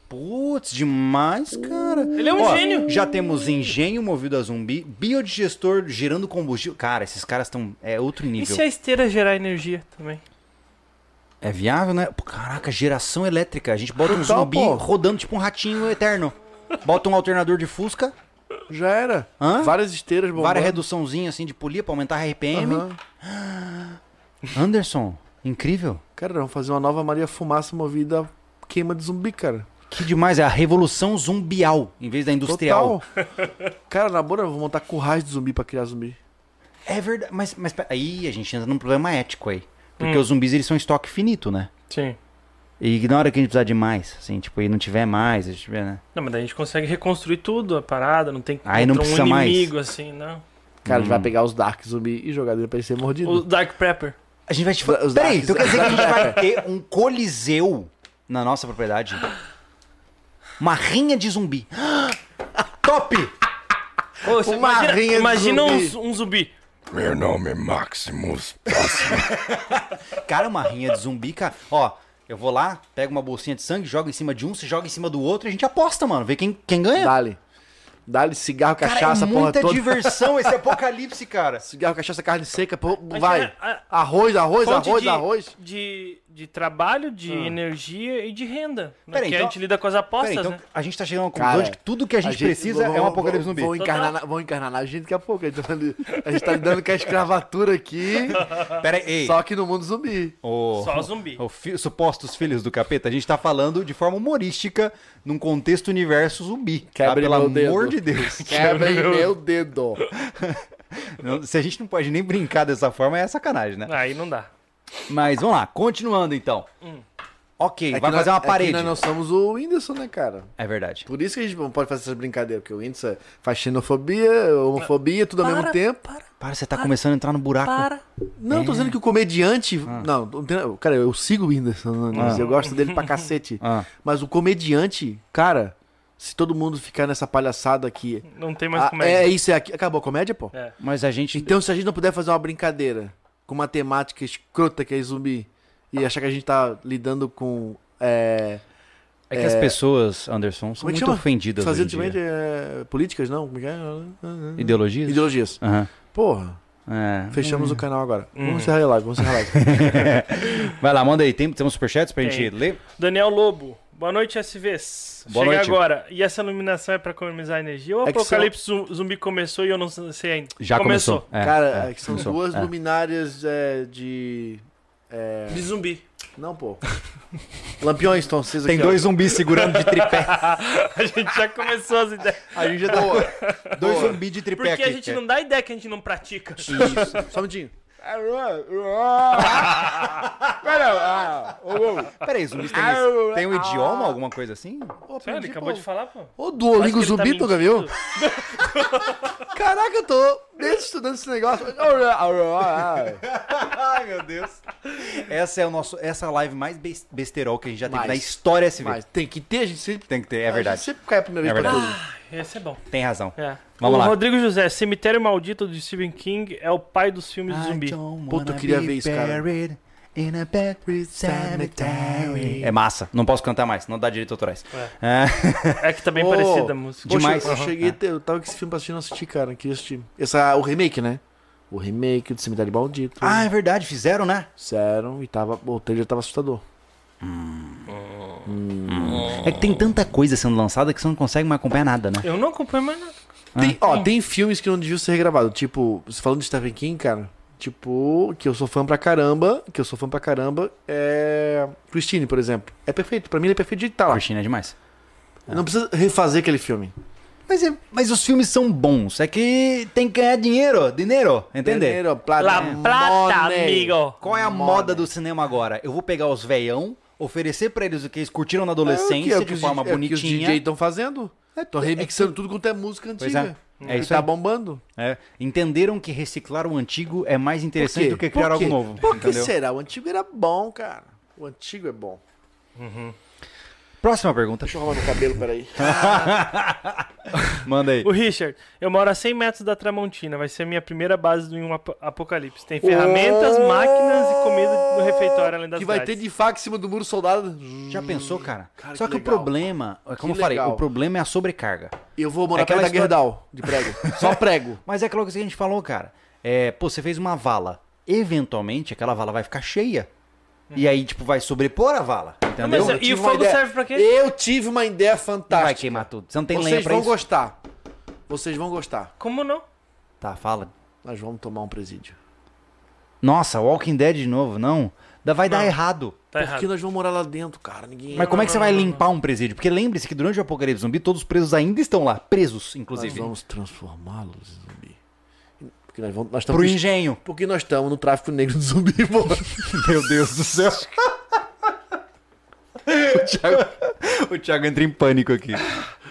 B: Putz, demais, cara.
D: Ele é um gênio.
B: Já temos engenho movido a zumbi, biodigestor gerando combustível. Cara, esses caras estão. É outro
D: E
B: nível.
D: se a esteira gerar energia também?
B: É viável, né? Pô, caraca, geração elétrica. A gente bota um
C: Total,
B: zumbi
C: pô.
B: rodando tipo um ratinho eterno. Bota um alternador de fusca,
C: Já era.
B: Hã?
C: Várias esteiras bombando.
B: várias reduçãozinha assim de polia pra aumentar a RPM.
C: Aham.
B: Anderson, incrível.
C: Cara, vamos fazer uma nova Maria Fumaça movida a queima de zumbi, cara.
B: Que demais, é a revolução zumbial em vez da industrial.
C: Total. cara, na boa, eu vou montar currais de zumbi pra criar zumbi.
B: É verdade, mas, mas pera- aí a gente entra num problema ético aí. Porque os zumbis eles são estoque finito, né?
D: Sim.
B: E na hora que a gente precisar de mais, assim, tipo, e não tiver mais, a gente tiver, né?
D: Não, mas daí a gente consegue reconstruir tudo, a parada, não tem que
B: Aí não
D: contra
B: precisa
D: um
B: mais.
D: inimigo assim, não.
C: Cara, a gente vai
B: Hum.
C: pegar os Dark Zumbi e jogar dele pra ele ser mordido.
D: O Dark Prepper.
B: A gente vai te
C: Os-
B: falar.
C: os
B: Peraí,
C: darks-
B: então quer dizer que a gente vai [LAUGHS] ter um coliseu na nossa propriedade? Uma rinha de zumbi. [GASPS] Top!
D: Ô, você
C: Uma
D: imagina
C: rinha de
D: imagina um,
C: zumbi.
D: zu- um zumbi.
F: Meu nome é Maximus.
B: Cara, uma rinha de zumbi, cara. Ó, eu vou lá, pego uma bolsinha de sangue, jogo em cima de um, se joga em cima do outro, e a gente aposta, mano. Vê quem, quem ganha.
C: Dali. Dá-lhe cigarro,
B: Cara,
C: cachaça,
B: é
C: porra
B: muita
C: toda.
B: diversão [LAUGHS] esse apocalipse, cara.
C: Cigarro, cachaça, carne seca, pô,
D: Mas
C: vai.
D: é- a-
C: Arroz, arroz,
D: fonte
C: arroz,
D: de-
C: arroz.
D: De, de trabalho, de energia e de renda. Né?
B: Pera aí,
D: que
B: então-
D: a gente lida com as apostas,
B: Pera, então
D: né?
B: a gente tá chegando a uma conclusão
C: Cara,
B: de que tudo que a gente, precisa
C: vou-
B: é um
C: vou-
B: apocalipse zumbi.
C: Vou, vou encarnar, na, vou encarnar na gente daqui a pouco. A gente, tá lidando- a gente tá lidando com a
B: [LAUGHS]
C: escravatura aqui,
B: Pera aí, ei,
C: só que no mundo zumbi.
B: o-
D: Só zumbi.
B: o fi- supostos filhos do capeta, a gente tá falando de forma humorística num contexto universo zumbi. Tá?
C: Quebre
B: Pelo
C: meu dedo.
B: amor de [LAUGHS] Deus.
C: Quebra aí meu dedo.
B: Não, se a gente não pode nem brincar dessa forma, é sacanagem, né?
D: Aí não dá.
B: Mas vamos lá, continuando então.
D: Hum.
B: Ok,
C: É que
B: vai
C: nós-
B: fazer uma
C: é que
B: parede.
C: nós não somos o Whindersson, né, cara?
B: É verdade.
C: Por isso que a gente não pode fazer essas brincadeiras, porque o Whindersson faz xenofobia, homofobia, tudo ao mesmo tempo.
B: Para, você tá começando a entrar no buraco.
C: Não, eu tô
B: É.
C: dizendo que o comediante.
B: Ah.
C: Não, não tem- cara, eu sigo o Whindersson, né, eu gosto dele pra cacete.
B: Ah.
C: Mas o comediante, cara, se todo mundo ficar nessa palhaçada aqui.
D: Não tem mais
C: Ah,
D: como
C: é
D: é.
C: isso, é aqui. Acabou a comédia, pô?
D: É.
B: Mas a gente.
C: Então, se a gente não puder fazer uma brincadeira com uma temática escrota que é zumbi e achar que a gente tá lidando com. É,
B: é que as pessoas, Anderson, são
C: como é
B: muito
C: que chama?
B: ofendidas. Hoje em dia.
C: Fazendamente, é, políticas, não? Como é que é?
B: Ideologias?
C: Ideologias.
B: Aham.
C: Porra,
B: É.
C: fechamos o canal agora.
D: Hum.
C: Vamos encerrar a live, vamos encerrar a live.
B: Vai lá, manda aí. Tem, temos superchats pra
D: Tem.
B: gente ler?
D: Daniel Lobo. Boa noite, SVs.
B: Boa
D: Cheguei
B: noite.
D: agora. E essa iluminação é pra economizar energia? O
C: É que
D: apocalipse zu- zumbi começou e eu não sei ainda.
B: Já começou. [LAUGHS] É,
C: Cara, é que são
B: começou.
C: duas
B: É.
C: luminárias é, de. é,
D: De zumbi.
C: Não, pô. Lampiões estão acesos
B: Tem
C: aqui, ó.
B: dois zumbis segurando de tripé.
D: [LAUGHS] A gente já começou as ideias.
B: a gente já tá. dois zumbis de tripé
D: Porque
B: aqui. é.
D: a gente não dá ideia que a gente não pratica.
C: Isso. Só um minutinho.
B: Peraí, zumbis tem,
C: Ah,
B: tem um idioma, alguma coisa assim?
C: Ô,
D: Sério, ele
C: aprendi,
D: acabou
C: pô.
D: de falar, pô.
C: Ô,
D: Acho
C: Duolingo
D: que ele tá
C: tipo, zumbi, tu nunca viu?
D: mentindo.
C: Caraca, eu tô desde estudando esse negócio.
B: É Ai, meu Deus. Essa é o nosso, essa é a live mais bes- besterol que a gente já teve
C: Mais.
B: na história SV.
C: Mas tem que ter, a gente sempre.
B: Tem que ter, é
C: A gente
B: verdade.
C: sempre cai a primeira
B: É
C: vez pra
B: verdade.
C: tudo.
D: Esse é bom.
B: Tem razão.
D: É.
B: Vamos
D: o
B: lá.
D: Rodrigo José, Cemitério Maldito de Stephen King é o pai dos
B: Ah,
D: filmes de
B: então.
D: zumbi.
C: Puta, eu queria ver isso, cara.
B: É massa. Não posso cantar mais, não dá direito autorais. É.
D: É que tá bem
C: Ô,
D: parecida a música.
C: poxa,
B: Demais.
C: Eu cheguei, a ter- eu tava com esse filme pra assistir, não assisti, cara. não Queria assistir. Essa, o remake, né? O remake do Cemitério Maldito.
B: Ah, é verdade, fizeram, né?
C: Fizeram e tava. O trailer tava assustador.
B: É que tem tanta coisa sendo lançada que você não consegue mais acompanhar nada, né?
D: Eu não acompanho mais nada.
B: Ah.
C: Tem, ó, tem filmes que não deviam ser regravados. Tipo, você falando de Stephen King, cara. Tipo, que eu sou fã pra caramba. Que eu sou fã pra caramba. É. Christine, por exemplo. É perfeito. Pra mim ele é perfeito de tá lá.
B: Cristina é demais.
C: Não precisa refazer aquele filme.
B: Mas, é- mas os filmes são bons, é que tem que ganhar dinheiro, dinheiro, entendeu?
C: Dinheiro, plata,
D: La Plata,
C: money.
D: amigo.
B: Qual é a moda do cinema agora? Eu vou pegar os veião, oferecer pra eles o que eles curtiram na
C: É o que- é
B: adolescência
C: o que
B: de
C: os
B: forma
C: di- é o que os DJ
B: bonitinha.
C: estão fazendo. Estão remixando tudo quanto é música
B: Pois
C: antiga.
B: é. É
C: E
B: isso
C: tá
B: aí.
C: bombando.
B: É, entenderam que reciclar o antigo é mais interessante
C: quê?
B: do que criar
C: Por quê?
B: algo novo.
C: Por que
B: entendeu?
C: será? O antigo era bom, cara. O antigo é bom.
B: Próxima pergunta.
C: Deixa eu arrumar meu cabelo,
B: [LAUGHS]
C: peraí.
B: Manda aí.
D: O Richard, eu moro a 100 metros da Tramontina, vai ser minha primeira base do em um ap- apocalipse. Tem ferramentas, máquinas e comida no refeitório além das
C: que vai ter
D: grades.
C: de faca em cima do muro soldado.
B: Já pensou, cara?
C: Cara,
B: Só que,
C: que
B: o
C: legal.
B: problema, como
C: Que
B: eu falei,
C: legal.
B: o problema é a sobrecarga.
C: Eu vou morar
B: Aquela
C: perto da
B: história-
C: Gerdau, de
B: [LAUGHS]
C: prego. Só prego.
B: Mas é aquela coisa que a gente falou, cara. É, pô, você fez uma vala. Eventualmente, aquela vala vai ficar cheia. E aí, tipo, vai sobrepor a vala. Entendeu?
D: Uhum.
C: Eu
D: Mas e
C: tive
D: o
C: uma
D: fogo
C: ideia.
D: serve pra quê?
C: Eu tive uma ideia
B: E vai
C: fantástica.
B: queimar tudo. Você não tem lenha
C: Vocês
B: pra
C: vão
B: isso?
C: gostar. Vocês vão gostar.
D: Como não?
B: Tá, fala.
C: Nós vamos tomar um presídio.
B: Nossa, Walking Dead de novo, não. Dá- Vai dar
D: Não.
B: errado.
D: Tá
C: Porque
D: errado.
C: nós vamos morar lá dentro, cara. Ninguém.
B: Mas como é que você vai
D: não, não,
B: limpar um presídio? Porque lembre-se que durante o apocalipse zumbi, todos os presos ainda estão lá. Presos,
C: Nós
B: inclusive.
C: vamos transformá-los em zumbi. Porque nós vamos. Nós estamos
B: Pro engenho.
C: Porque nós estamos no tráfico negro de zumbi, pô.
B: Meu Deus do céu. [LAUGHS] o, Thiago, o Thiago entra em pânico aqui.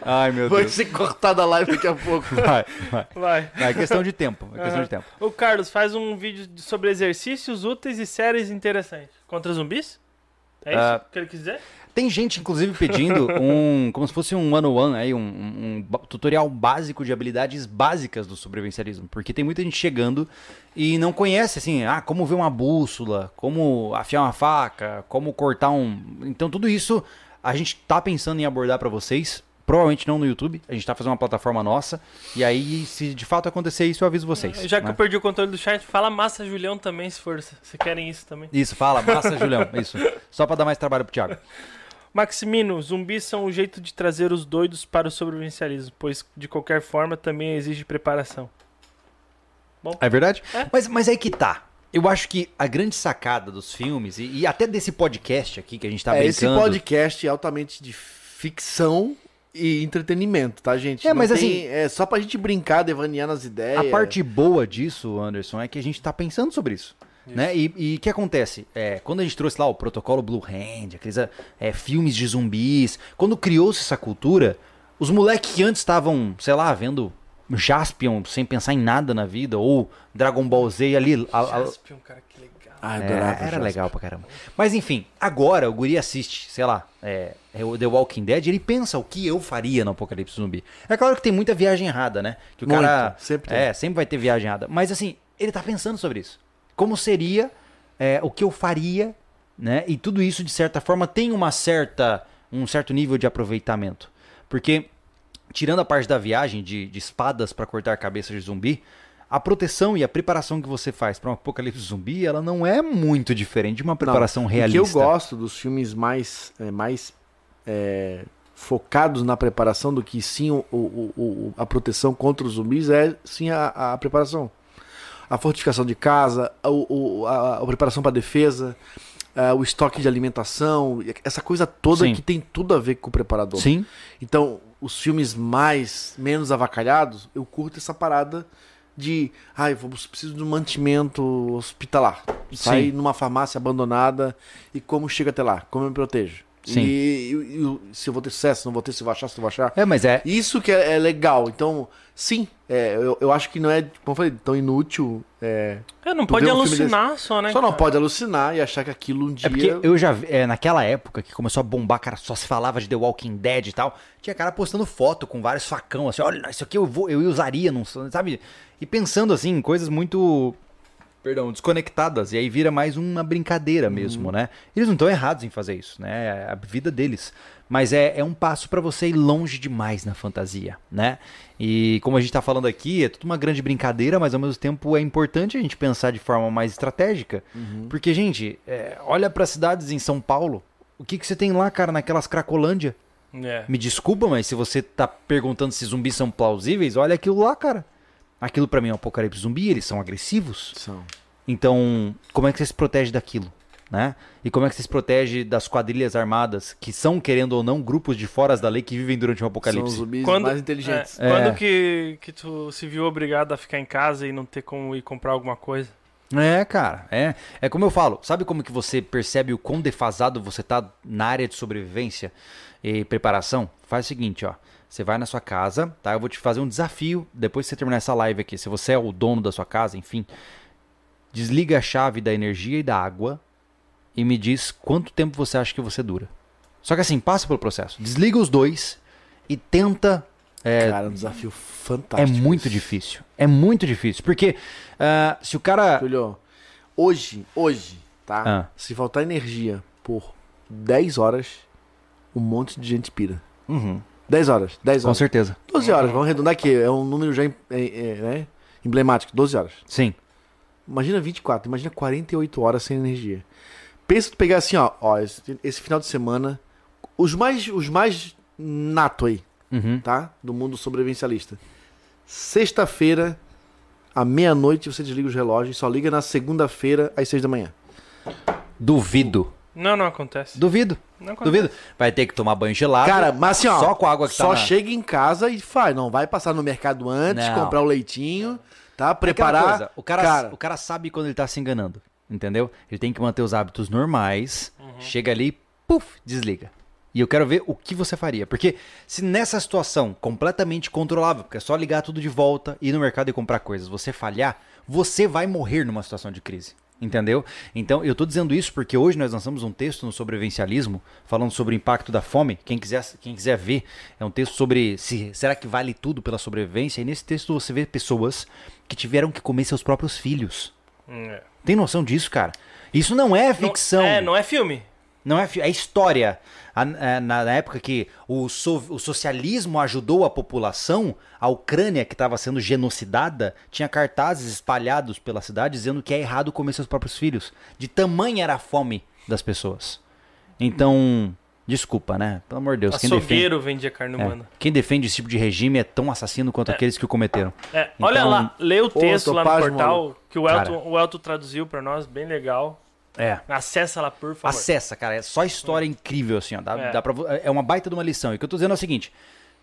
B: Ai, meu
C: [LAUGHS] Vai
B: Deus.
C: ser cortado a live daqui a pouco.
B: Vai, vai.
D: Vai.
B: Não, É questão de tempo. É questão de tempo.
D: O Carlos faz um vídeo de- sobre exercícios úteis e séries interessantes. Contra zumbis? É isso
B: Ah.
D: que ele quis dizer?
B: Tem gente, inclusive, pedindo um. Como se fosse um one-on-one aí, um, um- um ba- tutorial básico de habilidades básicas do sobrevivencialismo. Porque tem muita gente chegando e não conhece, assim, ah, como ver uma bússola, como afiar uma faca, como cortar um. Então, tudo isso a gente tá pensando em abordar pra vocês. Provavelmente não no YouTube. A gente tá fazendo uma plataforma nossa. E aí, se de fato acontecer isso, eu aviso vocês.
D: Já que
B: né?
D: eu perdi o controle do chat, fala massa Julião também, se for. Se querem isso também.
B: Isso, fala, massa, Julião. Isso. Só pra dar mais trabalho pro Thiago.
D: Maximino, zumbis são o jeito de trazer os doidos para o sobrevivencialismo, pois de qualquer forma também exige preparação.
B: É verdade?
D: É.
B: Mas, mas aí que tá. Eu acho que a grande sacada dos filmes, e, e até desse podcast aqui que a gente [LAUGHS] tá
C: é, esse
B: brincando...
C: podcast é altamente de ficção e entretenimento, tá, gente?
B: É, mas assim-
C: É só pra gente brincar, devanear nas ideias.
B: A parte boa disso, Anderson, é que a gente tá pensando sobre isso. Né? E e o que acontece? É, quando a gente trouxe lá o protocolo Blue Hand, aqueles é, filmes de zumbis, quando criou-se essa cultura, os moleques que antes estavam, sei lá, vendo Jaspion sem pensar em nada na vida, ou Dragon Ball Z ali. a- a-
D: Jaspion, é um cara, que legal.
C: Ah,
B: é,
C: adorava,
B: era
C: Jasper.
B: legal pra caramba. Mas enfim, agora o Guri assiste, sei lá, é, é o The Walking Dead, ele pensa o que eu faria no Apocalipse Zumbi. É claro que tem muita viagem errada, né? Que o
C: Muito,
B: cara.
C: sempre tem.
B: É, sempre vai ter viagem errada. Mas assim, ele tá pensando sobre isso. Como seria, é, o que eu faria, né? E tudo isso, de certa forma, tem uma certa. um certo nível de aproveitamento. Porque tirando a parte da viagem de, de espadas pra cortar cabeças de zumbi, a proteção e a preparação que você faz pra um apocalipse zumbi, ela não é muito diferente de uma preparação
C: O
B: realista.
C: que eu gosto dos filmes mais, é, mais é, focados na preparação do que sim o, o- o- o- a proteção contra os zumbis é sim a, a preparação. A fortificação de casa, a, o- o- a- a preparação para defesa, ah, o estoque de alimentação, essa coisa toda
B: Sim.
C: que tem tudo a ver com o preparador.
B: Sim.
C: Então, os filmes mais, menos avacalhados, eu curto essa parada de, ai, vou preciso de um mantimento hospitalar. Sair numa farmácia abandonada e como chega até lá, como eu me protejo.
B: Sim.
C: E, e- e se eu vou ter sucesso, não vou ter, se eu vou achar, se eu vou achar.
B: É, mas é.
C: Isso que é, é legal. Então, sim, é, eu, eu acho que não é, como eu falei, tão inútil. é,
D: É, não
C: Tu
D: pode
C: vê um filme
D: alucinar só, né?
C: só não
D: cara?
C: pode alucinar e achar que aquilo um dia...
B: É porque eu já vi, é, naquela época que começou a bombar, cara, só se falava de The Walking Dead e tal. Tinha cara postando foto com vários facão, assim, olha, isso aqui eu vou, eu usaria, não sou- sabe? E pensando assim, em coisas muito perdão, desconectadas e aí vira mais uma brincadeira mesmo, né? Eles não estão errados em fazer isso, né? É a vida deles, mas é, é um passo pra você ir longe demais na fantasia, né? E como a gente tá falando aqui, é tudo uma grande brincadeira, mas ao mesmo tempo é importante a gente pensar de forma mais estratégica, porque gente, é, olha pra cidades em São Paulo, o que que você tem lá, cara, naquelas Cracolândia?
D: É.
B: Me desculpa, mas se você tá perguntando se zumbis são plausíveis, olha aquilo lá, cara. Aquilo pra mim é um apocalipse zumbi, eles são agressivos.
C: São.
B: Então, como é que você se protege daquilo? Né? E como é que você se protege das quadrilhas armadas, que são, querendo ou não, grupos de foras da lei que vivem durante um
C: São os
B: apocalipse?
C: zumbis
D: Quando-
C: mais inteligentes.
D: É, Quando que, que tu se viu obrigado a ficar em casa e não ter como ir comprar alguma coisa?
B: É, cara, é. É como eu falo, sabe como que você percebe o quão defasado você tá na área de sobrevivência e preparação? Faz o seguinte, ó. Você vai na sua casa, tá? Eu vou te fazer um desafio depois que você terminar essa live aqui. Se você é o dono da sua casa, enfim, desliga a chave da energia e da água e me diz quanto tempo você acha que você dura. Só que assim, passa pelo processo. Desliga os dois e tenta é,
C: Cara, um desafio
B: é
C: fantástico.
B: muito difícil. É muito difícil. Porque ah, se o cara.
C: Julio, hoje, hoje, tá?
B: Ah.
C: Se faltar energia por 10 horas, um monte de gente pira.
B: Uhum.
C: 10 horas, 10
B: Com
C: horas.
B: certeza.
C: 12 horas, vamos arredondar aqui, é um número já em- é- é, né, emblemático, 12 horas.
B: Sim.
C: Imagina 24, imagina 48 horas sem energia. Pensa tu pegar assim, ó, ó esse, esse final de semana, os mais, os mais nato aí,
B: Uhum.
C: tá? Do mundo sobrevivencialista. Sexta-feira, à meia-noite, você desliga os relógios e só liga na segunda-feira, às 6 da manhã.
B: Duvido.
D: Não, não acontece.
B: Duvido.
D: Não acontece.
B: Duvido. Vai ter que tomar banho gelado.
C: Cara, mas assim, ó.
B: Só com a água que tá
C: Só
B: na-
C: chega em casa e faz. Não vai passar no mercado antes,
B: Não. É
C: comprar o leitinho, tá?
B: Aquela
C: Preparar.
B: coisa, o, cara, o cara sabe quando ele tá se enganando. Entendeu? Ele tem que manter os hábitos normais.
D: Uhum.
B: Chega ali, puf, desliga. E eu quero ver o que você faria. Porque se nessa situação completamente controlável, porque é só ligar tudo de volta, ir no mercado e comprar coisas, você falhar, você vai morrer numa situação de crise. Entendeu? Então, eu tô dizendo isso porque hoje nós lançamos um texto no sobrevivencialismo, falando sobre o impacto da fome. Quem quiser, quem quiser ver, é um texto sobre se será que vale tudo pela sobrevivência. E nesse texto você vê pessoas que tiveram que comer seus próprios filhos.
D: É.
B: Tem noção disso, cara? Isso não é ficção.
D: Não, é, não é filme.
B: Não é, fi- é história. A- é, na, na época que o, so- o socialismo ajudou a população, a Ucrânia, que estava sendo genocidada, tinha cartazes espalhados pela cidade dizendo que é errado comer seus próprios filhos. De tamanha era a fome das pessoas. Então, desculpa, né? Pelo amor de Deus. Quem defende,
D: Açougueiro vendia carne humana.
B: é, quem defende esse tipo de regime é tão assassino quanto aqueles que o cometeram.
D: É, olha
B: Então-
D: lá, lê o texto lá no
C: topaz,
D: portal que o Elton,
B: Cara.
D: o Elton traduziu pra nós, bem legal.
B: É.
D: Acessa lá, por favor.
B: Acessa, cara. É só história incrível, assim, ó. Dá,
D: É.
B: é. Dá pra, vo- é uma baita de uma lição. E o que eu tô dizendo é o seguinte: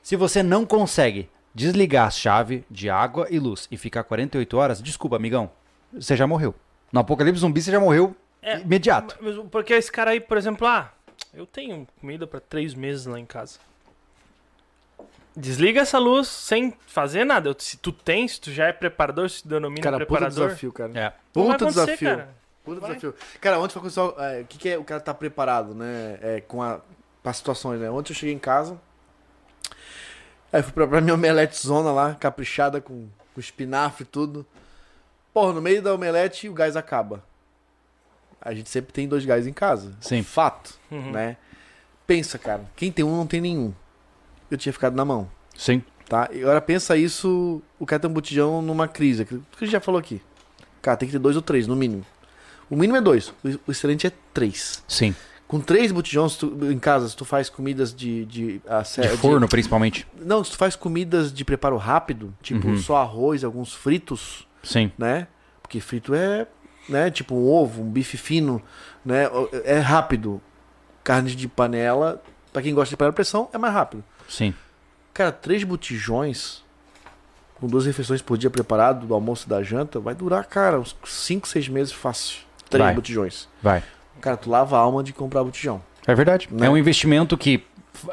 B: se você não consegue desligar a chave de água e luz e ficar 48 horas, desculpa, amigão, você já morreu. No apocalipse zumbi, você já morreu
D: É.
B: imediato.
D: Mas Porque esse cara aí, por exemplo, ah, eu tenho comida pra três meses lá em casa. Desliga essa luz sem fazer nada. Se tu tem, se tu já é preparador, se tu denomina
C: Cara, puta
D: preparador.
C: desafio, cara.
B: É.
D: não vai
C: Puta
D: acontecer,
C: desafio.
D: cara.
C: Puta desafio. Cara, ontem foi com o pessoal. é, O que, que é o cara tá preparado, né? É, com a, as situações, né? Ontem eu cheguei em casa. Aí fui preparar minha omelete zona lá, caprichada com, com espinafre e tudo. Porra, no meio da omelete o gás acaba. A gente sempre tem dois gás em casa.
B: Sim.
C: Fato, né? Pensa, cara. Quem tem um não tem nenhum. Eu tinha ficado na mão.
B: Sim.
C: Tá? E agora pensa isso, o cara tem um botijão numa crise. aquilo que a gente já falou aqui. Cara, tem que ter dois ou três, no mínimo. O mínimo é dois, o- o excelente é três.
B: Sim.
C: Com três botijões tu- em casa, se tu faz comidas de... De, a sé-
B: É, De
C: de-
B: forno, principalmente.
C: não, se tu faz comidas de preparo rápido, tipo
B: Uhum.
C: só arroz, alguns fritos,
B: Sim.
C: né? Porque frito é, né? Tipo um ovo, um bife fino, né? É rápido. Carne de panela, pra quem gosta de panela à pressão, é mais rápido.
B: Sim.
C: Cara, três botijões com duas refeições por dia preparado, do almoço e da janta, vai durar, cara, uns 5, 6 meses fácil. Três
B: Vai.
C: botijões.
B: Vai.
C: Cara, tu lava a alma de comprar botijão.
B: É verdade.
C: Né?
B: É um investimento que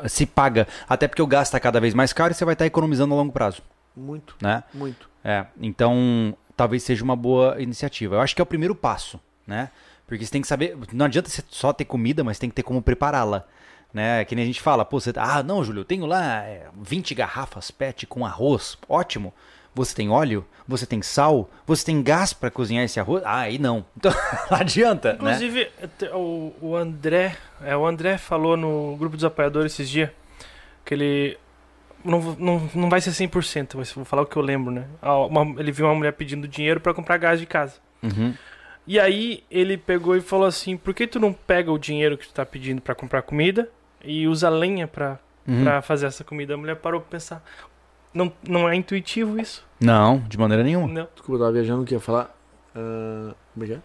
B: f- se paga. Até porque o gasto tá cada vez mais caro e você vai estar economizando a longo prazo,
C: Muito,
B: né?
C: muito.
B: É, então talvez seja uma boa iniciativa. Eu acho que é o primeiro passo, né? Porque você tem que saber. Não adianta você só ter comida, mas tem que ter como prepará-la. Né? Que nem a gente fala, pô, você. Ah, não, Júlio, eu tenho lá é, 20 garrafas PET com arroz. Ótimo. Você tem óleo? Você tem sal? Você tem gás pra cozinhar esse arroz? Ah, aí não. [LAUGHS] Então, não
C: É,
B: adianta, né?
D: Inclusive, te- o, o André, é, o André falou no grupo dos apoiadores esses dias que ele não, vou- não, não vai ser 100%, mas vou falar o que eu lembro, né? Ah, uma- ele viu uma mulher pedindo dinheiro pra comprar gás de casa.
B: Uhum.
D: E aí ele pegou e falou assim: "Por que tu não pega o dinheiro que tu tá pedindo pra comprar comida e usa lenha pra
B: Uhum.
D: pra fazer essa comida?" A mulher parou pra pensar. Não, não é intuitivo isso?
B: Não, de maneira
C: Hum.
B: nenhuma.
D: Não.
C: Desculpa, eu tava viajando, o que eu ia falar? Ah, como é que é?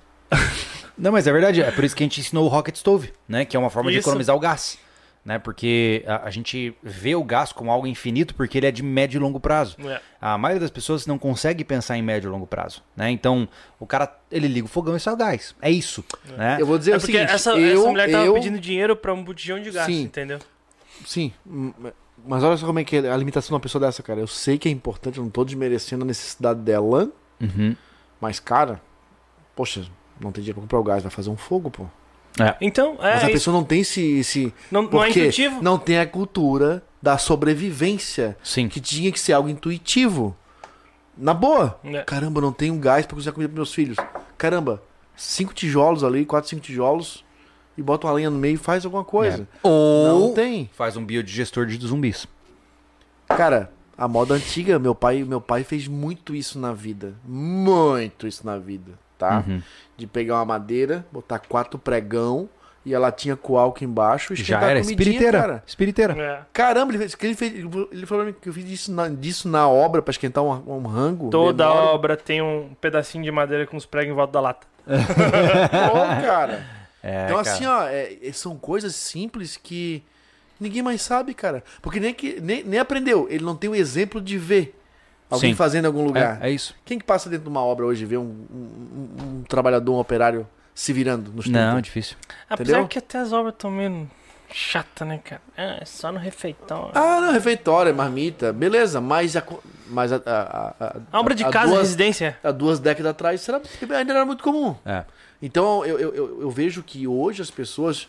B: Não, mas é verdade. É por isso que a gente ensinou o Rocket Stove, né? Que é uma forma de
D: Isso.
B: economizar o gás. Né? Porque a, a gente vê o gás como algo infinito porque ele é de médio e longo prazo.
D: não é.
B: A maioria das pessoas não consegue pensar em médio e longo prazo. Né? Então, o cara, ele liga o fogão e sai o gás. É isso. Né?
C: Eu vou dizer
D: É
C: o
D: porque
C: seguinte,
D: essa,
C: eu,
D: essa mulher tava
C: eu,
D: pedindo dinheiro pra um botijão de gás,
C: Sim.
D: entendeu?
C: Sim, m- mas olha só como é que é a limitação de uma pessoa dessa, cara. Eu sei que é importante, eu não tô desmerecendo a necessidade dela,
B: Uhum.
C: mas, cara, poxa, não tem dinheiro pra comprar o gás, vai fazer um fogo, pô.
D: Então,
C: mas
D: é.
C: a
D: isso.
C: pessoa não tem esse- esse
D: Não, não é
C: Porque
D: intuitivo?
C: não tem a cultura da sobrevivência,
B: Sim.
C: que tinha que ser algo intuitivo. Na boa.
D: É.
C: Caramba, não tenho gás pra cozinhar comida pros meus filhos. Caramba, cinco tijolos ali, quatro, cinco tijolos, e bota uma lenha no meio e faz alguma coisa. Não
B: É. Ou
C: tem.
B: faz um biodigestor de zumbis.
C: Cara, a moda antiga, meu pai, meu pai fez muito isso na vida. Muito isso na vida,
B: Uhum.
C: tá? De pegar uma madeira, botar quatro pregão e a latinha com álcool embaixo e
B: Já
C: esquentar
B: era
C: a tá comidinha,
B: espiriteira.
C: cara.
B: Espiriteira.
D: É.
C: Caramba, ele, fez, que ele, fez, ele falou pra mim que eu fiz isso na, disso na obra pra esquentar um, um rango.
D: Toda
C: [LAUGHS] menor.
D: obra tem um pedacinho de madeira com os pregos em volta da lata.
C: Pô, é cara.
B: É,
C: então,
B: cara.
C: assim, ó, é- é- são coisas simples que ninguém mais sabe, cara. Porque nem, que, nem, nem aprendeu. Ele não tem o exemplo de ver alguém
B: Sim.
C: fazendo em algum lugar.
B: É, é isso.
C: Quem que passa dentro de uma obra hoje e vê um, um- um- um trabalhador, um operário se virando nos
B: Não,
C: trinta?
B: difícil.
D: Apesar
C: Entendeu?
D: que até as obras estão meio chata, né, cara? É, é só no refeitão.
C: Ah, não, refeitório, marmita, beleza, mas a, co- mas a, a- a-
D: a obra de
C: a
D: casa,
C: duas-
D: residência.
C: há duas décadas atrás será, ainda era muito comum.
B: É.
C: Então eu, eu, eu- eu vejo que hoje as pessoas.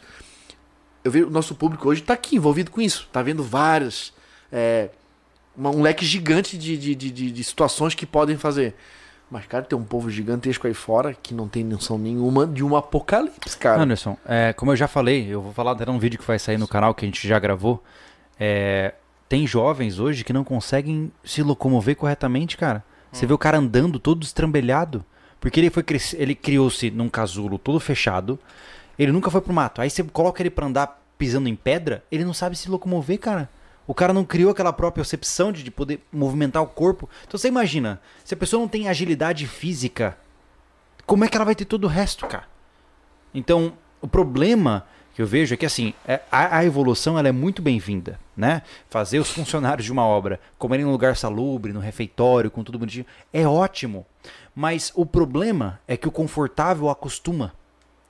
C: Eu vejo o nosso público hoje está aqui envolvido com isso. Está vendo várias. é, uma- um leque gigante de, de, de, de- de situações que podem fazer. Mas, cara, tem um povo gigantesco aí fora que não tem noção nenhuma de um apocalipse, cara.
B: Anderson, é, como eu já falei, eu vou falar até num vídeo que vai sair no canal que a gente já gravou. é, tem jovens hoje que não conseguem se locomover corretamente, cara. Você vê o cara andando todo estrambelhado. Porque ele foi cres- ele criou-se num casulo todo fechado. Ele nunca foi pro mato. Aí você coloca ele pra andar pisando em pedra, ele não sabe se locomover, cara. O cara não criou aquela própria percepção de, de poder movimentar o corpo. Então você imagina, se a pessoa não tem agilidade física, como é que ela vai ter todo o resto, cara? Então, o problema que eu vejo é que assim, é- a, a evolução ela é muito bem-vinda, né? Fazer os funcionários de uma obra comerem em um lugar salubre, no refeitório, com tudo bonitinho, é ótimo. Mas o problema é que o confortável acostuma.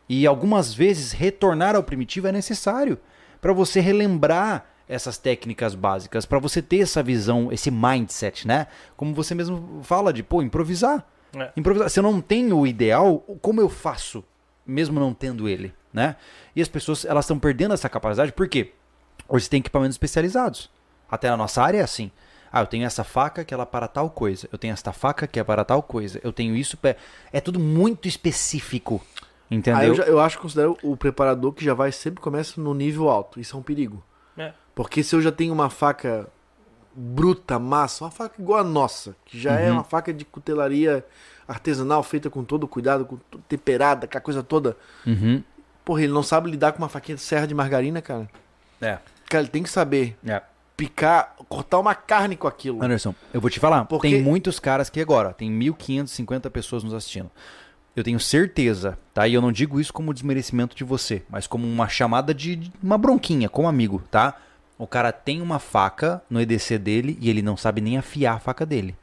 B: E algumas vezes retornar ao primitivo é necessário para você relembrar essas técnicas básicas, para você ter essa visão, esse mindset, né? Como você mesmo fala de, pô, improvisar.
D: É.
B: Improvisar. Se eu não tenho o ideal, como eu faço mesmo não tendo ele, né? E as pessoas, elas estão perdendo essa capacidade porque hoje tem equipamentos especializados. Até na nossa área é assim. Ah, eu tenho essa faca que ela é para tal coisa. Eu tenho esta faca que é para tal coisa. Eu tenho isso para é tudo muito específico. Entendeu?
C: Aí Ah, eu, já- eu acho que considero o preparador que já vai sempre começa no nível alto. Isso é um perigo.
D: É.
C: Porque se eu já tenho uma faca bruta, massa, uma faca igual a nossa, que já é uma faca de cutelaria artesanal, feita com todo cuidado, com tudo temperada, aquela coisa toda.
B: Uhum.
C: Porra, ele não sabe lidar com uma faquinha de serra de margarina, cara.
B: É.
C: Cara, ele tem que saber
B: É.
C: picar, cortar uma carne com aquilo.
B: Anderson, eu vou te falar.
C: Porque-
B: Tem muitos caras que agora, tem 1.550 pessoas nos assistindo. Eu tenho certeza, tá? E eu não digo isso como desmerecimento de você, mas como uma chamada de de uma bronquinha com um amigo, tá? O cara tem uma faca no EDC dele e ele não sabe nem afiar a faca dele.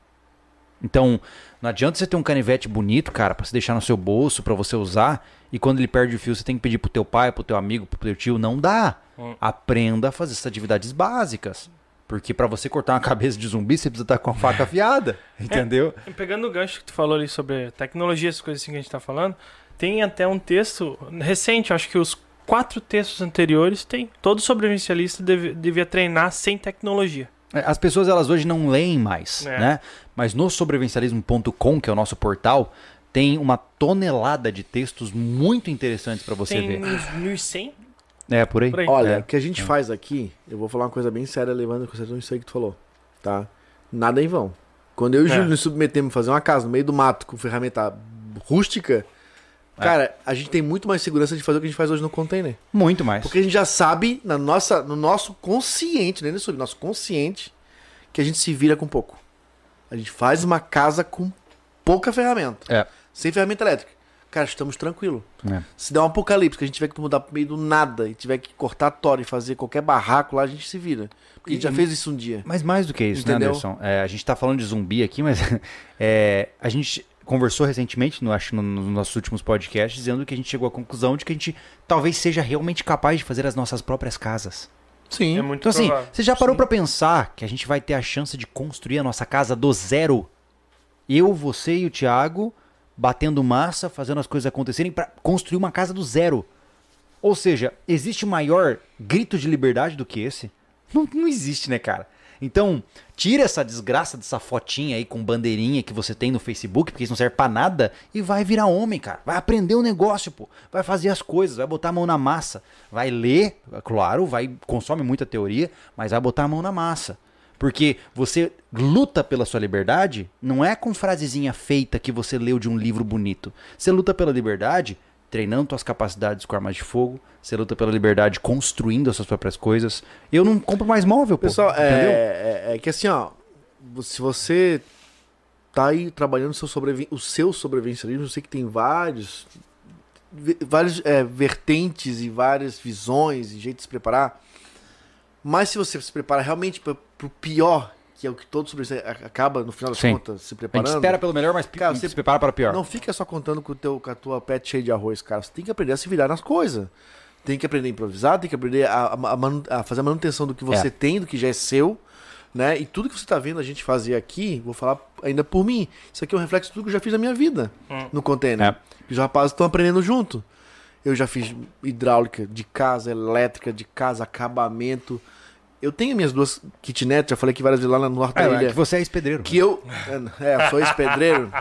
B: Então, não adianta você ter um canivete bonito, cara, pra você deixar no seu bolso, pra você usar, e quando ele perde o fio, você tem que pedir pro teu pai, pro teu amigo, pro teu tio, não dá.
C: Hum.
B: Aprenda a fazer essas atividades básicas, porque pra você cortar uma [LAUGHS] cabeça de zumbi, você precisa estar com a faca afiada,
D: É.
B: entendeu?
D: E Pegando o gancho que tu falou ali sobre tecnologia, essas coisas assim que a gente tá falando, tem até um texto recente, acho que os quatro textos anteriores tem. Todo sobrevivencialista deve- devia treinar sem tecnologia.
B: É, As pessoas elas hoje não leem mais,
D: É.
B: né? Mas no sobrevivencialismo.com, que é o nosso portal, tem uma tonelada de textos muito interessantes pra você
D: tem
B: ver.
D: uns 1100
B: É, por aí.
D: por aí.
C: Olha,
B: É.
C: o que a gente faz aqui, eu vou falar uma coisa bem séria, levando em consideração isso aí que tu falou, tá? Nada em vão. Quando eu e o
D: É.
C: Júlio nos submetemos a fazer uma casa no meio do mato com ferramenta rústica, cara, a gente tem muito mais segurança de fazer o que a gente faz hoje no container.
B: Muito mais.
C: Porque a gente já sabe na nossa, no nosso consciente, né, no nosso consciente, que a gente se vira com pouco. A gente faz uma casa com pouca ferramenta.
B: É.
C: Sem ferramenta elétrica. Cara, estamos tranquilo.
B: É.
C: Se der um apocalipse, que a gente tiver que mudar pro meio do nada e tiver que cortar a tora e fazer qualquer barraco lá, a gente se vira. Porque a gente já fez isso um dia.
B: Mas mais do que isso, né,
C: Entendeu?
B: Anderson? É, a gente tá falando de zumbi aqui, mas [LAUGHS] é, a gente conversou recentemente, no, acho, no- nos nossos últimos podcasts, dizendo que a gente chegou à conclusão de que a gente talvez seja realmente capaz de fazer as nossas próprias casas.
C: Sim.
D: É muito
B: Então, assim,
D: provável.
B: você já parou pra pensar que a gente vai ter a chance de construir a nossa casa do zero? Eu, você e o Thiago batendo massa, fazendo as coisas acontecerem pra construir uma casa do zero. Ou seja, existe maior grito de liberdade do que esse? Não, não existe, né, cara? Então, tira essa desgraça dessa fotinha aí com bandeirinha que você tem no Facebook, porque isso não serve pra nada, e vai virar homem, cara. Vai aprender o negócio, pô. Vai fazer as coisas, vai botar a mão na massa. Vai ler, claro, vai consome muita teoria, mas vai botar a mão na massa. Porque você luta pela sua liberdade, não é com frasezinha feita que você leu de um livro bonito. Você luta pela liberdade treinando suas capacidades com armas de fogo, você luta pela liberdade construindo as suas próprias coisas. Eu não compro mais móvel, pô.
C: Pessoal,
B: entendeu?
C: é, é- é que assim, ó. Se você tá aí trabalhando o seu, sobrevi o seu sobrevivencialismo, eu sei que tem vários, ve- vários é, vertentes e várias visões e jeitos de se preparar. Mas se você se prepara realmente pra, pro pior, que é o que todo sobrevivencialista a- acaba, no final das
B: Sim.
C: contas, se
B: A gente
C: preparando.
B: espera pelo melhor, mas pi-
C: Cara,
B: se
C: você-
B: prepara para o pior.
C: Não fica só contando com, o teu, com a tua pet cheia de arroz, cara. Você tem que aprender a se virar nas coisas. Tem que aprender a improvisar, tem que aprender a, a manu- a fazer a manutenção do que você
B: É.
C: tem, do que já é seu. Né? E tudo que você tá vendo a gente fazer aqui, vou falar ainda por mim. Isso aqui é um reflexo de tudo que eu já fiz na minha vida no container.
B: É.
C: E os rapazes estão aprendendo junto. Eu já fiz hidráulica de casa, elétrica de casa, acabamento. eu tenho minhas duas kitnets, já falei aqui várias vezes lá no norte
B: É,
C: da
B: é
C: ilha.
B: que você é né? ex-pedreiro.
C: Que eu. É, eu sou ex-pedreiro.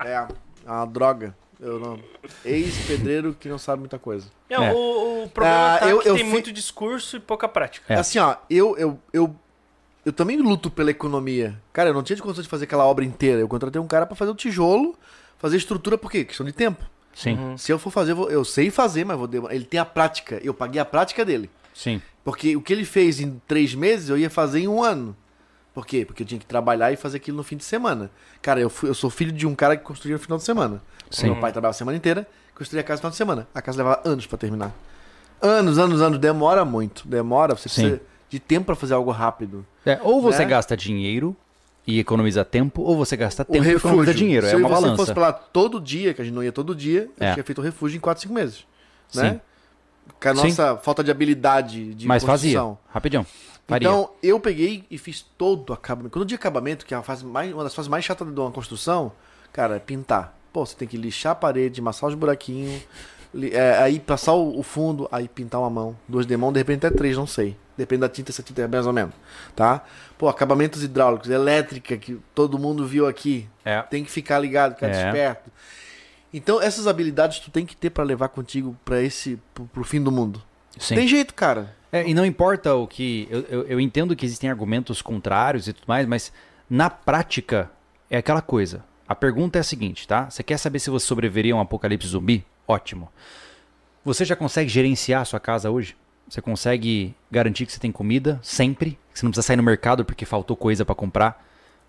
C: é. é uma droga. Eu não. Ex-pedreiro que não sabe muita coisa.
D: Não,
B: É.
D: O, o problema
C: Ah,
D: tá
C: eu-
D: que
C: eu
D: tem
C: fi-
D: muito discurso e pouca prática.
B: É.
C: Assim, ó, eu, eu, eu, eu também luto pela economia. Cara, eu não tinha condição de fazer aquela obra inteira. Eu contratei um cara pra fazer o tijolo, fazer estrutura, por quê? Questão de tempo.
A: Sim,
C: Se eu for fazer, eu, vou- eu sei fazer, mas vou demorar. Ele tem a prática. Eu paguei a prática dele.
A: sim.
C: Porque o que ele fez em três meses, eu ia fazer em um ano. Por quê? Porque eu tinha que trabalhar e fazer aquilo no fim de semana. Cara, eu, fui- eu sou filho de um cara que construía no final de semana.
A: Sim.
C: Meu pai trabalhava a semana inteira, construía a casa no final de semana. A casa levava anos pra terminar. Anos, anos, anos. Demora muito. Demora. Você
A: Sim.
C: precisa de tempo pra fazer algo rápido.
B: É, ou você
C: Né?
B: gasta dinheiro e economiza tempo, ou você gasta
C: O
B: tempo e economiza dinheiro.
C: Se
B: é uma
C: você
B: balança.
C: fosse pra lá todo dia, que a gente não ia todo dia, eu
B: É.
C: tinha feito o refúgio em 4, 5 meses. Né?
A: Sim.
C: Com a
B: Sim.
C: nossa falta de habilidade de
B: Mas
C: construção.
B: fazia. Rapidão. Faria.
C: Então, eu peguei e fiz todo o acabamento. Quando eu digo acabamento, que é uma, fase mais, uma das fases mais chatas de uma construção, cara, é pintar. Pô, você tem que lixar a parede, amassar os buraquinhos, li- é, aí passar o, o fundo, aí pintar uma mão. Duas de mão, de repente até três, não sei. Depende da tinta, se a tinta é mais ou menos, tá? Pô, acabamentos hidráulicos, elétrica, que todo mundo viu aqui.
B: É.
C: Tem que ficar ligado, ficar
B: É.
C: desperto. Então, essas habilidades tu tem que ter pra levar contigo para esse pro, pro fim do mundo.
B: Sim.
C: Tem jeito, cara.
B: É, e não importa o que. Eu, eu, eu entendo que existem argumentos contrários e tudo mais, mas na prática é aquela coisa. A pergunta é a seguinte, tá? Você quer saber se você sobreviveria a um apocalipse zumbi? Ótimo. Você já consegue gerenciar a sua casa hoje? Você consegue garantir que você tem comida sempre? Que você não precisa sair no mercado porque faltou coisa pra comprar?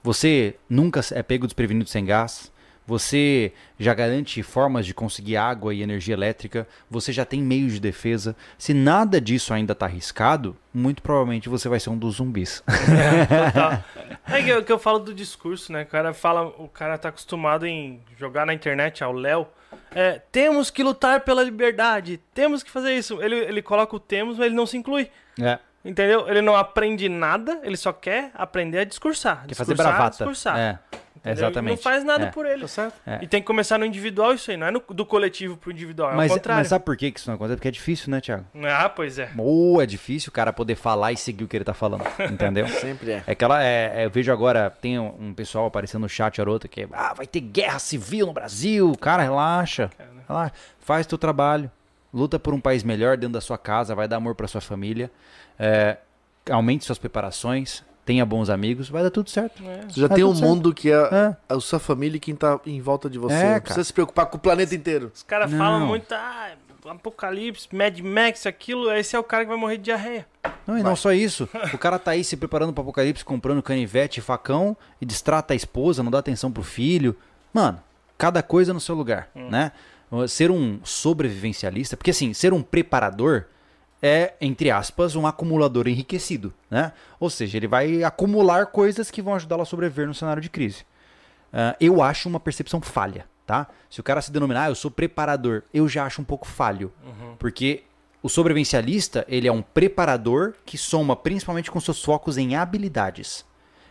B: Você nunca é pego desprevenido sem gás? Você já garante formas de conseguir água e energia elétrica? Você já tem meios de defesa? Se nada disso ainda tá arriscado, muito provavelmente você vai ser um dos zumbis. [LAUGHS]
D: É que eu, que eu falo do discurso, né? O cara fala, o cara tá acostumado em jogar na internet ao Léo. É, temos que lutar pela liberdade, temos que fazer isso. Ele, ele coloca o temos, mas ele não se inclui.
B: É.
D: Entendeu? Ele não aprende nada, ele só quer aprender a discursar.
B: Quer fazer
D: discursar,
B: bravata.
D: Discursar.
B: É,
D: entendeu?
B: exatamente.
D: Ele não faz nada
B: É.
D: por ele.
C: Tá certo?
B: É.
D: E tem que começar no individual isso aí, não é no- do coletivo pro individual, é
B: Mas,
D: o contrário.
B: mas sabe por que que isso não acontece? Porque é difícil, né, Thiago?
D: Ah, pois é.
B: Ou é difícil o cara poder falar e seguir o que ele tá falando, entendeu?
C: Sempre é.
B: É que ela é, é, eu vejo agora, tem um um pessoal aparecendo no chat arota que ah, vai ter guerra civil no Brasil. Cara, relaxa. relaxa. Faz teu trabalho. Luta por um país melhor dentro da sua casa, vai dar amor pra sua família. É, aumente suas preparações, tenha bons amigos, vai dar tudo certo.
C: Você já
B: Tá
C: tem um
B: tudo certo.
C: mundo que é,
B: É.
C: a sua família e quem tá em volta de você.
B: É,
C: não
B: cara.
C: precisa se preocupar com o planeta inteiro.
D: Os caras falam
B: Não.
D: muito, ah, apocalipse, Mad Max, aquilo, esse é o cara que vai morrer de diarreia.
B: Não, e não só isso. O cara tá aí se preparando pro apocalipse, comprando canivete e facão e distrata a esposa, não dá atenção pro filho. Mano, cada coisa no seu lugar, né? Ser um sobrevivencialista, porque assim, ser um preparador é, entre aspas, um acumulador enriquecido, né? Ou seja, ele vai acumular coisas que vão ajudá-lo a sobreviver no cenário de crise. Ah, eu acho uma percepção falha, tá? Se o cara se denominar, "Ah, eu sou preparador, eu já acho um pouco falho. Porque o sobrevivencialista, ele é um preparador que soma principalmente com seus focos em habilidades.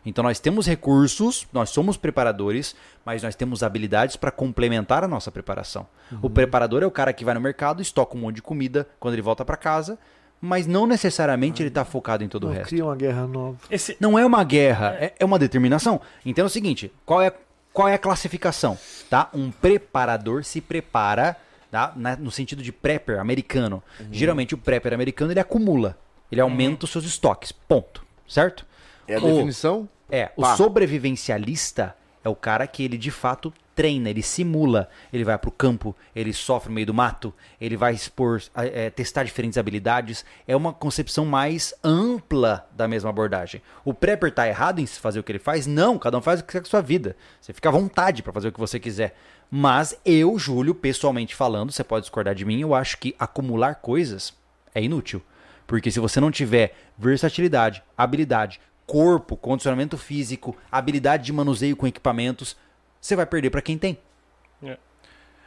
B: Então nós temos recursos, nós somos preparadores, mas nós temos habilidades para complementar a nossa preparação. O preparador é o cara que vai no mercado, estoca um monte de comida quando ele volta para casa, mas não necessariamente ele está focado em todo o resto.
C: uma guerra nova.
D: Esse,
B: Não é uma guerra, é, é uma determinação. Então é o seguinte, qual é, qual é a classificação? Tá? Um preparador se prepara tá? Na- no sentido de prepper americano. Geralmente o prepper americano ele acumula, ele aumenta os seus estoques, ponto. Certo?
C: É a
B: O-
C: definição?
B: é, o
C: Pá.
B: sobrevivencialista é o cara que ele de fato treina, ele simula, ele vai pro campo, ele sofre no meio do mato, ele vai expor, eh, eh, testar diferentes habilidades. É uma concepção mais ampla da mesma abordagem. O prepper tá errado em se fazer o que ele faz? Não, cada um faz o que quer com a sua vida. Você fica à vontade pra fazer o que você quiser. Mas eu, Júlio, pessoalmente falando, você pode discordar de mim, eu acho que acumular coisas é inútil. Porque se você não tiver versatilidade, habilidade, corpo, condicionamento físico, habilidade de manuseio com equipamentos, você vai perder pra quem tem.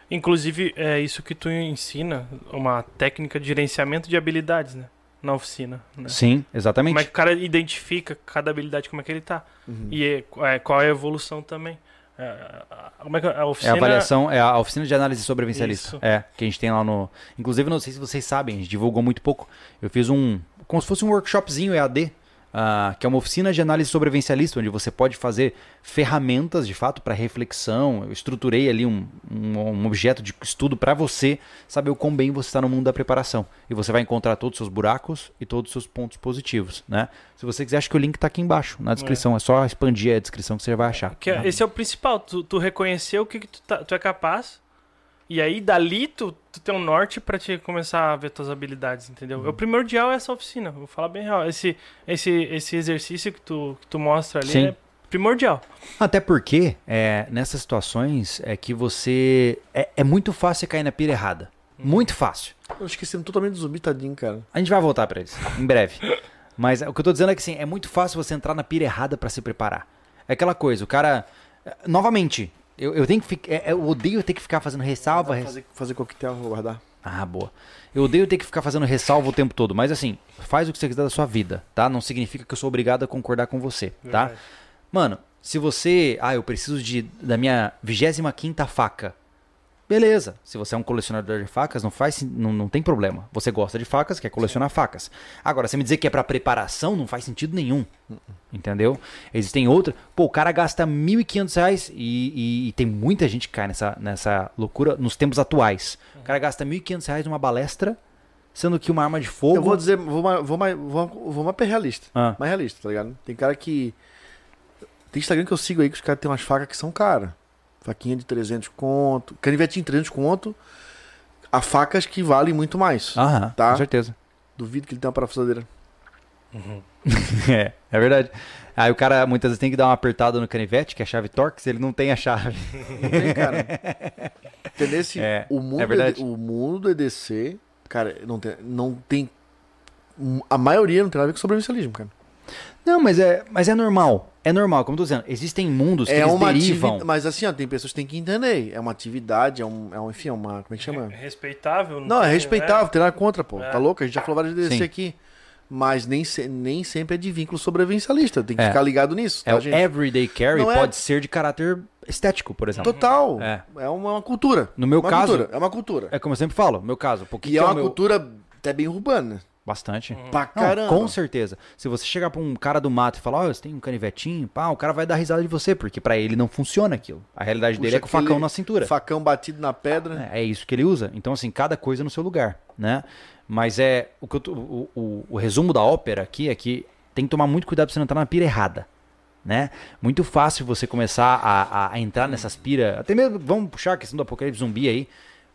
D: inclusive, é isso que tu ensina, uma técnica de gerenciamento de habilidades, né? Na oficina. Né?
B: Sim, exatamente. Uhum.
D: Como é que o cara identifica cada habilidade, como é que ele tá. E é, é, qual é a evolução também. É, a- a- como é que a
B: É a
D: oficina...
B: avaliação, é a oficina de análise sobrevivencialista.
D: Isso.
B: É, que a gente tem lá no. Inclusive, não sei se vocês sabem, a gente divulgou muito pouco. Eu fiz um. Como se fosse um workshopzinho EAD ah, que é uma oficina de análise sobrevivencialista, onde você pode fazer ferramentas de fato para reflexão. Eu estruturei ali um, um, um objeto de estudo para você saber o quão bem você está no mundo da preparação. E você vai encontrar todos os seus buracos e todos os seus pontos positivos. Né? Se você quiser, acho que o link está aqui embaixo, na descrição. É. só expandir a descrição que você vai achar.
D: Que é-
B: né?
D: Esse é o principal, tu, tu reconhecer o que, que tu, tá- tu é capaz. E aí, dali, tu, tu tem um norte pra te começar a ver tuas habilidades, entendeu?
B: Uhum.
D: O primordial é essa oficina, vou falar bem real. Esse, esse, esse exercício que tu, que tu mostra ali
B: Sim.
D: é primordial.
B: Até porque, é, nessas situações, é que você. É, é muito fácil você cair na pira errada. Muito fácil.
C: Eu esqueci é um totalmente do zumbi, tadinho, cara.
B: A gente vai voltar pra eles, em breve. Mas é, o que eu tô dizendo é que assim, é muito fácil você entrar na pira errada pra se preparar. É aquela coisa, o cara. é, Novamente, eu, eu tenho que ficar. é- é, Eu odeio ter que ficar fazendo ressalva. res-
C: Fazer, fazer coquetel, vou guardar.
B: Ah, boa. Eu odeio ter que ficar fazendo ressalva o tempo todo, mas assim, faz o que você quiser da sua vida, tá? Não significa que eu sou obrigado a concordar com você, tá?
D: Verdade.
B: Mano, se você. Ah, eu preciso de, da minha 25 faca. Beleza. Se você é um colecionador de facas, não faz. sen- Não, não tem problema. Você gosta de facas, quer colecionar facas. Agora, você me dizer que é pra preparação, não faz sentido nenhum. Entendeu? Existem outras. Pô, o cara gasta R$ 1.500 reais e, e- e tem muita gente que cai nessa, nessa loucura nos tempos atuais. O cara gasta R$ 1.500 reais numa balestra, sendo que uma arma de fogo.
C: Eu vou dizer, vou mais, vou mais, vou, vou mais pra realista.
B: Ah.
C: Mais realista, tá ligado? Tem cara que. Tem Instagram que eu sigo aí que os caras têm umas facas que são caras. Faquinha de 300 conto, canivetinho de 300 conto, a facas que valem muito mais.
B: Aham,
C: Tá.
B: com certeza. [LAUGHS]
C: Duvido que ele tenha uma parafusadeira.
B: É, é verdade. Aí o cara muitas vezes tem que dar uma apertada no canivete, que é a chave Torx, ele não tem a chave.
C: Não tem, cara. Entendeu? Se
B: É,
C: o, mundo
B: é verdade.
C: D- o mundo do EDC, cara, não tem, não tem. A maioria não tem nada a ver com sobrevivencialismo, cara.
B: [LAUGHS] Não, mas é, mas é normal. É normal, como eu tô dizendo. Existem mundos que
C: É
B: eles
C: uma
B: derivam.
C: atividade. Mas assim, ó, tem pessoas que têm que entender. É uma atividade, é um. É um enfim, é uma. Como é que chama?
D: Respeitável.
C: Não, é
D: tem-
C: respeitável, tem nada contra, pô.
D: É.
C: Tá louco? A gente já falou várias vezes
B: Sim.
C: aqui. Mas nem, se- nem sempre é de vínculo sobrevivencialista. Tem que
B: É.
C: ficar ligado nisso,
B: É
C: tá,
B: o
C: gente?
B: everyday carry
C: Não é-
B: pode ser de caráter estético, por exemplo.
C: Total.
B: É.
C: É, uma, uma cultura.
B: No meu
C: Uma
B: caso-
C: cultura, É uma cultura.
B: É como eu sempre falo, meu caso. Porque
C: E é
B: é Uhum. o
C: uma
B: meu...
C: cultura até bem urbana.
B: Bastante.
C: Pra
B: Não,
C: caramba.
B: com certeza. Se você chegar pra um cara do mato e falar, ó, você tem um canivetinho, pá, o cara vai dar risada de você, porque pra ele não funciona aquilo. A realidade dele
C: Puxa,
B: é com o facão
C: aquele
B: na cintura.
C: Facão batido na pedra.
B: É é isso que ele usa. Então, assim, cada coisa no seu lugar, né? Mas é. O, que eu tô- o, o- o resumo da ópera aqui é que tem que tomar muito cuidado pra você não entrar na pira errada. Né? Muito fácil você começar a, a- a entrar nessas pira. Até mesmo, vamos puxar a questão do apocalipse zumbi aí.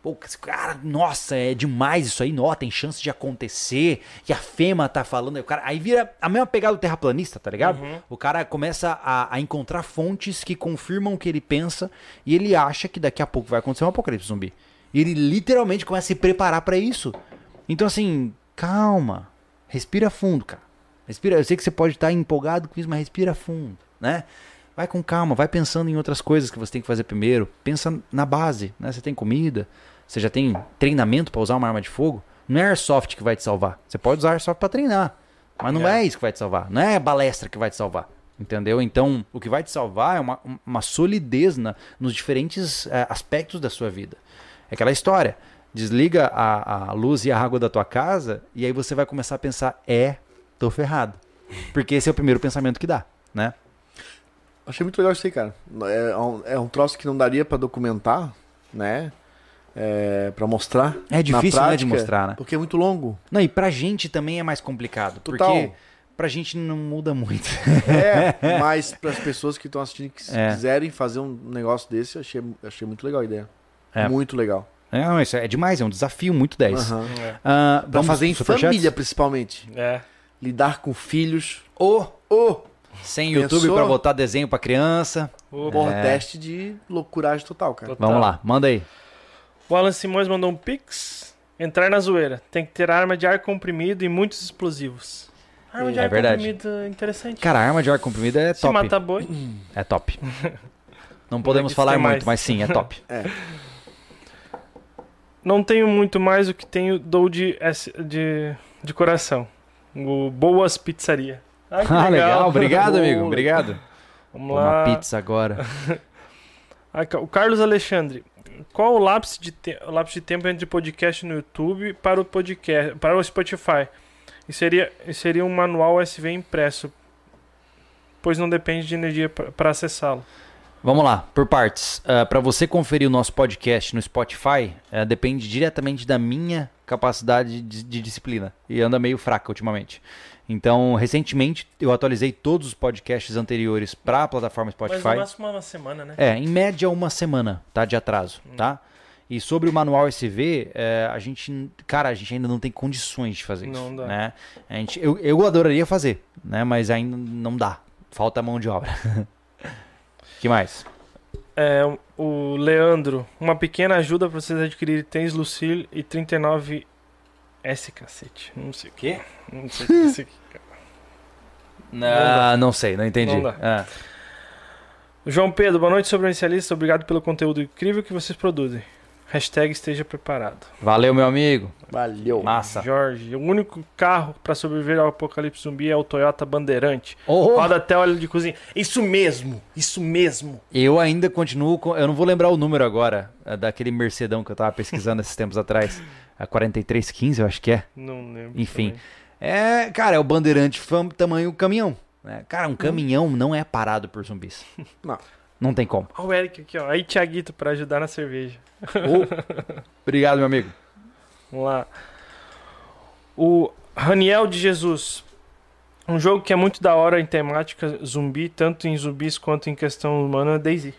B: Pô, esse cara, nossa, é demais isso aí, nó, tem chance de acontecer. E a FEMA tá falando. aí O cara, aí vira a mesma pegada do terraplanista, tá ligado? O cara começa a, a encontrar fontes que confirmam o que ele pensa e ele acha que daqui a pouco vai acontecer um apocalipse zumbi. E ele literalmente começa a se preparar pra isso. Então, assim, calma. Respira fundo, cara. Respira. Eu sei que você pode estar empolgado com isso, mas respira fundo, né? Vai com calma, vai pensando em outras coisas que você tem que fazer primeiro. Pensa na base, né? Você tem comida, você já tem treinamento pra usar uma arma de fogo. Não é airsoft que vai te salvar. Você pode usar airsoft pra treinar, mas não é. isso que vai te salvar. Não é a balestra que vai te salvar. Entendeu? Então, o que vai te salvar é uma, uma solidez na, nos diferentes eh, aspectos da sua vida. É aquela história. Desliga a, a luz e a água da tua casa e aí você vai começar a pensar, é, tô ferrado. Porque esse é o primeiro pensamento que dá, né?
C: Achei muito legal isso aí, cara. É um, é um troço que não daria pra documentar, né? É, pra mostrar.
B: É difícil,
C: na
B: né, de
C: prática,
B: mostrar, né?
C: Porque é muito longo.
B: Não, e pra gente também é mais complicado.
C: Total.
B: Porque pra gente não muda muito. [LAUGHS]
C: É, mas pras pessoas que estão assistindo que se
B: É.
C: quiserem fazer um negócio desse, eu achei, achei muito legal a ideia.
B: É.
C: Muito legal.
B: É, não, isso é demais, é um desafio muito 10.
C: Aham.
D: É.
B: Ah,
C: Pra
B: vamos
C: fazer em
B: superchats?
C: família, principalmente.
D: É.
C: Lidar com filhos.
B: Ô,
C: Ô,
B: sem
C: Pensou?
B: YouTube pra botar desenho pra criança.
D: O
C: porra,
B: É.
C: teste de loucuragem total, cara.
D: Total.
B: Vamos lá, manda aí.
D: O Alan Simões mandou um pix. Entrar na zoeira. Tem que ter arma de ar comprimido e muitos explosivos. Arma de
B: É
D: ar
B: verdade.
D: comprimido é interessante.
B: Cara, arma de ar comprimido é
D: Se
B: top.
D: mata boi.
B: É top. Não podemos
D: que
B: falar
D: tem
B: muito,
D: mais.
B: mas sim, é
D: [LAUGHS]
B: top.
D: Não tenho muito mais o que tenho, dou de, S- de, de coração. O Boas Pizzaria. Ah,
B: [LAUGHS]
D: que
B: Ah, legal. Obrigado, amigo.
D: Boa.
B: Obrigado.
D: Vamos
B: Uma
D: lá.
B: pizza agora.
D: Ah, ca- O Carlos Alexandre. Qual o lapso de, te- o lapso de tempo entre podcast no YouTube para o podcast para o Spotify? E seria, e seria um manual USB impresso, pois não depende de energia para acessá-lo.
B: Vamos lá, por partes. para você conferir o nosso podcast no Spotify, ah, depende diretamente da minha capacidade de, de disciplina. E anda meio fraca ultimamente. Então, recentemente, eu atualizei todos os podcasts anteriores para a plataforma Spotify.
D: Mas no máximo uma semana, né?
B: É, em média uma semana, tá? De atraso,
D: Hum.
B: tá? E sobre o manual SV, é, a gente, cara, a gente ainda não tem condições de fazer isso,
D: Não dá.
B: né? A gente, eu, eu adoraria fazer, né? Mas ainda não dá. Falta mão de obra. [LAUGHS] que mais?
D: É, o Leandro, uma pequena ajuda para vocês adquirirem tênis Lucille e 39 S cacete. Não sei o que. Não sei o que é isso aqui. [LAUGHS] dá.
B: Ah, não sei, não entendi.
D: Não dá.
B: Ah,
D: João Pedro, boa noite, sobrevivencialista. Obrigado pelo conteúdo incrível que vocês produzem. Hashtag esteja preparado.
B: valeu, meu amigo.
C: Valeu.
B: Massa.
D: Jorge, o único carro para sobreviver ao apocalipse zumbi é o Toyota Bandeirante.
B: Oh,
D: Roda até óleo de cozinha. Isso mesmo, isso mesmo.
B: eu ainda continuo com. Eu não vou lembrar o número agora é, daquele Mercedão que eu tava pesquisando esses tempos atrás. É A 4315, eu acho que é.
D: Não lembro.
B: Enfim.
D: também.
B: É, cara, é o bandeirante fam- tamanho caminhão. né? Cara, um caminhão não é parado por zumbis.
C: Não.
B: Não tem como.
D: Ó, o Eric aqui, ó. Aí, Thiaguito para ajudar na cerveja.
B: Ô, obrigado, meu amigo.
D: Vamos lá. O Raniel de Jesus. Um jogo que é muito da hora em temática zumbi, tanto em zumbis quanto em questão humana, é Daisy.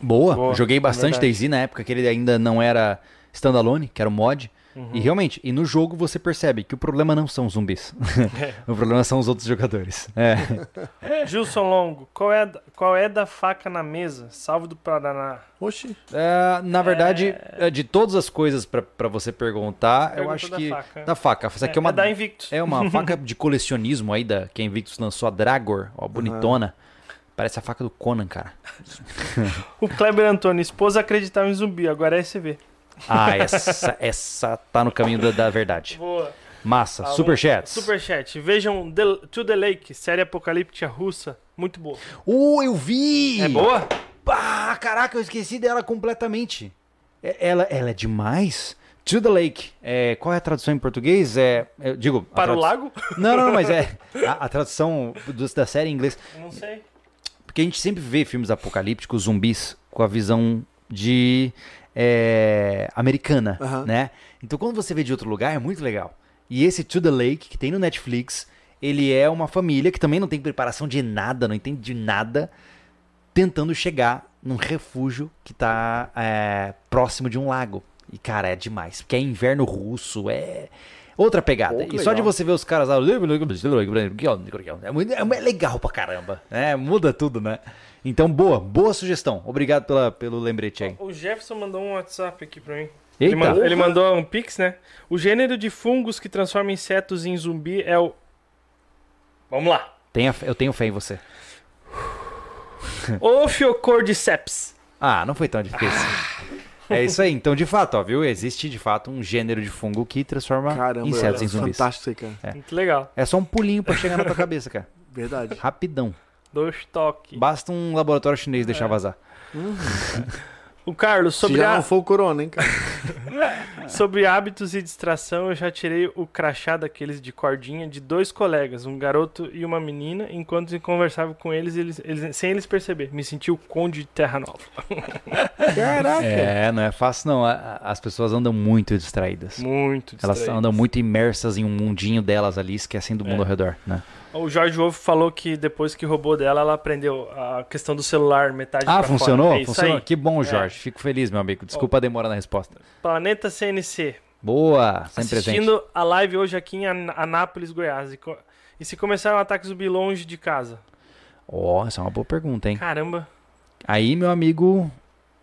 B: Boa.
D: Boa,
B: Joguei bastante
D: verdade.
B: DayZ na época que ele ainda não era standalone, que era o mod.
D: Hum.
B: E realmente, e no jogo você percebe que o problema não são os zumbis.
D: Uhum.
B: o problema são os outros jogadores. [LAUGHS] É.
D: Gilson Longo, qual é, da- qual é da faca na mesa? Salve do Paraná.
C: Oxi.
B: É, na verdade, é, de todas as coisas pra- pra você perguntar, eu
D: Pergunta
B: acho
D: da
B: que.
D: faca.
B: Da faca. Essa aqui é,
D: é,
B: uma.
D: é da Invictus.
B: É
D: [LAUGHS]
B: uma faca de colecionismo aí da que a Invictus lançou a Dragor, ó, bonitona. Parece a faca do Conan, cara.
D: O Kleber Antônio, esposa acreditava em zumbi, agora é SV.
B: Ah,
D: [LAUGHS]
B: essa, essa tá no caminho da, da verdade.
D: Boa.
B: Massa,
D: Tá,
B: superchats.
D: Superchat. Vejam The- To The Lake, série apocalíptica russa. Muito boa.
B: Uh, eu vi!
D: É boa?
B: Ah, caraca, eu esqueci dela completamente. É- ela, ela é demais? To the Lake. É, qual é a tradução em português? É, eu digo... a
D: Para
B: tradu-
D: o lago?
B: Não, não, não, mas é a, a tradução do- da série em inglês.
D: Não sei.
B: Porque a gente sempre vê filmes apocalípticos, zumbis, com a visão de é, americana,
C: Aham.
B: né? Então quando você vê de outro lugar é muito legal. E esse To the Lake que tem no Netflix, ele é uma família que também não tem preparação de nada, não entende de nada, tentando chegar num refúgio que tá é, próximo de um lago. E cara, é demais, porque é inverno russo, é outra pegada.
C: Pô,
B: e
C: que
B: só
C: legal.
B: de você ver os caras lá, é, muito, é legal pra caramba, né? Muda tudo, né? Então, boa, boa sugestão. Obrigado pela, pelo lembrete aí.
D: O Jefferson mandou um WhatsApp aqui pra mim. Ele,
B: Eita,
D: mandou, ele mandou um pix, né? O gênero de fungos que transforma insetos em zumbi é o. Vamos lá.
B: tenha fé- eu tenho fé em você.
D: [LAUGHS] Ophiocordyceps.
B: Ah, não foi tão difícil.
C: Ah.
B: É isso aí. Então, de fato, ó, viu? Existe de fato um gênero de fungo que transforma
C: Caramba,
B: insetos
C: é
B: em zumbis.
C: fantástico isso aí, cara.
D: Muito legal.
B: É só um pulinho pra chegar na tua cabeça, cara.
C: [LAUGHS] Verdade.
B: Rapidão.
D: Dois toques.
B: Basta um laboratório chinês deixar
D: É.
B: vazar.
C: Uhum.
D: O Carlos,
C: Se
D: sobre,
C: já
D: a-
C: não for o corona, hein, cara.
D: sobre hábitos e distração, eu já tirei o crachá daqueles de cordinha de dois colegas, um garoto e uma menina, enquanto eu conversava com eles, eles, eles- sem eles perceber. Me senti o conde de Terra Nova.
C: [LAUGHS] Caraca.
B: É, não é fácil não. A- a- As pessoas andam muito distraídas.
D: Muito
B: Elas
D: distraído.
B: andam muito imersas em um mundinho delas ali, esquecendo
D: É.
B: do mundo ao redor, né?
D: O Jorge Wolff falou que depois que roubou dela, ela aprendeu a questão do celular metade
B: Ah,
D: pra fora.
B: funcionou?
D: É isso
B: funcionou?
D: aí.
B: Que bom, Jorge. Fico feliz, meu amigo. Desculpa a demora na resposta.
D: Planeta CNC.
B: Boa, sempre presente.
D: assistindo a live hoje aqui em An- Anápolis, Goiás. E, co- e se começar um ataque zumbi longe de casa?
B: Ó, essa é uma boa pergunta, hein?
D: Caramba.
B: Aí, meu amigo,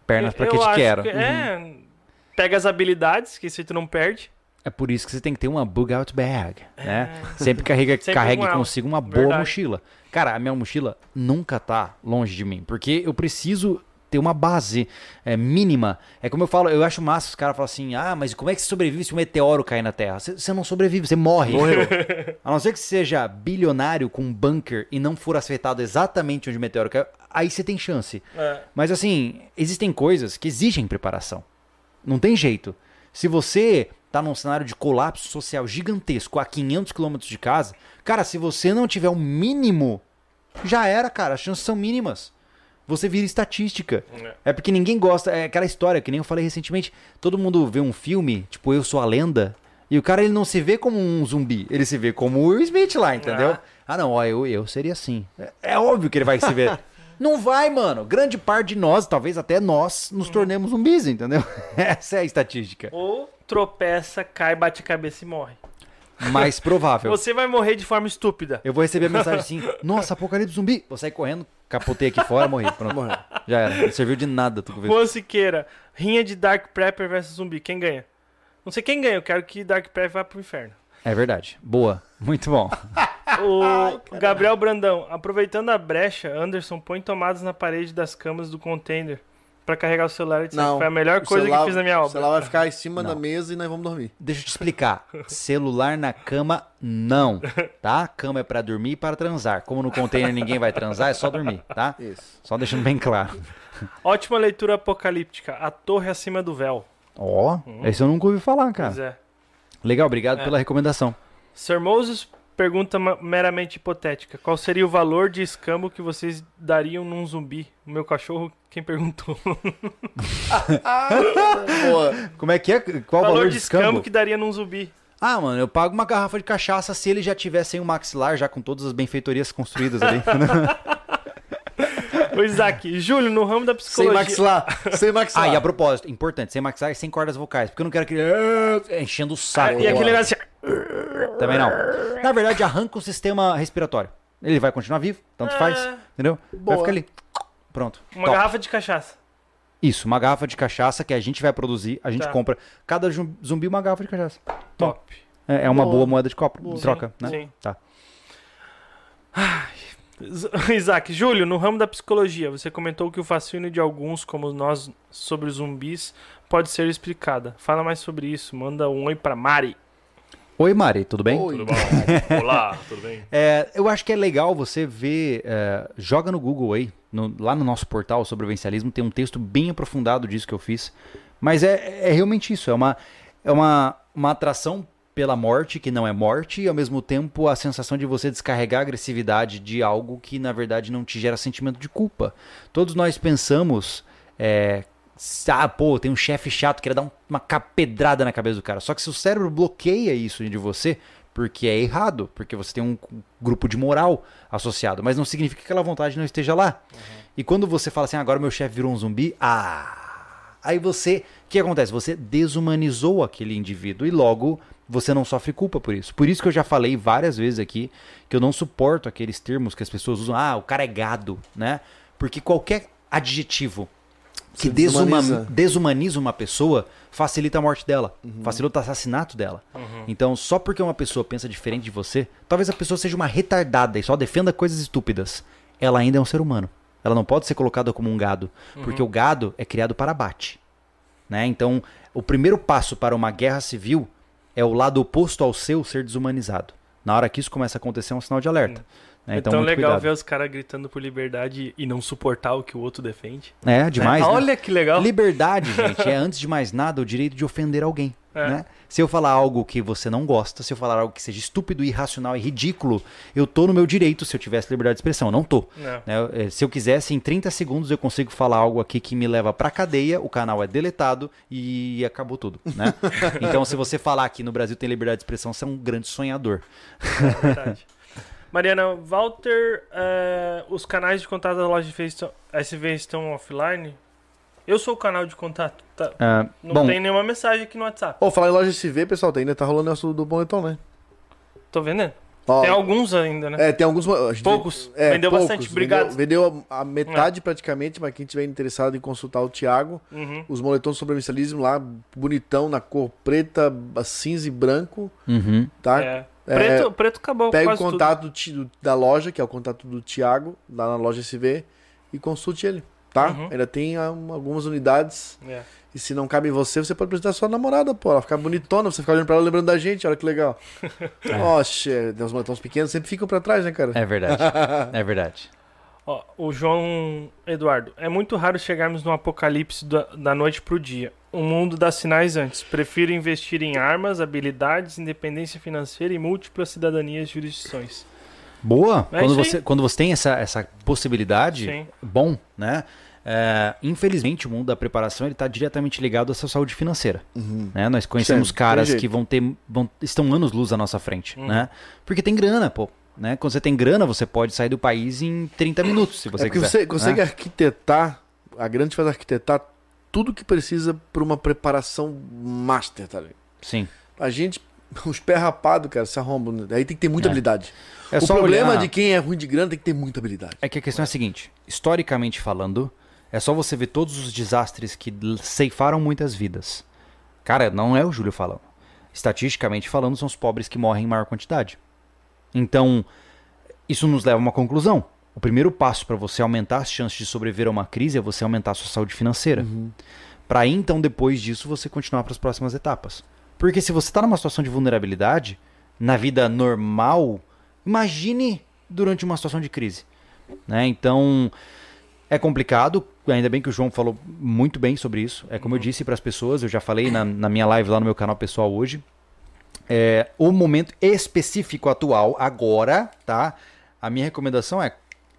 B: pernas pra que te Uhum.
D: acho
B: quero.
D: que- É. Pega as habilidades, que isso aí tu não perde.
B: É por isso que você tem que ter uma bug out bag, né? Sempre carrega,
D: É. [LAUGHS] Sempre
B: carregue
D: uma-
B: consigo uma boa
D: Verdade.
B: mochila. Cara, a minha mochila nunca tá longe de mim, porque eu preciso ter uma base é, mínima. É como eu falo, eu acho massa os caras falam assim, ah, mas como é que você sobrevive se um meteoro cair na Terra? Você você não sobrevive, você morre. Morreu.
D: [LAUGHS]
B: a não ser que você seja bilionário com um bunker e não for afetado exatamente onde o meteoro caiu, aí você tem chance.
C: É.
B: Mas assim, existem coisas que exigem preparação. Não tem jeito. Se você tá num cenário de colapso social gigantesco a 500 quilômetros de casa, cara, se você não tiver um mínimo, já era, cara. As chances são mínimas. Você vira estatística. É porque ninguém gosta. É aquela história que nem eu falei recentemente. Todo mundo vê um filme, tipo Eu Sou a Lenda, e o cara ele não se vê como um zumbi. Ele se vê como o Will Smith lá, entendeu? Ah, não, ó, eu, eu seria assim. É, é óbvio que ele vai se ver. [LAUGHS] não vai, mano. Grande parte de nós, talvez até nós, nos tornemos zumbis, entendeu? [LAUGHS] Essa é a estatística.
D: Ou tropeça, cai, bate a cabeça e morre.
B: Mais provável.
D: Você vai morrer de forma estúpida.
B: Eu vou receber a mensagem assim: Nossa, apocalipse zumbi. Vou sair correndo, capotei aqui fora, morri. Pronto. [LAUGHS] Já era. Não serviu de nada, tu vê.
D: Juan Siqueira, rinha de Dark Prepper versus zumbi. Quem ganha? Não sei quem ganha, eu quero que Dark Prepper vá pro inferno.
B: [LAUGHS] É verdade. Boa. Muito bom.
D: O Gabriel Brandão, aproveitando a brecha, Anderson põe tomadas na parede das camas do contender pra carregar o celular e diz,
C: Não.
D: foi a melhor
C: O
D: coisa
C: celular-
D: que fiz na minha
C: O
D: obra.
C: celular vai ficar em cima da mesa e nós vamos dormir.
B: Deixa eu te explicar. Celular na cama, não. Tá? Cama é pra dormir e para transar. Como no container ninguém vai transar, é só dormir, tá?
C: Isso.
B: Só deixando bem claro.
D: Ótima leitura apocalíptica, a torre acima do véu.
B: Ó, esse eu nunca ouvi falar,
D: Uhum. Pois
B: cara.
D: é.
B: Legal, obrigado pela recomendação.
D: Sir Moses pergunta ma- meramente hipotética. Qual seria o valor de escambo que vocês dariam num zumbi? O meu cachorro, quem perguntou?
C: Boa.
B: Como é que é? Qual o
D: valor,
B: valor
D: de escambo que daria num zumbi.
B: Ah, mano, eu pago uma garrafa de cachaça se ele já tiver sem o maxilar, já com todas as benfeitorias construídas
D: [LAUGHS]
B: ali. [LAUGHS]
D: O Isaac, Júlio, no ramo da
C: Sem
D: psicologia.
C: maxilar. Sem maxilar.
B: ah, e a propósito, importante, sem maxilar e sem cordas vocais, porque eu não quero que ele... Enchendo o
D: Ah,
B: saco.
D: e aquele negócio assim,
B: Também não. Na verdade, arranca o sistema respiratório. Ele vai continuar vivo, tanto faz, entendeu?
C: Boa.
B: Vai ficar ali. Pronto.
D: Ah. uma
B: Top.
D: garrafa de cachaça.
B: Isso, uma garrafa de cachaça que a gente vai produzir, a gente
D: Tá.
B: compra. Cada jum- zumbi uma garrafa de cachaça.
D: Top.
B: É, é uma boa, moeda de copo, de
D: Sim,
B: troca, né?
D: sim.
B: Tá.
D: Z- [LAUGHS] Isaac, Júlio, no ramo da psicologia, você comentou que o fascínio de alguns, como nós, sobre os zumbis, pode ser explicada. Fala mais sobre isso, manda um oi pra Mari.
B: Oi, Mari, tudo bem?
C: Oi.
D: Olá, tudo bem?
B: É, eu acho que é legal você ver. é, joga no Google aí, no- lá no nosso portal sobre o vencialismo, tem um texto bem aprofundado disso que eu fiz. Mas é, é realmente isso: é, uma, é uma, uma atração pela morte que não é morte, e ao mesmo tempo a sensação de você descarregar a agressividade de algo que na verdade não te gera sentimento de culpa. Todos nós pensamos. é, ah, pô, tem um chefe chato, queria dar um- uma capedrada na cabeça do cara. Só que se o cérebro bloqueia isso de você, porque é errado, porque você tem um grupo de moral associado, mas não significa que aquela vontade não esteja lá. E quando você fala assim, "Ah, agora meu chefe virou um zumbi, ah, aí você, o que acontece? Você desumanizou aquele indivíduo e logo você não sofre culpa por isso. Por isso que eu já falei várias vezes aqui que eu não suporto aqueles termos que as pessoas usam, ah, o cara é gado, né? Porque qualquer adjetivo que
C: Se desumaniza.
B: desuma- desumaniza uma pessoa facilita a morte dela, facilita o assassinato dela. Então, só porque uma pessoa pensa diferente de você, talvez a pessoa seja uma retardada e só defenda coisas estúpidas. Ela ainda é um ser humano. Ela não pode ser colocada como um gado, porque o gado é criado para abate. Né? Então, o primeiro passo para uma guerra civil é o lado oposto ao seu ser desumanizado. Na hora que isso começa a acontecer, é um sinal de alerta. Né?
D: É
B: Então,
D: tão
B: muito
D: legal
B: cuidado.
D: ver os caras gritando por liberdade e não suportar o que o outro defende.
B: É, demais. né?
D: Olha que legal. [LAUGHS]
B: Liberdade, gente, é antes de mais nada o direito de ofender alguém.
D: É.
B: Né? Se eu falar algo que você não gosta, se eu falar algo que seja estúpido, irracional e ridículo, eu tô no meu direito se eu tivesse liberdade de expressão. Eu não tô.
D: Não.
B: Né? Eu, eh, Se eu quisesse, em 30 segundos eu consigo falar algo aqui que me leva pra cadeia, o canal é deletado e acabou tudo.
D: [LAUGHS]
B: Né? então, se você falar que no Brasil tem liberdade de expressão, você é um grande sonhador. [LAUGHS]
D: é Verdade. Mariana, Walter, eh, os canais de contato da loja de Face estão- SV estão offline? Eu sou o canal de contato. tá?
B: Ah,
D: Não
B: bom,
D: tem nenhuma mensagem aqui no WhatsApp.
C: [LAUGHS] Ô, falar em loja SV, pessoal, tá- ainda tá rolando o assunto do boletom, né?
D: Tô vendendo.
C: Ó,
D: Tem alguns ainda, né?
C: É, tem alguns. a gente-
D: Poucos.
C: É,
D: Vendeu
C: poucos.
D: bastante.
C: Vendeu-
D: Obrigado. É.
C: Vendeu a, a metade praticamente, mas quem tiver interessado em consultar o Thiago,
D: Uhum.
C: os moletons sobre missalismo lá, bonitão, na cor preta, cinza e branco,
B: uhum.
C: tá?
D: É. Preto, preto acabou
C: Pega o
D: quase tudo.
C: contato do Ti- do- da loja, que é o contato do Thiago, lá na loja SV, e consulte ele, tá?
D: Uhum.
C: Ainda tem ah, um, algumas unidades.
D: É.
C: E se não cabe em você, você pode apresentar a sua namorada, pô. Ela ficar bonitona, você ficar olhando pra ela lembrando da gente, olha que
B: [LAUGHS]
C: legal. Oxe, os moletons pequenos sempre ficam pra trás, né, cara?
B: É verdade. É
D: [LAUGHS]
B: verdade.
D: Ó, o João Eduardo, é muito raro chegarmos no apocalipse da, da noite pro dia. o mundo dá sinais antes. Prefiro investir em armas, habilidades, independência financeira e múltiplas cidadanias e jurisdições.
B: Boa.
D: É
B: quando,
D: isso aí.
B: você, quando você tem essa, essa possibilidade,
D: Sim.
B: bom, né? É, infelizmente, o mundo da preparação está diretamente ligado à sua saúde financeira.
C: Uhum.
B: né? Nós conhecemos
C: Sim, Hum. tem
B: caras
C: jeito.
B: que vão ter vão, estão anos luz à nossa frente, né? Porque tem grana, pô. Né? Quando você tem grana, você pode sair do país em 30 minutos, se você
C: é porque
B: quiser.
C: você consegue
B: né?
C: arquitetar, a grande faz arquitetar tudo que precisa para uma preparação master, tá ligado?
B: Sim.
C: A gente, [LAUGHS] os pés rapados, cara, se arrombam. Aí tem que ter muita
B: É.
C: habilidade.
B: É
C: o
B: só
C: problema
B: olhar-
C: de quem é ruim de grana tem que ter muita habilidade.
B: É que a questão é a seguinte: historicamente falando, é só você ver todos os desastres que l- ceifaram muitas vidas. Cara, não é o Júlio falando. Estatisticamente falando, são os pobres que morrem em maior quantidade. Então, isso nos leva a uma conclusão. O primeiro passo para você aumentar as chances de sobreviver a uma crise é você aumentar a sua saúde financeira. Para aí, então, depois disso, você continuar para as próximas etapas. Porque se você está numa situação de vulnerabilidade, na vida normal, imagine durante uma situação de crise. né? Então, é complicado. Ainda bem que o João falou muito bem sobre isso. É como eu disse para as pessoas, eu já falei na, na minha live lá no meu canal pessoal hoje. É, o momento específico atual, agora, tá? A minha recomendação é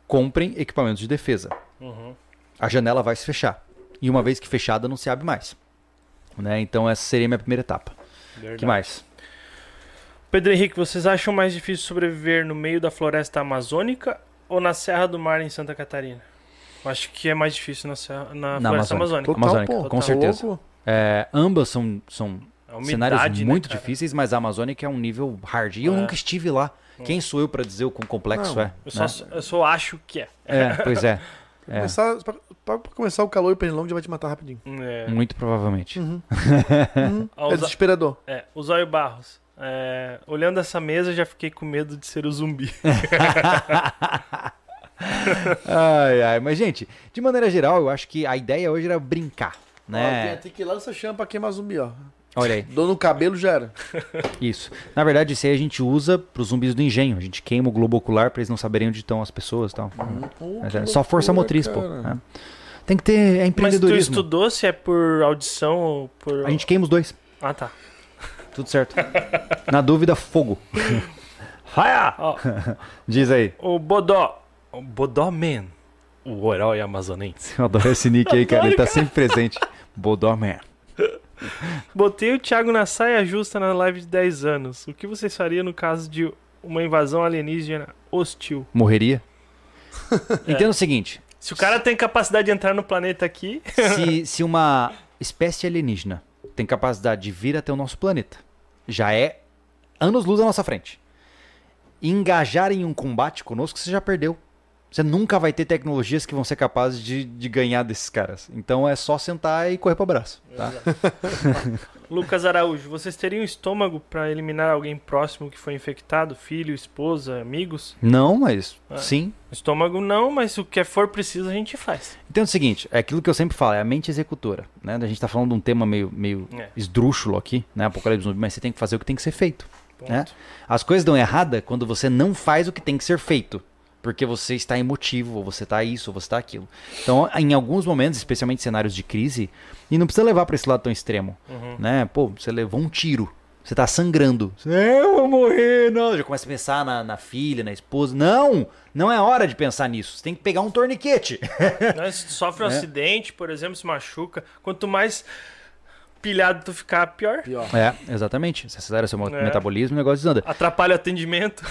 B: comprem equipamentos de defesa.
D: Uhum.
B: A janela vai se fechar. E uma vez que fechada, não se abre mais. Né? Então essa seria a minha primeira etapa. que mais?
D: Pedro Henrique, vocês acham mais difícil sobreviver no meio da floresta amazônica ou na Serra do Mar em Santa Catarina? Eu acho que é mais difícil na, serra, na,
B: Na
D: floresta amazônica.
B: Amazônica. Amazônica,
C: pô,
B: com
C: tá
B: certeza.
C: louco?
B: É, ambas são, são
D: A umidade,
B: cenários
D: né,
B: muito
D: cara?
B: difíceis, mas a Amazônica é um nível hard. E eu
D: É.
B: nunca estive lá. Quem sou eu pra dizer o quão complexo
C: Não,
B: é?
D: Eu só, eu só acho que é.
B: né? É, pois é.
C: Pra Começar, pra, pra começar o calor e o pernilongo já vai te matar rapidinho.
D: [LAUGHS]
C: Uhum.
D: É.
B: Muito
D: [LAUGHS]
B: provavelmente. [LAUGHS]
D: Ah, o
C: É
D: Zó-
C: desesperador.
D: É, o Zóio Barros. é, olhando essa mesa, já fiquei com medo de ser
B: [LAUGHS]
D: o zumbi.
B: Ai, ai. Mas, gente, de maneira geral, eu acho que a ideia hoje era brincar, né?
C: Tem que ir lá nessa chama pra queimar zumbi, ó.
B: Olha aí,
C: Dor no cabelo já era.
B: isso. Na verdade, isso aí a gente usa pros zumbis do engenho. A gente queima o globo ocular pra eles não saberem onde estão as pessoas e tal.
D: Hum.
B: Mas é só força motriz, pô. né? Tem que ter é
D: Mas tu
B: empreendedorismo.
D: estudou se é por audição ou por.
B: A gente queima os
D: [LAUGHS]
B: dois.
D: Ah, tá.
B: Tudo certo. Na dúvida,
D: [LAUGHS]
B: fogo. Raia!
D: Ó,
B: Diz aí.
D: o Bodó. O Bodó Man. O herói amazonense.
B: [LAUGHS] Eu adoro esse nick aí, cara. Ele tá sempre presente. Bodorman.
D: Botei o Thiago na saia justa na live de 10 anos. O que vocês fariam no caso de uma invasão alienígena hostil?
B: [LAUGHS] Morreria? Entenda o seguinte:
D: Se o cara tem capacidade de entrar no planeta aqui.
B: se, [LAUGHS] se uma espécie alienígena tem capacidade de vir até o nosso planeta, já é anos-luz à nossa frente. Engajar em um combate conosco, você já perdeu. Você nunca vai ter tecnologias que vão ser capazes de, de ganhar desses caras. Então é só sentar e correr pro abraço. Tá?
D: Lucas Araújo, vocês teriam estômago pra eliminar alguém próximo que foi infectado? Filho, esposa, amigos?
B: Não, mas sim.
D: Estômago não, mas o que for preciso a gente faz.
B: Então é o seguinte, é aquilo que eu sempre falo, é a mente executora, né? A gente tá falando de um tema meio, meio
D: É.
B: esdrúxulo aqui, né? Apocalipse zumbi, mas você tem que fazer o que tem que ser feito, né? As coisas dão errada quando você não faz o que tem que ser feito, porque você está emotivo, ou você tá isso, ou você tá aquilo. Então, em alguns momentos, especialmente cenários de crise, e não precisa levar pra esse lado tão extremo, né? Pô, você levou um tiro, você tá sangrando. Você, Eu vou morrer, não. Já começa a pensar na, na filha, na esposa. Não! Não é hora de pensar nisso. Você tem que pegar um torniquete.
C: É?
D: [LAUGHS] Né? Se tu sofre um acidente, por exemplo, se machuca, quanto mais pilhado tu ficar, pior.
C: Pior.
B: É, exatamente. Você acelera o seu mo-
D: É.
B: metabolismo, o negócio desanda.
D: Atrapalha o atendimento.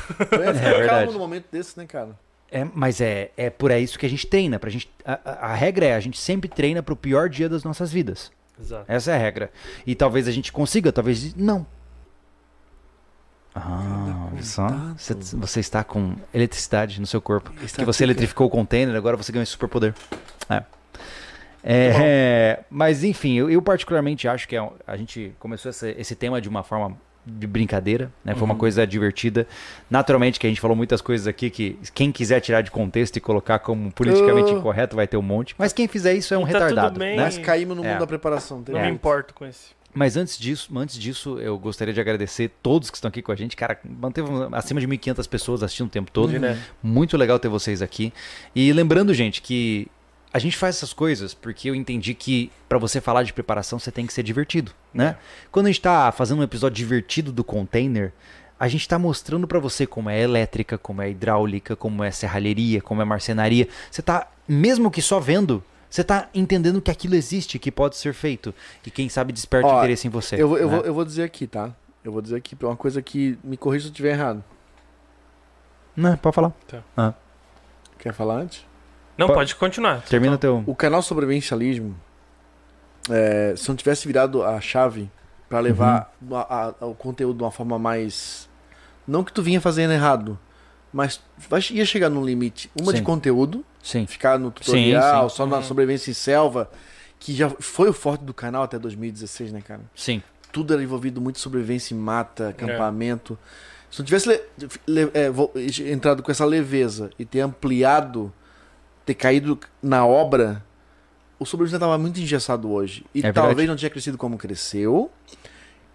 B: [LAUGHS]
C: Eu ia ficar
B: É verdade.
C: calmo num momento desse, né, cara?
B: É, mas é, é por isso que a gente treina. Pra gente, a, a- a regra é a gente sempre treina pro pior dia das nossas vidas.
D: Exato.
B: Essa é a regra. E talvez a gente consiga, talvez não. Ah, olha só. Você, você está com eletricidade no seu corpo.
C: Está
B: Que você
C: tudo-
B: eletrificou o container, agora você ganha esse superpoder. É. É, é, mas enfim, eu, eu particularmente acho que é um- a gente começou essa- esse tema de uma forma de brincadeira, né? Foi
D: Uhum.
B: uma coisa divertida. Naturalmente que a gente falou muitas coisas aqui que quem quiser tirar de contexto e colocar como politicamente
C: Ah.
B: incorreto vai ter um monte. Mas quem fizer isso é um
D: E Oh. tá tudo
B: retardado,
D: bem.
B: né?
C: Mas caímos no
B: É.
C: mundo da preparação. Tem
D: Não me importo com esse.
B: Mas antes disso, antes disso, eu gostaria de agradecer todos que estão aqui com a gente. Cara, manteve um, acima de
C: né?
B: 1.500 pessoas assistindo o tempo todo. Muito legal ter vocês aqui. E lembrando, gente, que a gente faz essas coisas porque eu entendi que pra você falar de preparação você tem que ser divertido,
C: É.
B: né? Quando a gente tá fazendo um episódio divertido do container, a gente tá mostrando pra você como é elétrica, como é hidráulica, como é serralheria, como é marcenaria. Você tá, mesmo que só vendo, você tá entendendo que aquilo existe, que pode ser feito. E quem sabe desperta
C: Ó,
B: interesse em você.
C: Eu, vou- eu,
B: né?
C: vou, eu vou dizer aqui, tá? Eu vou dizer aqui pra uma coisa que me corrija se eu estiver errado.
B: Não, pode falar.
C: Quer falar antes?
D: Não,
B: Pa-
D: pode continuar.
B: Termina teu.
C: O canal Sobrevivencialismo, é, se não tivesse virado a chave pra levar
B: Uhum.
C: a- a- o conteúdo de uma forma mais. Não que tu vinha fazendo errado, mas vai, ia chegar num limite. Uma de
B: Sim.
C: conteúdo,
B: Sim.
C: ficar no tutorial,
B: sim.
C: só na sobrevivência em selva, que já foi o forte do canal até 2016, né, cara?
B: Sim.
C: tudo era envolvido muito sobrevivência em mata, acampamento. Se não tivesse le- le- é, vo- entrado com essa leveza e ter ampliado, ter caído na obra, o sobrevivente estava muito engessado hoje. E
B: É
C: talvez
B: verdade.
C: não tinha crescido como cresceu.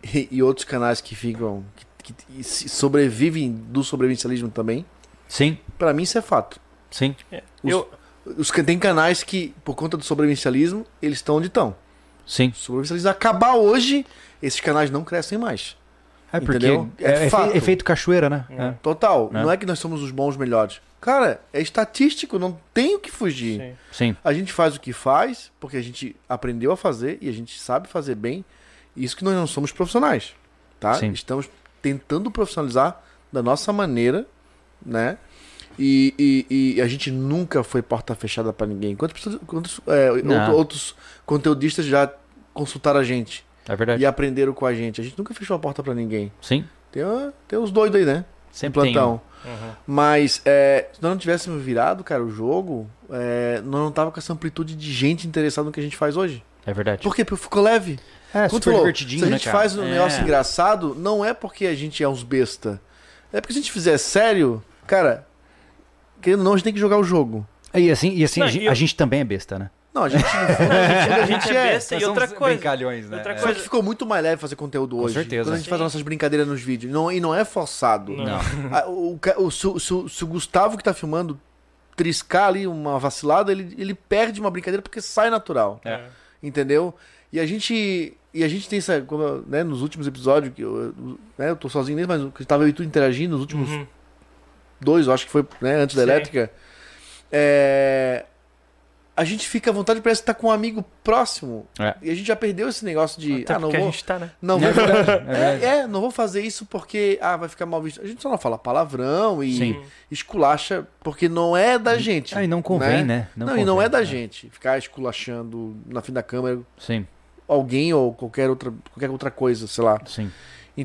C: E, e outros canais que ficam, que, que- e se sobrevivem do sobrevivencialismo também.
B: Sim.
C: Pra mim, isso é fato.
B: Sim.
C: Os-
D: Eu,
C: Os, can- tem canais que, por conta do sobrevivencialismo, eles estão onde estão.
B: Sim.
C: Se o sobrevivencialismo acabar hoje, esses canais não crescem mais.
B: É porque
C: Entendeu? É
B: é, é,
C: fato.
B: fe- efeito cachoeira, né? É.
C: Total.
B: Né?
C: Não é que nós somos os bons melhores. Cara, é estatístico, não tem o que fugir.
D: Sim.
B: Sim.
C: A gente faz o que faz, porque a gente aprendeu a fazer e a gente sabe fazer bem. Isso que nós não somos profissionais, tá?
B: Sim.
C: Estamos tentando profissionalizar da nossa maneira, né? E, e- e a gente nunca foi porta fechada pra ninguém. Quantos, pessoas- quantos, é, outro-
B: Não.
C: outros conteudistas já consultaram a gente
B: É verdade.
C: e aprenderam com a gente? A gente nunca fechou a porta pra ninguém.
B: Sim.
C: Tem, tem os doidos aí, né?
B: Sempre tem. um.
C: plantão. Mas é, se nós não tivéssemos virado, cara, o jogo, é, nós não tava com essa amplitude de gente interessada no que a gente faz hoje.
B: É verdade.
C: Por quê? Porque ficou leve.
B: É,
C: Como tu
B: super
C: falou,
B: divertidinho,
C: Se a
B: né,
C: gente
B: cara?
C: faz um
B: É.
C: negócio engraçado, não é porque a gente é uns besta. É porque se a gente fizer sério, cara, querendo ou não, a gente tem que jogar o jogo.
B: E assim, e assim
D: Não,
B: a, gente,
D: e eu-
B: a gente também é besta, né?
C: [LAUGHS] Não, a gente, no fundo, a gente, a gente é.
D: besta e outra coisa.
B: Brincalhões, né?
D: Outra
B: É.
C: Só que ficou muito mais leve fazer conteúdo hoje.
B: certeza.
C: Quando a gente faz nossas brincadeiras nos vídeos. Não, e não é forçado.
D: Não.
B: Não.
C: Ah, o, ca- o- se, o- se o- se o Gustavo que tá filmando triscar ali uma vacilada, ele, ele perde uma brincadeira porque sai natural.
B: É.
C: Entendeu? E a gente. E a gente tem essa. como eu- né, nos últimos episódios, que eu, eu- né, eu tô sozinho nele, mas que tava eu e tu interagindo nos últimos
D: Uhum.
C: dois, eu acho que foi, né, antes da
D: Sim.
C: elétrica. É, A gente fica à vontade, parece que tá com um amigo próximo.
B: É.
C: E a gente já perdeu esse negócio de.
D: Até
C: ah, não
D: porque
C: vou.
D: a gente tá, né?
C: Não, vou.
B: verdade, [LAUGHS] é
C: É, é, não vou fazer isso porque ah, vai ficar mal visto. A gente só não fala palavrão e
B: Sim.
C: esculacha, porque não é da gente.
B: Ah, e não convém, né?
C: Não,
B: convém.
C: e não é da gente ficar esculachando na fim da câmera
B: Sim,
C: alguém ou qualquer outra, qualquer outra coisa, sei lá.
B: sim.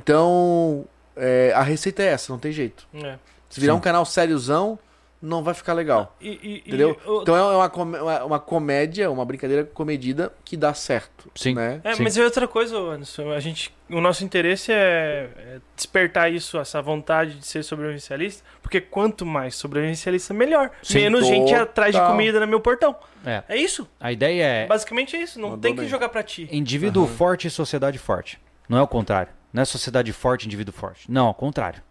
C: Então, é, a receita é essa, não tem jeito.
D: É.
C: Se virar
B: Sim.
C: um canal sériozão, não vai ficar legal.
D: E- e- e
C: Entendeu?
D: eu-
C: Então é uma, com- uma- uma comédia, uma brincadeira comedida que dá certo.
B: Sim.
C: Né?
D: É,
B: Sim.
D: mas é outra coisa, Anderson. A gente, o nosso interesse é, é despertar isso, essa vontade de ser sobrevivencialista, porque quanto mais sobrevivencialista, melhor.
B: Sim,
D: Menos gente atrás de
C: total.
D: comida no meu portão.
B: É.
D: É isso.
B: A ideia é
D: Basicamente é isso. Não
C: Mandou
D: tem que
C: bem.
D: jogar pra ti.
B: indivíduo forte e sociedade forte. Não é o contrário. Não é sociedade forte, indivíduo forte. Não, ao contrário.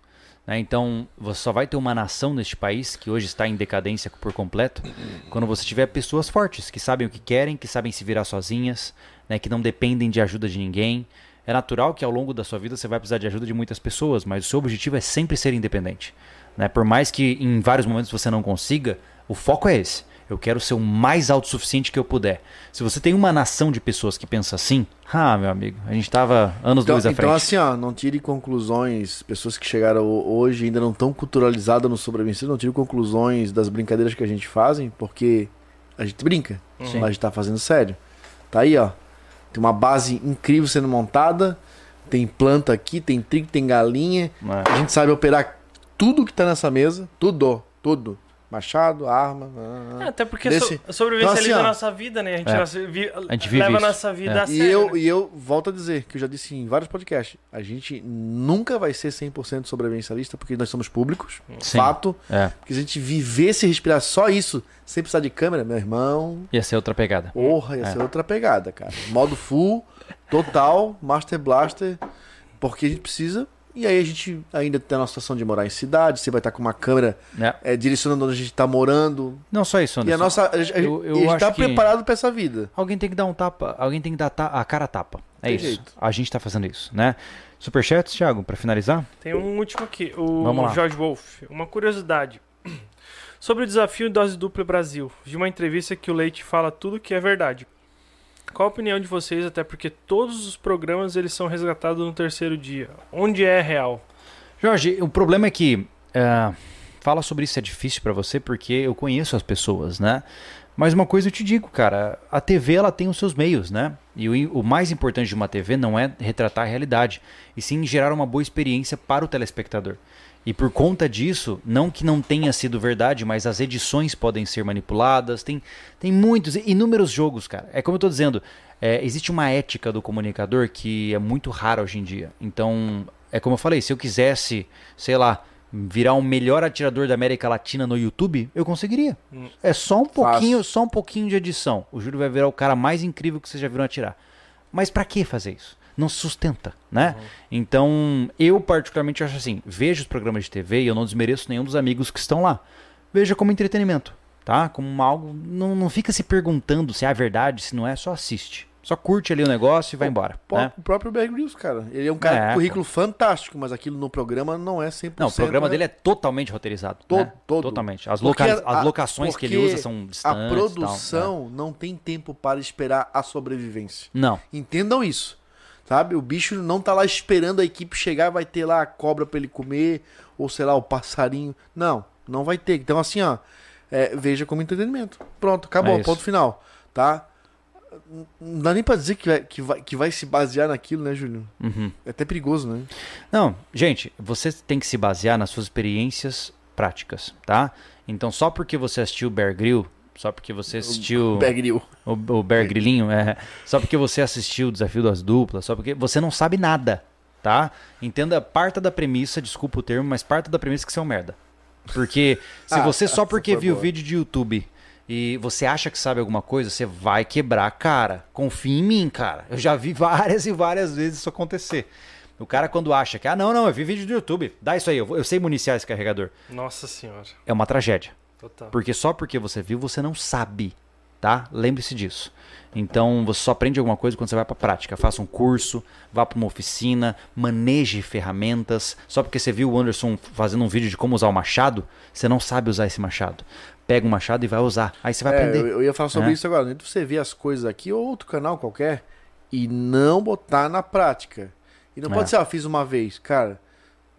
B: Né? Então, você só vai ter uma nação neste país que hoje está em decadência por completo quando você tiver pessoas fortes, que sabem o que querem, que sabem se virar sozinhas, né? que não dependem de ajuda de ninguém. É natural que ao longo da sua vida você vai precisar de ajuda de muitas pessoas, mas o seu objetivo é sempre ser independente. né? Por mais que em vários momentos você não consiga, o foco é esse. Eu quero ser o mais autossuficiente que eu puder. Se você tem uma nação de pessoas que pensa assim, ah, meu amigo, a gente tava anos
C: Então,
B: luz à
C: então,
B: frente.
C: assim, ó, não tire conclusões. Pessoas que chegaram ho- hoje e ainda não estão culturalizadas no sobrevivencialismo, não tire conclusões das brincadeiras que a gente fazem, porque a gente brinca,
B: Sim.
C: mas a gente tá fazendo sério. Tá aí, ó. Tem uma base incrível sendo montada, tem planta aqui, tem trigo, tem galinha.
B: É.
C: A gente sabe operar tudo que tá nessa mesa, tudo, tudo. Machado, arma. ah, ah.
D: É, até porque
C: Desse-
D: so, sobrevivencialismo
C: Então, assim, ó.
D: é a nossa vida, né? A gente,
B: É.
D: nasce- vi-
B: gente vive
D: leva a
B: isso.
D: nossa vida
B: É.
D: a
C: E
D: sério.
C: eu,
D: né?
C: e eu volto a dizer, que eu já disse em vários podcasts, a gente nunca vai ser 100% sobrevivencialista, porque nós somos públicos,
B: Sim.
C: fato.
B: É,
C: Porque se a gente vivesse e respirar só isso, sem precisar de câmera, meu irmão,
B: ia ser outra pegada.
C: porra,
B: É.
C: ia ser outra pegada, cara. Modo full, total, Master Blaster, porque a gente precisa E aí a gente ainda tem a nossa situação de morar em cidade, você vai estar com uma câmera
B: É.
C: é, direcionando onde a gente está morando.
B: Não só isso,
C: E
B: Anderson.
C: a nossa. A, gente- a,
B: Eu- eu
C: gente
B: acho
C: está
B: que-
C: preparado para essa vida.
B: Alguém tem que dar um tapa, alguém tem que dar ta- a cara a tapa. É
C: Tem
B: isso.
C: jeito.
B: A gente tá fazendo isso, né? Superchats, Thiago, pra finalizar?
D: Tem um último aqui, o
B: Vamos lá.
D: Jorge Wolff. Uma curiosidade. [CLEARS THROAT] Sobre o desafio Dose Dupla Brasil. De uma entrevista que o Leite fala tudo que é verdade. Qual a opinião de vocês, até porque todos os programas eles são resgatados no terceiro dia. Onde é real?
B: Jorge, o problema é que ah, fala sobre isso é difícil pra você porque eu conheço as pessoas, né? Mas uma coisa eu te digo, cara, a TV ela tem os seus meios, né? E o, o mais importante de uma TV não é retratar a realidade, e sim gerar uma boa experiência para o telespectador. E por conta disso, não que não tenha sido verdade, mas as edições podem ser manipuladas, tem, tem muitos, inúmeros jogos, cara. É como eu tô dizendo, é, existe uma ética do comunicador que é muito rara hoje em dia. Então, é como eu falei, se eu quisesse, sei lá, virar o melhor atirador da América Latina no YouTube, eu conseguiria. É só um pouquinho, só um pouquinho de edição. O Júlio vai virar o cara mais incrível que vocês já viram atirar. Mas pra que fazer isso? Não se sustenta, né?
C: Uhum.
B: Então, eu particularmente acho assim, vejo os programas de TV e eu não desmereço nenhum dos amigos que estão lá. Veja como entretenimento, tá? Como uma algo, não, não fica se perguntando se é a verdade, se não é, só assiste. Só curte ali o negócio e vai embora,
C: Pô,
B: né?
C: O próprio Bear Grylls, cara. Ele é um cara
B: É,
C: com currículo fantástico, mas aquilo no programa não é 100%.
B: Não, o programa
C: né?
B: dele é totalmente roteirizado.
C: To-
B: né?
C: todo.
B: Totalmente. As,
C: Porque
B: loca-
C: a-
B: as locações que ele
C: porque
B: usa são distantes.
C: A
B: e tal, né?
C: produção não tem tempo para esperar a sobrevivência.
B: Não.
C: Entendam isso. Sabe? O bicho não tá lá esperando a equipe chegar, vai ter lá a cobra pra ele comer, ou sei lá, o passarinho. Não, não vai ter. Então, assim, ó, é, veja como entretenimento. Pronto, acabou,
B: É isso.
C: ponto final. Tá? N- Não dá nem pra dizer que vai, que vai, que vai se basear naquilo, né, Júlio?
B: Uhum.
C: É até perigoso, né?
B: Não, gente, você tem que se basear nas suas experiências práticas, tá? Então, só porque você assistiu Bear Grill, só porque você assistiu
C: Bear Grylls.
B: o, o Bear Grillinho, é, só porque você assistiu o Desafio das Duplas, só porque você não sabe nada, tá? Entenda, parta da premissa, desculpa o termo, mas parta da premissa que você é um merda. Porque se
C: [LAUGHS] Ah,
B: você só
C: essa
B: porque
C: foi
B: viu o
C: boa.
B: vídeo de YouTube e você acha que sabe alguma coisa, você vai quebrar a cara. Confia em mim, cara. Eu já vi [LAUGHS] várias e várias vezes isso acontecer. O cara quando acha que, ah, não, não, eu vi vídeo do YouTube, dá isso aí, eu, vou- eu sei municiar esse carregador.
D: Nossa senhora.
B: É uma tragédia.
D: Total.
B: Porque só porque você viu, você não sabe, tá? Lembre-se disso. Então, você só aprende alguma coisa quando você vai pra prática. Faça um curso, vá pra uma oficina, maneje ferramentas. Só porque você viu o Anderson fazendo um vídeo de como usar o machado, você não sabe usar esse machado. Pega o machado e vai usar. Aí você vai
C: É, eu,
B: aprender.
C: eu ia falar sobre
B: É.
C: isso agora. Entre você ver as coisas aqui ou outro canal qualquer e não botar na prática. E não
B: É.
C: pode ser, ó, fiz uma vez. Cara,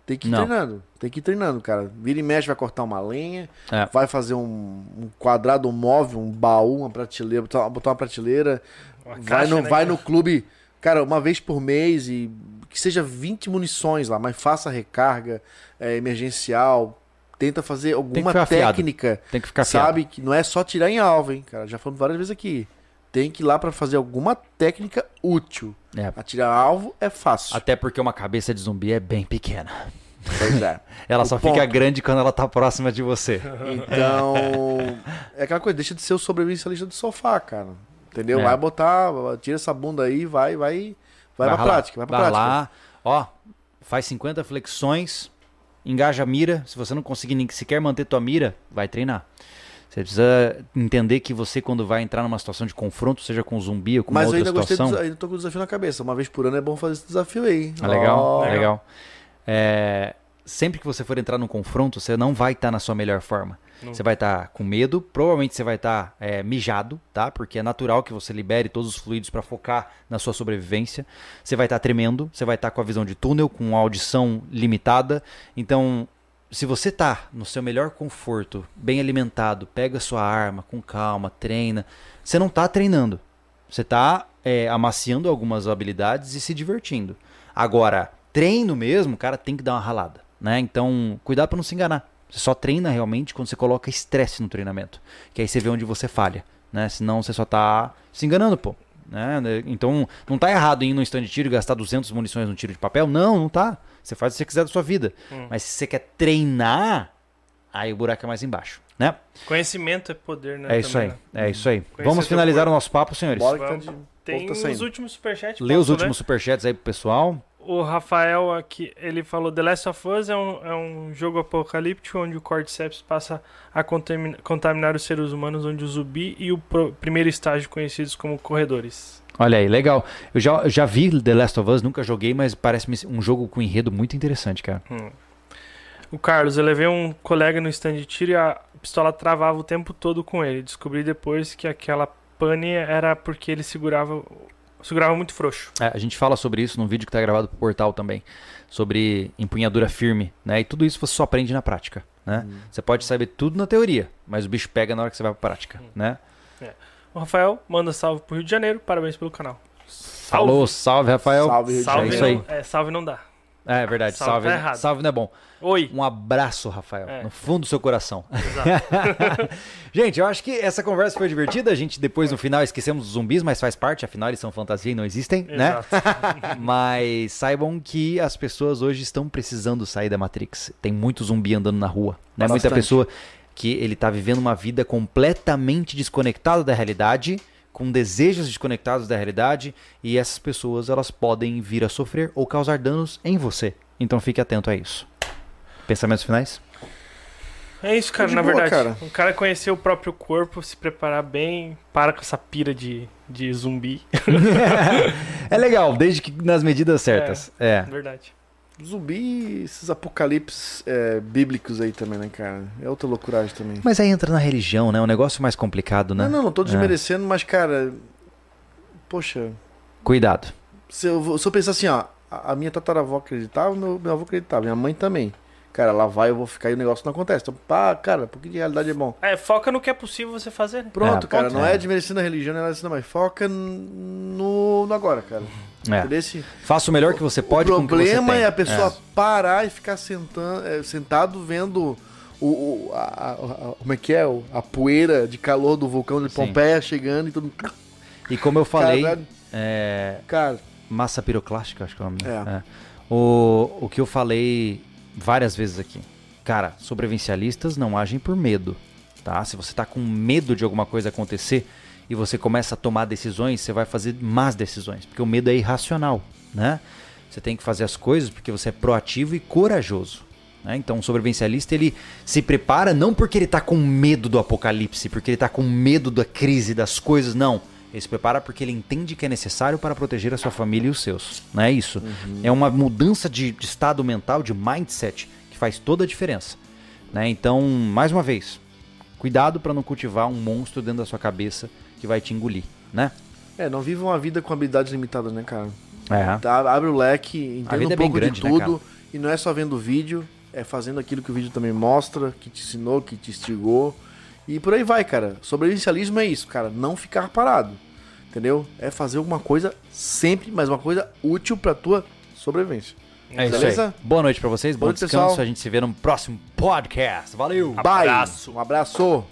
C: tem que ir
B: Não.
C: treinando. Tem que ir treinando, cara. Vira e mexe, vai cortar uma lenha,
B: É.
C: vai fazer um, um quadrado, um móvel, um baú, uma prateleira, botar, botar uma prateleira.
D: Uma
C: vai
D: caixa,
C: no,
D: né,
C: vai
D: cara?
C: no clube, cara, uma vez por mês e que seja 20 munições lá, mas faça recarga é, emergencial. Tenta fazer alguma
B: ficar afiado.
C: técnica
B: Tem que ficar
C: sabe que não é só tirar em alvo, hein, cara. Já falamos várias vezes aqui. Tem que ir lá pra fazer alguma técnica útil.
B: afiado. É.
C: Atirar alvo é fácil.
B: Até porque uma cabeça de zumbi é bem pequena.
C: Pois
B: [LAUGHS]
C: é.
B: Ela
C: O
B: só
C: ponto.
B: fica grande quando ela tá próxima de você.
C: Então, é aquela coisa, deixa de ser o sobrevivencialista do sofá, cara. Entendeu?
B: É.
C: Vai botar, tira essa bunda aí, vai, vai, vai, pra
B: lá.
C: prática, vai pra prática.
B: lá, ó, faz 50 flexões, engaja a mira. Se você não conseguir nem sequer manter tua mira, vai treinar. Você precisa entender que você, quando vai entrar numa situação de confronto, seja com um zumbi ou com uma
C: Mas eu
B: outra
C: ainda gostei,
B: situação.
C: do, ainda tô com o desafio na cabeça. Uma vez por ano é bom fazer esse desafio aí.
B: Ah, legal,
C: Ó,
B: legal. É, sempre que você for entrar num confronto, você não vai estar na sua melhor forma. Você vai estar com medo, provavelmente você vai estar mijado, tá? Porque é natural que você libere todos os fluidos para focar na sua sobrevivência. Você vai estar tremendo, você vai estar com a visão de túnel, com a audição limitada. Então, se você tá no seu melhor conforto, bem alimentado, pega sua arma com calma, treina, você não tá treinando. Você tá é, amaciando algumas habilidades e se divertindo. Agora, treino mesmo, o cara tem que dar uma ralada, né? Então, cuidado pra não se enganar. Você só treina realmente quando você coloca estresse no treinamento, que aí você vê onde você falha, né? Senão você só tá se enganando, pô. Né? Então, não tá errado em ir num stand de tiro e gastar 200 munições num tiro de papel? Não, não tá. Você faz o que você quiser da sua vida.
D: Hum.
B: Mas se você quer treinar, aí o buraco é mais embaixo, né?
D: Conhecimento é poder, né?
B: É, isso aí,
D: também, né?
B: é isso aí.
D: Conhecer
B: Vamos
D: teu
B: finalizar
D: corpo.
B: o nosso papo, senhores.
C: Bora que tá
D: Vamos.
C: de...
D: Tem
C: tá
D: os
C: saindo.
D: últimos superchats.
B: Lê os
D: posso, né?
B: últimos superchats aí pro pessoal.
D: o Rafael aqui, ele falou The Last of Us é um, é um jogo apocalíptico onde o Cordyceps passa a contamina- contaminar os seres humanos, onde o zumbi e o pro- primeiro estágio conhecidos como corredores.
B: Olha aí, legal. Eu já, já vi The Last of Us, nunca joguei, mas parece-me um jogo com enredo muito interessante, cara.
D: Hum. O Carlos, eu levei um colega no stand de tiro e a pistola travava o tempo todo com ele. Descobri depois que aquela pane era porque ele segurava segurava muito frouxo.
B: É, a gente fala sobre isso num vídeo que tá gravado pro portal também, sobre empunhadura firme, né? E tudo isso você só aprende na prática, né? Você pode saber tudo na teoria, mas o bicho pega na hora que você vai pra prática, né?
D: O Rafael manda salve pro Rio de Janeiro, parabéns pelo canal. Salve.
B: Falou, salve, Rafael.
C: Salve, Rio de
D: Salve,
B: É
C: Janeiro.
B: isso aí.
D: não, é, salve não dá.
B: É, é verdade,
D: Salve
B: salve.
D: tá
B: Salve,
D: errado.
B: não é bom.
D: Oi.
B: Um abraço, Rafael,
D: É.
B: no fundo do seu coração.
D: Exato.
B: [LAUGHS] Gente, eu acho que essa conversa foi divertida. A gente depois no final esquecemos os zumbis, mas faz parte, afinal eles são fantasia e não existem, né?
D: Exato.
B: Mas saibam que as pessoas hoje estão precisando sair da Matrix. Tem muito zumbi andando na rua. Né? Muita
C: Bastante.
B: pessoa que ele tá vivendo uma vida completamente desconectada da realidade, com desejos desconectados da realidade, e essas pessoas elas podem vir a sofrer ou causar danos em você. Então fique atento a isso. Pensamentos
C: [LAUGHS]
B: finais?
D: É isso, cara,
C: De
D: na
C: boa,
D: verdade.
C: cara.
D: O cara conhecer o próprio corpo, se preparar bem, para com essa pira de, de zumbi.
B: É legal, desde que nas medidas certas. É.
D: Verdade.
C: Zumbi e esses apocalipses é, bíblicos aí também, né, cara? É outra loucuragem também.
B: Mas aí entra na religião, né? Um negócio mais complicado, né?
C: Não, não, não tô desmerecendo, mas, cara. Poxa,
B: Cuidado.
C: se eu, vou- se eu pensar assim, ó, a a minha tataravó acreditava, meu, meu avô acreditava, minha mãe também. Cara, lá vai, eu vou ficar e o negócio não acontece. Então, pá, cara, porque de realidade é bom.
D: É, foca no que é possível você fazer. né?
C: Pronto,
B: É,
C: cara,
B: ponto.
C: não
B: É.
C: é, desmerecendo a religião, não é nada disso, não, mas foca no, no agora, cara.
B: É.
C: Entendeu? Esse-
B: Faça o melhor que você pode
C: o
B: com o que você
C: problema
B: tem.
C: é a pessoa parar e ficar sentando, sentado vendo o, o- a, a- a- como é que é O- a poeira de calor do vulcão de
B: Sim.
C: Pompeia chegando e tudo
B: É. E como eu falei,
C: Caralho.
B: é,
C: cara
B: massa piroclástica, acho que é o nome. né?
C: É.
B: É. O, o que eu falei várias vezes aqui. Cara, sobrevivencialistas não agem por medo, tá? Se você tá com medo de alguma coisa acontecer e você começa a tomar decisões, você vai fazer más decisões, porque o medo é irracional, né? Você tem que fazer as coisas porque você é proativo e corajoso. né? Então, o sobrevivencialista ele se prepara não porque ele tá com medo do apocalipse, porque ele tá com medo da crise, das coisas, não. Ele se prepara porque ele entende que é necessário para proteger a sua família e os seus. Não é isso? É uma mudança de, de estado mental, de mindset, que faz toda a diferença. né? Então, mais uma vez, cuidado para não cultivar um monstro dentro da sua cabeça que vai te engolir, né?
C: é não viva uma vida com habilidades limitadas né cara
B: É.
C: Tá, abre o leque
B: A vida
C: entenda
B: é bem
C: um pouco
B: grande,
C: de
B: né,
C: tudo e não é só vendo o vídeo é fazendo aquilo que o vídeo também mostra que te ensinou que te instigou e por aí vai cara sobrevivencialismo é isso cara não ficar parado entendeu é fazer alguma coisa sempre mas uma coisa útil pra tua sobrevivência
B: É isso aí.
C: Beleza?
B: Boa noite para vocês, bom
C: Boa noite,
B: descanso.
C: pessoal.
B: A gente se vê no próximo podcast. Valeu!
C: Bye.
D: Abraço.
C: Um abraço.